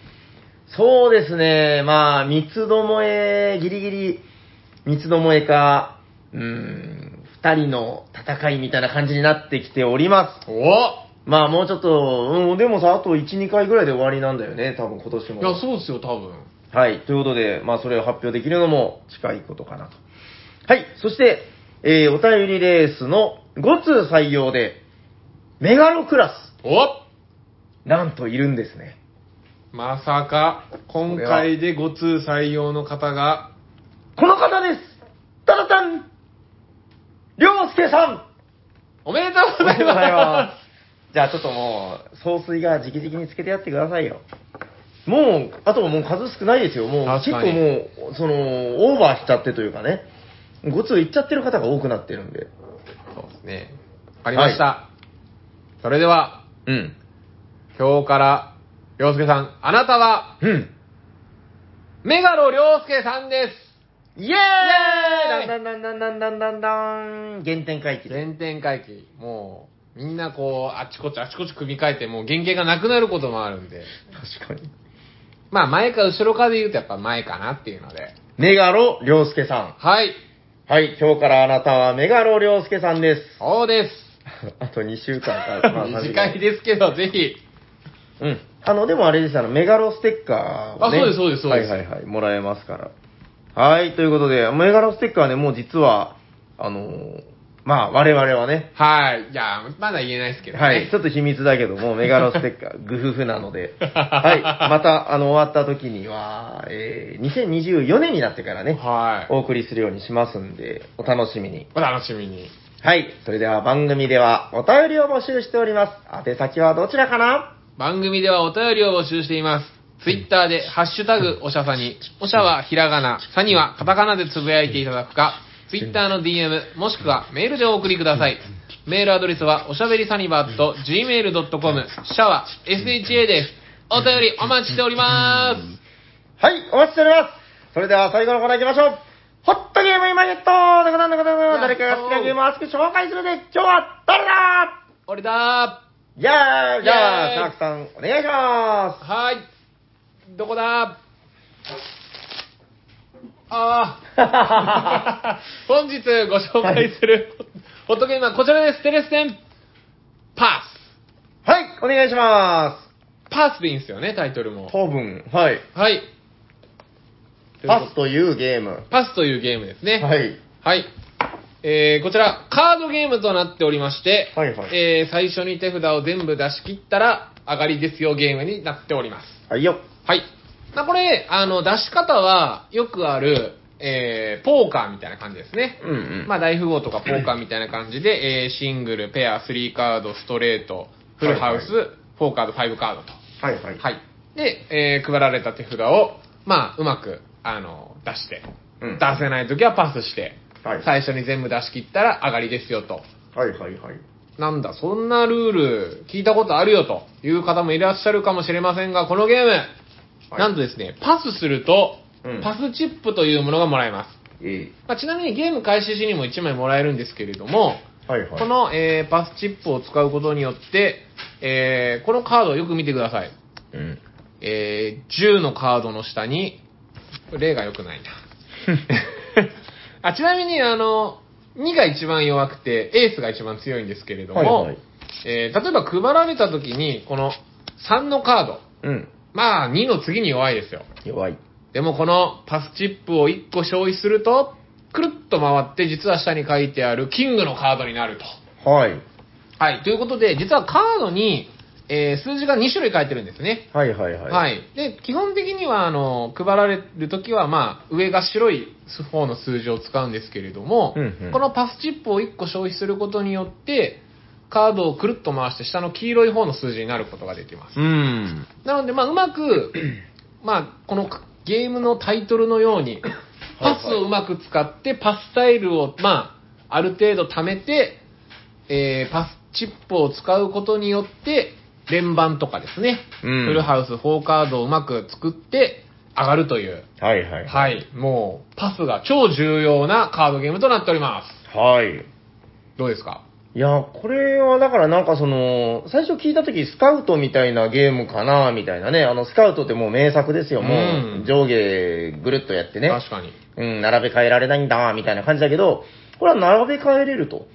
[SPEAKER 2] そうですね。まあ、三つどもえ、ギリギリ、三つどもえか、うーん、二人の戦いみたいな感じになってきております。
[SPEAKER 1] おい
[SPEAKER 2] まあ、もうちょっと、うん、でもさ、あと1、2回ぐらいで終わりなんだよね。多分今年も。
[SPEAKER 1] や、そうですよ、多分。
[SPEAKER 2] はい。ということで、まあ、それを発表できるのも近いことかなと。はい。そして、えー、お便りレースの5通採用で、メガロクラス、
[SPEAKER 1] おっ
[SPEAKER 2] なんといるんですね。
[SPEAKER 1] まさか、今回で5通採用の方が、
[SPEAKER 2] この方ですただたんりょうすけさん
[SPEAKER 1] おめでとう
[SPEAKER 2] お
[SPEAKER 1] ございます
[SPEAKER 2] す。じゃあちょっともう、総帥が直々につけてやってくださいよ。もう、あともう数少ないですよ。もう
[SPEAKER 1] 確
[SPEAKER 2] 結
[SPEAKER 1] か
[SPEAKER 2] 構
[SPEAKER 1] に
[SPEAKER 2] もう、その、オーバーしちゃってというかね、5通いっちゃってる方が多くなってるんで。
[SPEAKER 1] そうですね。わかりました。それでは、
[SPEAKER 2] うん。
[SPEAKER 1] 今日から、りょうすけさん、あなたは、
[SPEAKER 2] うん。
[SPEAKER 1] メガロりょうすけさんで
[SPEAKER 2] イエーイ
[SPEAKER 1] イエーイ
[SPEAKER 2] だんだんだんだんだんだんだん原点回
[SPEAKER 1] す
[SPEAKER 2] 帰で。
[SPEAKER 1] 原点回帰。もう、みんなこう、あっちこっちあっちこっち組み替えて、もう原型がなくなることもあるんで。
[SPEAKER 2] 確かに。
[SPEAKER 1] まあ、前か後ろかで言うとやっぱ前かなっていうので。
[SPEAKER 2] メガロ良介さ
[SPEAKER 1] はい。
[SPEAKER 2] ん。はい、今日からあなたはメガロ良介さんです。
[SPEAKER 1] そうです。
[SPEAKER 2] *laughs* あと2週間か。
[SPEAKER 1] *laughs*
[SPEAKER 2] まあ
[SPEAKER 1] 短い。ですけど、ぜひ。
[SPEAKER 2] うん。あの、でもあれです、あの、メガロステッカーを、
[SPEAKER 1] あ
[SPEAKER 2] ね。
[SPEAKER 1] そうですそうですそうです
[SPEAKER 2] はいはいはい、もらえますから。はい、ということで、メガロステッカーね、もう実は、あのーまあ、我々はね、
[SPEAKER 1] はい。いや、まだ言えないですけどね。
[SPEAKER 2] はい、ちょっと秘密だけど
[SPEAKER 1] *laughs*
[SPEAKER 2] も、メガロステッカー、グフフなので、はい、また、あの、終わった時には、えー、2024年になってからね、
[SPEAKER 1] はい。
[SPEAKER 2] お送りするようにしますんで、お楽しみに。
[SPEAKER 1] お楽しみに。
[SPEAKER 2] はい、それでは番組ではお便りを募集しております。宛先はどちらかな
[SPEAKER 1] 番組ではお便りを募集しています。ツイッターで、ハッシュタグ、おしゃさに、おしゃはひらがな、さにはカタカナでつぶやいていただくか、ツイッターの DM、もしくはメールでお送りください。メールアドレスは、おしゃべりサニバット、gmail.com、シャワー、sha です。お便りお待ちしております。
[SPEAKER 2] はい、お待ちしております。それでは最後のコーナー行きましょう。ホットゲームイマーケットなんだかなんだかなんだか誰かが好きなゲームを熱く紹介するで、今日は誰だ
[SPEAKER 1] 俺だ
[SPEAKER 2] いやー、じゃあ、
[SPEAKER 1] イエーイ
[SPEAKER 2] シャークさん、お願いし
[SPEAKER 1] ー
[SPEAKER 2] ま
[SPEAKER 1] はーい。どこだーあー。*laughs*
[SPEAKER 2] *laughs*
[SPEAKER 1] 本日ご紹介するホットゲームはこちらです。テレステン、パ
[SPEAKER 2] す。はい、お願いしま
[SPEAKER 1] ス。パースでいいんですよね、タイトルも
[SPEAKER 2] す。。多分、はい。
[SPEAKER 1] はい。
[SPEAKER 2] パスというゲーム。
[SPEAKER 1] パスというゲームですね。。
[SPEAKER 2] はいい。
[SPEAKER 1] えー、こちら、カードゲームとなっておりまして、
[SPEAKER 2] はいはい
[SPEAKER 1] えー、最初に手札を全部出し切ったら、上がりですよゲームになっております。
[SPEAKER 2] はいよ。
[SPEAKER 1] はい。まあ、これ、あの、出し方は、よくある、えー、ポーカーみたいな感じですね。
[SPEAKER 2] うんうん
[SPEAKER 1] まあ、大富豪とかポーカーみたいな感じで、えー、シングル、ペア、スリーカード、ストレート、フルハウス、
[SPEAKER 2] は
[SPEAKER 1] フォーカード、ファイブカードと。
[SPEAKER 2] はいはい。
[SPEAKER 1] はい。で、えー配られた手札を、まあ、うまく、あの、出して、
[SPEAKER 2] うん
[SPEAKER 1] 出せないときはパスして、
[SPEAKER 2] はい
[SPEAKER 1] 最初に全部出し切ったら上がりですよと。
[SPEAKER 2] はいはいはい。
[SPEAKER 1] なんだ、そんなルール聞いたことあるよという方もいらっしゃるかもしれませんが、このゲーム、
[SPEAKER 2] はい
[SPEAKER 1] なんとですね、パスすると、
[SPEAKER 2] うん
[SPEAKER 1] パスチップというものがもらえます。
[SPEAKER 2] え
[SPEAKER 1] まあ、ちなみにゲーム開始時にも1枚もらえるんですけれども、
[SPEAKER 2] ー、はいはい。
[SPEAKER 1] こ、の、えーパスチップを使うことによって、えーこのカードをよく見てください。
[SPEAKER 2] うん。
[SPEAKER 1] えー10のカードの下に、これ例が良くない
[SPEAKER 2] *laughs*
[SPEAKER 1] な。あちなみに、あの、2が一番弱くて、エースが一番強いんですけれども、
[SPEAKER 2] はいはい
[SPEAKER 1] えー例えば配られた時に、この3のカード、
[SPEAKER 2] うん。
[SPEAKER 1] まあ2の次に弱いですよ。
[SPEAKER 2] 弱い。
[SPEAKER 1] でもこのパスチップを1個消費すると、くるっと回って、実は下に書いてあるキングのカードになると。
[SPEAKER 2] はい。
[SPEAKER 1] はい、ということで、実はカードに、えー数字が2種類書いてるんですね。
[SPEAKER 2] はいはいはい。
[SPEAKER 1] はい。で、基本的には、あの、配られるときは、まあ、上が白い方の数字を使うんですけれども、
[SPEAKER 2] うんうん
[SPEAKER 1] このパスチップを1個消費することによって、カードをくるっと回して、下の黄色い方の数字になることができます。
[SPEAKER 2] うん。
[SPEAKER 1] なので、まあ、うま
[SPEAKER 2] *clears throat*
[SPEAKER 1] く、まあ、このゲームのタイトルのように、パスをうまく使って、パスタイルを、まあ、ある程度貯めて、えーパスチップを使うことによって、連番とかですね、
[SPEAKER 2] うん
[SPEAKER 1] フルハウス、4カードをうまく作って、上がるという、
[SPEAKER 2] はいはい。
[SPEAKER 1] はい、もう、パスが超重要なカードゲームとなっております。
[SPEAKER 2] はい。
[SPEAKER 1] どうですか
[SPEAKER 2] いや、これはだからなんかその、最初聞いた時スカウトみたいなゲームかな、みたいなね。あの、スカウトってもう名作ですよ。も
[SPEAKER 1] うん
[SPEAKER 2] う、上下ぐるっとやってね。
[SPEAKER 1] 確かに。
[SPEAKER 2] うん、並べ替えられないんだ、みたいな感じだけど、これは並べ替えれると。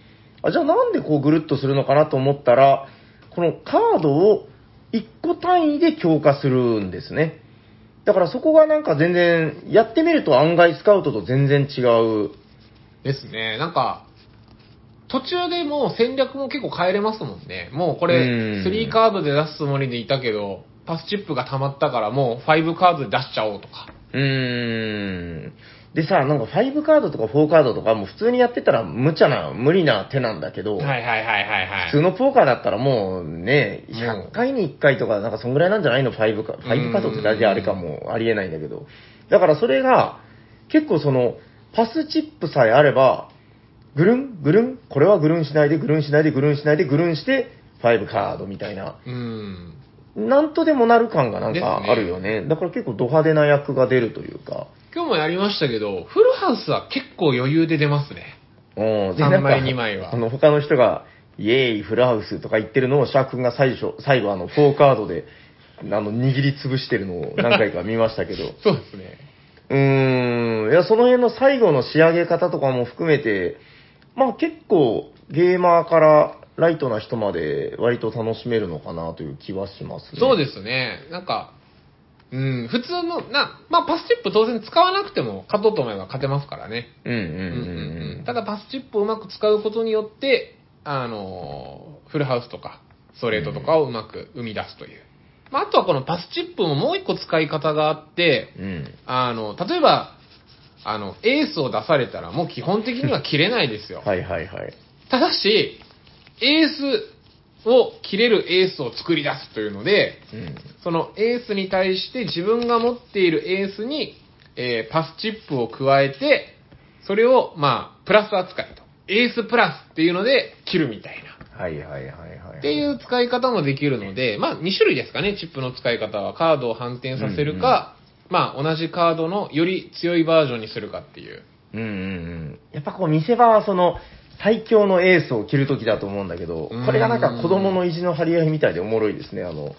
[SPEAKER 2] あ、じゃあなんでこうぐるっとするのかなと思ったら、このカードを1個単位で強化するんですね。だからそこがなんか全然、やってみると案外スカウトと全然違う。
[SPEAKER 1] ですね。なんか、途中でもう戦略も結構変えれますもんね。もうこれ、
[SPEAKER 2] うん
[SPEAKER 1] 3カードで出すつもりでいたけど、パスチップが溜まったからもう5カードで出しちゃおうとか。
[SPEAKER 2] うーん。でさ、なんか5カードとか4カードとかもう普通にやってたら無茶な、無理な手なんだけど、
[SPEAKER 1] はいはいはいはいはい。
[SPEAKER 2] 普通のポーカーだったらもうね、
[SPEAKER 1] うん
[SPEAKER 2] 100回に1回とか、なんかそんぐらいなんじゃないの ?5 カード。5カードって大体あれかも、ありえないんだけど。だからそれが、結構その、パスチップさえあれば、ぐるん、ぐるん、これはぐるんしないで、ぐるんしないで、ぐるんしないで、ぐるんして、5カードみたいな。
[SPEAKER 1] うん。
[SPEAKER 2] なんとでもなる感がなんかあるよ
[SPEAKER 1] で
[SPEAKER 2] ね。だから結構ド派手な役が出るというか。
[SPEAKER 1] 今日もやりましたけど、フルハウスは結構余裕で出ますね。
[SPEAKER 2] うん、
[SPEAKER 1] 三
[SPEAKER 2] なんか
[SPEAKER 1] 枚二枚は
[SPEAKER 2] あの、他の人が、イエーイ、フルハウスとか言ってるのを、シャーク君が最初、最後、あの、4カードで、あの、握りつぶしてるのを何回か見ましたけど。
[SPEAKER 1] そうですね。
[SPEAKER 2] うーん、いや、その辺の最後の仕上げ方とかも含めて、まあ結構、ゲーマーからライトな人まで、割と楽しめるのかなという気はしますね。
[SPEAKER 1] そう
[SPEAKER 2] す。
[SPEAKER 1] ですね。なんか、うん、普通の、な、まあパスチップ当然使わなくても勝とうと思えば勝てますからね。
[SPEAKER 2] うんう
[SPEAKER 1] う
[SPEAKER 2] ん
[SPEAKER 1] んうんうんた
[SPEAKER 2] うん。
[SPEAKER 1] だパスチップをうまく使うことによって、あのーフルハウスとか、ストレートとかをうまく生み出すという。まああとはこのパスチップももう一個使い方があって、
[SPEAKER 2] うん。
[SPEAKER 1] あの、例えば、あの、エースを出されたらもう基本的には切れないですよ。
[SPEAKER 2] はいはいはい。
[SPEAKER 1] ただし、エースを切れるエースを作り出すというので、
[SPEAKER 2] うん。
[SPEAKER 1] そのエースに対して自分が持っているエースに、えーパスチップを加えて、それを、まあ、プラス扱いと。エースプラスっていうので切るみたいな。
[SPEAKER 2] はいはいはいはい。
[SPEAKER 1] っていう使い方もできるので、まあ、2種類ですかね、チップの使い方は。カードを反転させるか、まあ、同じカードのより強いバージョンにするかっていう。
[SPEAKER 2] うんうんうん。やっぱこう見せ場はその、最強のエースを着るときだと思うんだけど、これがなんか子供の意地の張り合いみたいでおもろいですね。あの、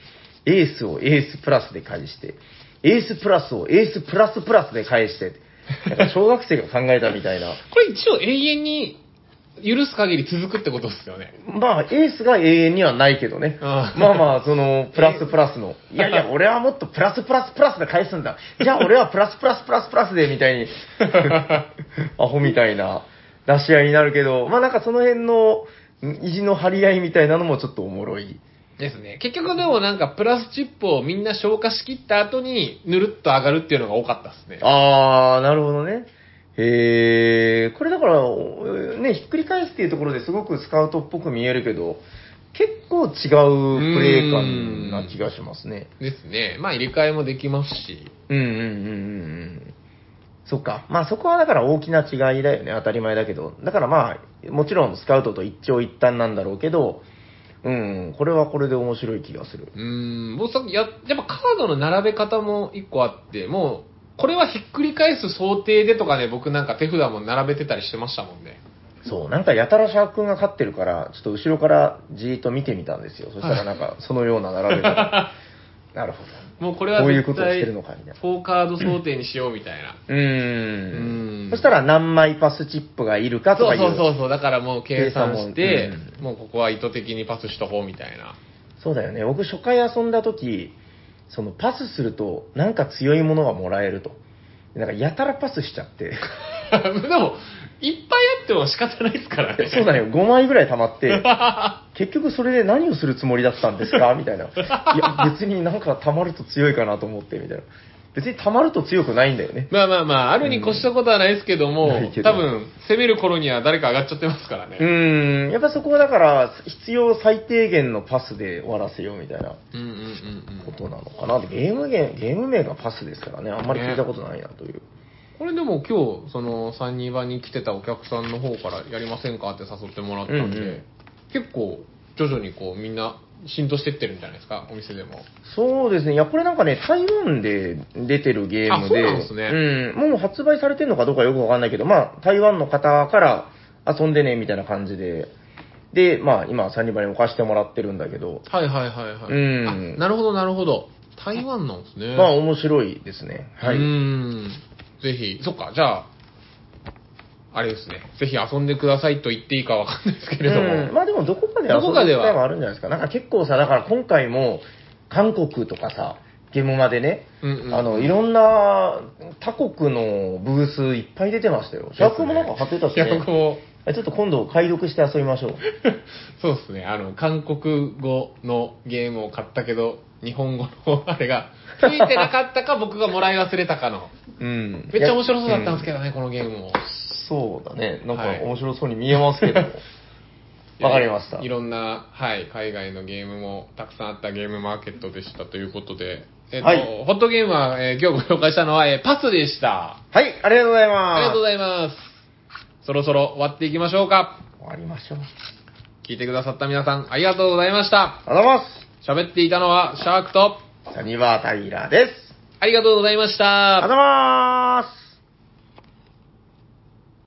[SPEAKER 2] エースをエースプラスで返して、エースプラスをエースプラスプラスで返して、なんか小学生が考えたみたいな。
[SPEAKER 1] これ一応永遠に許す限り続くってことですよね。
[SPEAKER 2] まあ、エースが永遠にはないけどね。
[SPEAKER 1] ああ
[SPEAKER 2] まあまあ、その、プラスプラスの。いやいや、俺はもっとプラスプラスプラスで返すんだ。じゃあ俺はプラスプラスプラスプラスで、みたい *laughs* に。アホみたいな出し合いになるけど、まあなんかその辺のん意地の張り合いみたいなのもちょっとおもろい。
[SPEAKER 1] ですね。結局でもなんかプラスチップをみんな消化しきった後にぬるっと上がるっていうのが多かったですね。
[SPEAKER 2] あー、なるほどね。へー、これだから、おね、ひっくり返すっていうところですごくスカウトっぽく見えるけど、結構違うプレイ感な気がしますね。
[SPEAKER 1] ですね。まあ入れ替えもできますし。
[SPEAKER 2] うんうんうんうんうん。そっか。まあそこはだから大きな違いだよね。当たり前だけど。だからまあ、もちろんスカウトと一長一短なんだろうけど、うんうん、これはこれで面白い気がする。
[SPEAKER 1] うーん、僕さっきや、やっぱカードの並べ方も一個あって、もう、これはひっくり返す想定でとかね、僕なんか手札も並べてたりしてましたもんね。
[SPEAKER 2] そう、なんかやたらシャーク君が勝ってるから、ちょっと後ろからじーっと見てみたんですよ。そしたらなんか、そのような並べ
[SPEAKER 1] *laughs*
[SPEAKER 2] 方。なるほど。
[SPEAKER 1] もうこれは
[SPEAKER 2] こういうこ
[SPEAKER 1] 絶
[SPEAKER 2] とをして
[SPEAKER 1] 対、
[SPEAKER 2] るの
[SPEAKER 1] 4
[SPEAKER 2] かみたいな
[SPEAKER 1] カード想定にしようみたいな。
[SPEAKER 2] うー
[SPEAKER 1] うん
[SPEAKER 2] ん。そしたら何枚パスチップがいるかと
[SPEAKER 1] そ
[SPEAKER 2] か
[SPEAKER 1] う
[SPEAKER 2] い
[SPEAKER 1] そ
[SPEAKER 2] う。
[SPEAKER 1] うそうそう、だからもう計算して
[SPEAKER 2] 計算も、
[SPEAKER 1] もうここは意図的にパスしとこうみたいな。
[SPEAKER 2] そうだよね。僕、初回遊んだ時、そのパスすると、なんか強いものがもらえると。なんか、やたらパスしちゃっ
[SPEAKER 1] *laughs*
[SPEAKER 2] て。
[SPEAKER 1] でも、いっぱいあっても仕方ないですからね。
[SPEAKER 2] そうだね、5枚ぐらい溜まって、結局それで何をするつもりだったんですかみたいな。いや、別になんか溜まると強いかなと思って、みたいな。別に溜まると強くないんだよね。
[SPEAKER 1] まあまあまあ、あるに越したことはないですけども、
[SPEAKER 2] うんないけど
[SPEAKER 1] 多分、攻める頃には誰か上がっちゃってますからね。
[SPEAKER 2] うーん、やっぱそこはだから、必要最低限のパスで終わらせようみたいな
[SPEAKER 1] うんうんうんう
[SPEAKER 2] こ
[SPEAKER 1] ん。
[SPEAKER 2] となのかな。でゲームゲゲーム名がパスですからね、あんまり聞いたことないなという。
[SPEAKER 1] これでも今日、その、3、2番に来てたお客さんの方からやりませんかって誘ってもらったんで、
[SPEAKER 2] うんうん
[SPEAKER 1] 結構、徐々にこう、みんな浸透してってるんじゃないですか、お店でも。
[SPEAKER 2] そうですね。いや、これなんかね、台湾で出てるゲームで、
[SPEAKER 1] あそうなんですね
[SPEAKER 2] うんもう発売されてるのかどうかよくわかんないけど、まあ、台湾の方から遊んでね、みたいな感じで、で、まあ、今、サニバに置かしてもらってるんだけど、
[SPEAKER 1] はいはいはいはい。
[SPEAKER 2] うん
[SPEAKER 1] あなるほどなるほど。台湾なんですね。
[SPEAKER 2] まあ、面白いですね。はいう
[SPEAKER 1] ー。ん。ぜひ、そっか、じゃあ、あれですね。ぜひ遊んでくださいと言っていいかわかんないですけれども。
[SPEAKER 2] うんまあでもどこかで遊
[SPEAKER 1] ど
[SPEAKER 2] ぶ
[SPEAKER 1] こ
[SPEAKER 2] 機
[SPEAKER 1] かで
[SPEAKER 2] 会
[SPEAKER 1] は
[SPEAKER 2] もあるんじゃないですか。なんか結構さ、だから今回も、韓国とかさ、ゲームまでね、
[SPEAKER 1] うんうん
[SPEAKER 2] あの、いろんな他国のブースいっぱい出てましたよ。シャークもなんか貼ってたし
[SPEAKER 1] いや、
[SPEAKER 2] ね。
[SPEAKER 1] 僕も、
[SPEAKER 2] えちょっと今度解読して遊びましょう。
[SPEAKER 1] そうですね。あの、韓国語のゲームを買ったけど、日本語のあれ *laughs* が、ついてなかったか僕がもらい忘れたかの。
[SPEAKER 2] うん
[SPEAKER 1] めっちゃ面白そうだったんですけ
[SPEAKER 2] ど。
[SPEAKER 1] どね、このゲームも。
[SPEAKER 2] そうだね。なんか
[SPEAKER 1] はい
[SPEAKER 2] 面白そうに見えますけど。わかりました
[SPEAKER 1] い。ろんな、はい、海外のゲームもたくさんあったゲームマーケットでしたということで、えっ、と、
[SPEAKER 2] はい
[SPEAKER 1] ホットゲームは、えー今日ご紹介したのは、えーパスでした。
[SPEAKER 2] はい、ありがとうございます。
[SPEAKER 1] ありがとうございます。そろそろ終わっていきましょうか。
[SPEAKER 2] 終わりましょう。あ
[SPEAKER 1] 聞いてくださった皆さん、ありがとうございました。
[SPEAKER 2] りがとうございま
[SPEAKER 1] 喋っていたのは、シャークと、
[SPEAKER 2] す。サニバータイラーです。
[SPEAKER 1] ありがとうございました。
[SPEAKER 2] ありがとうございます。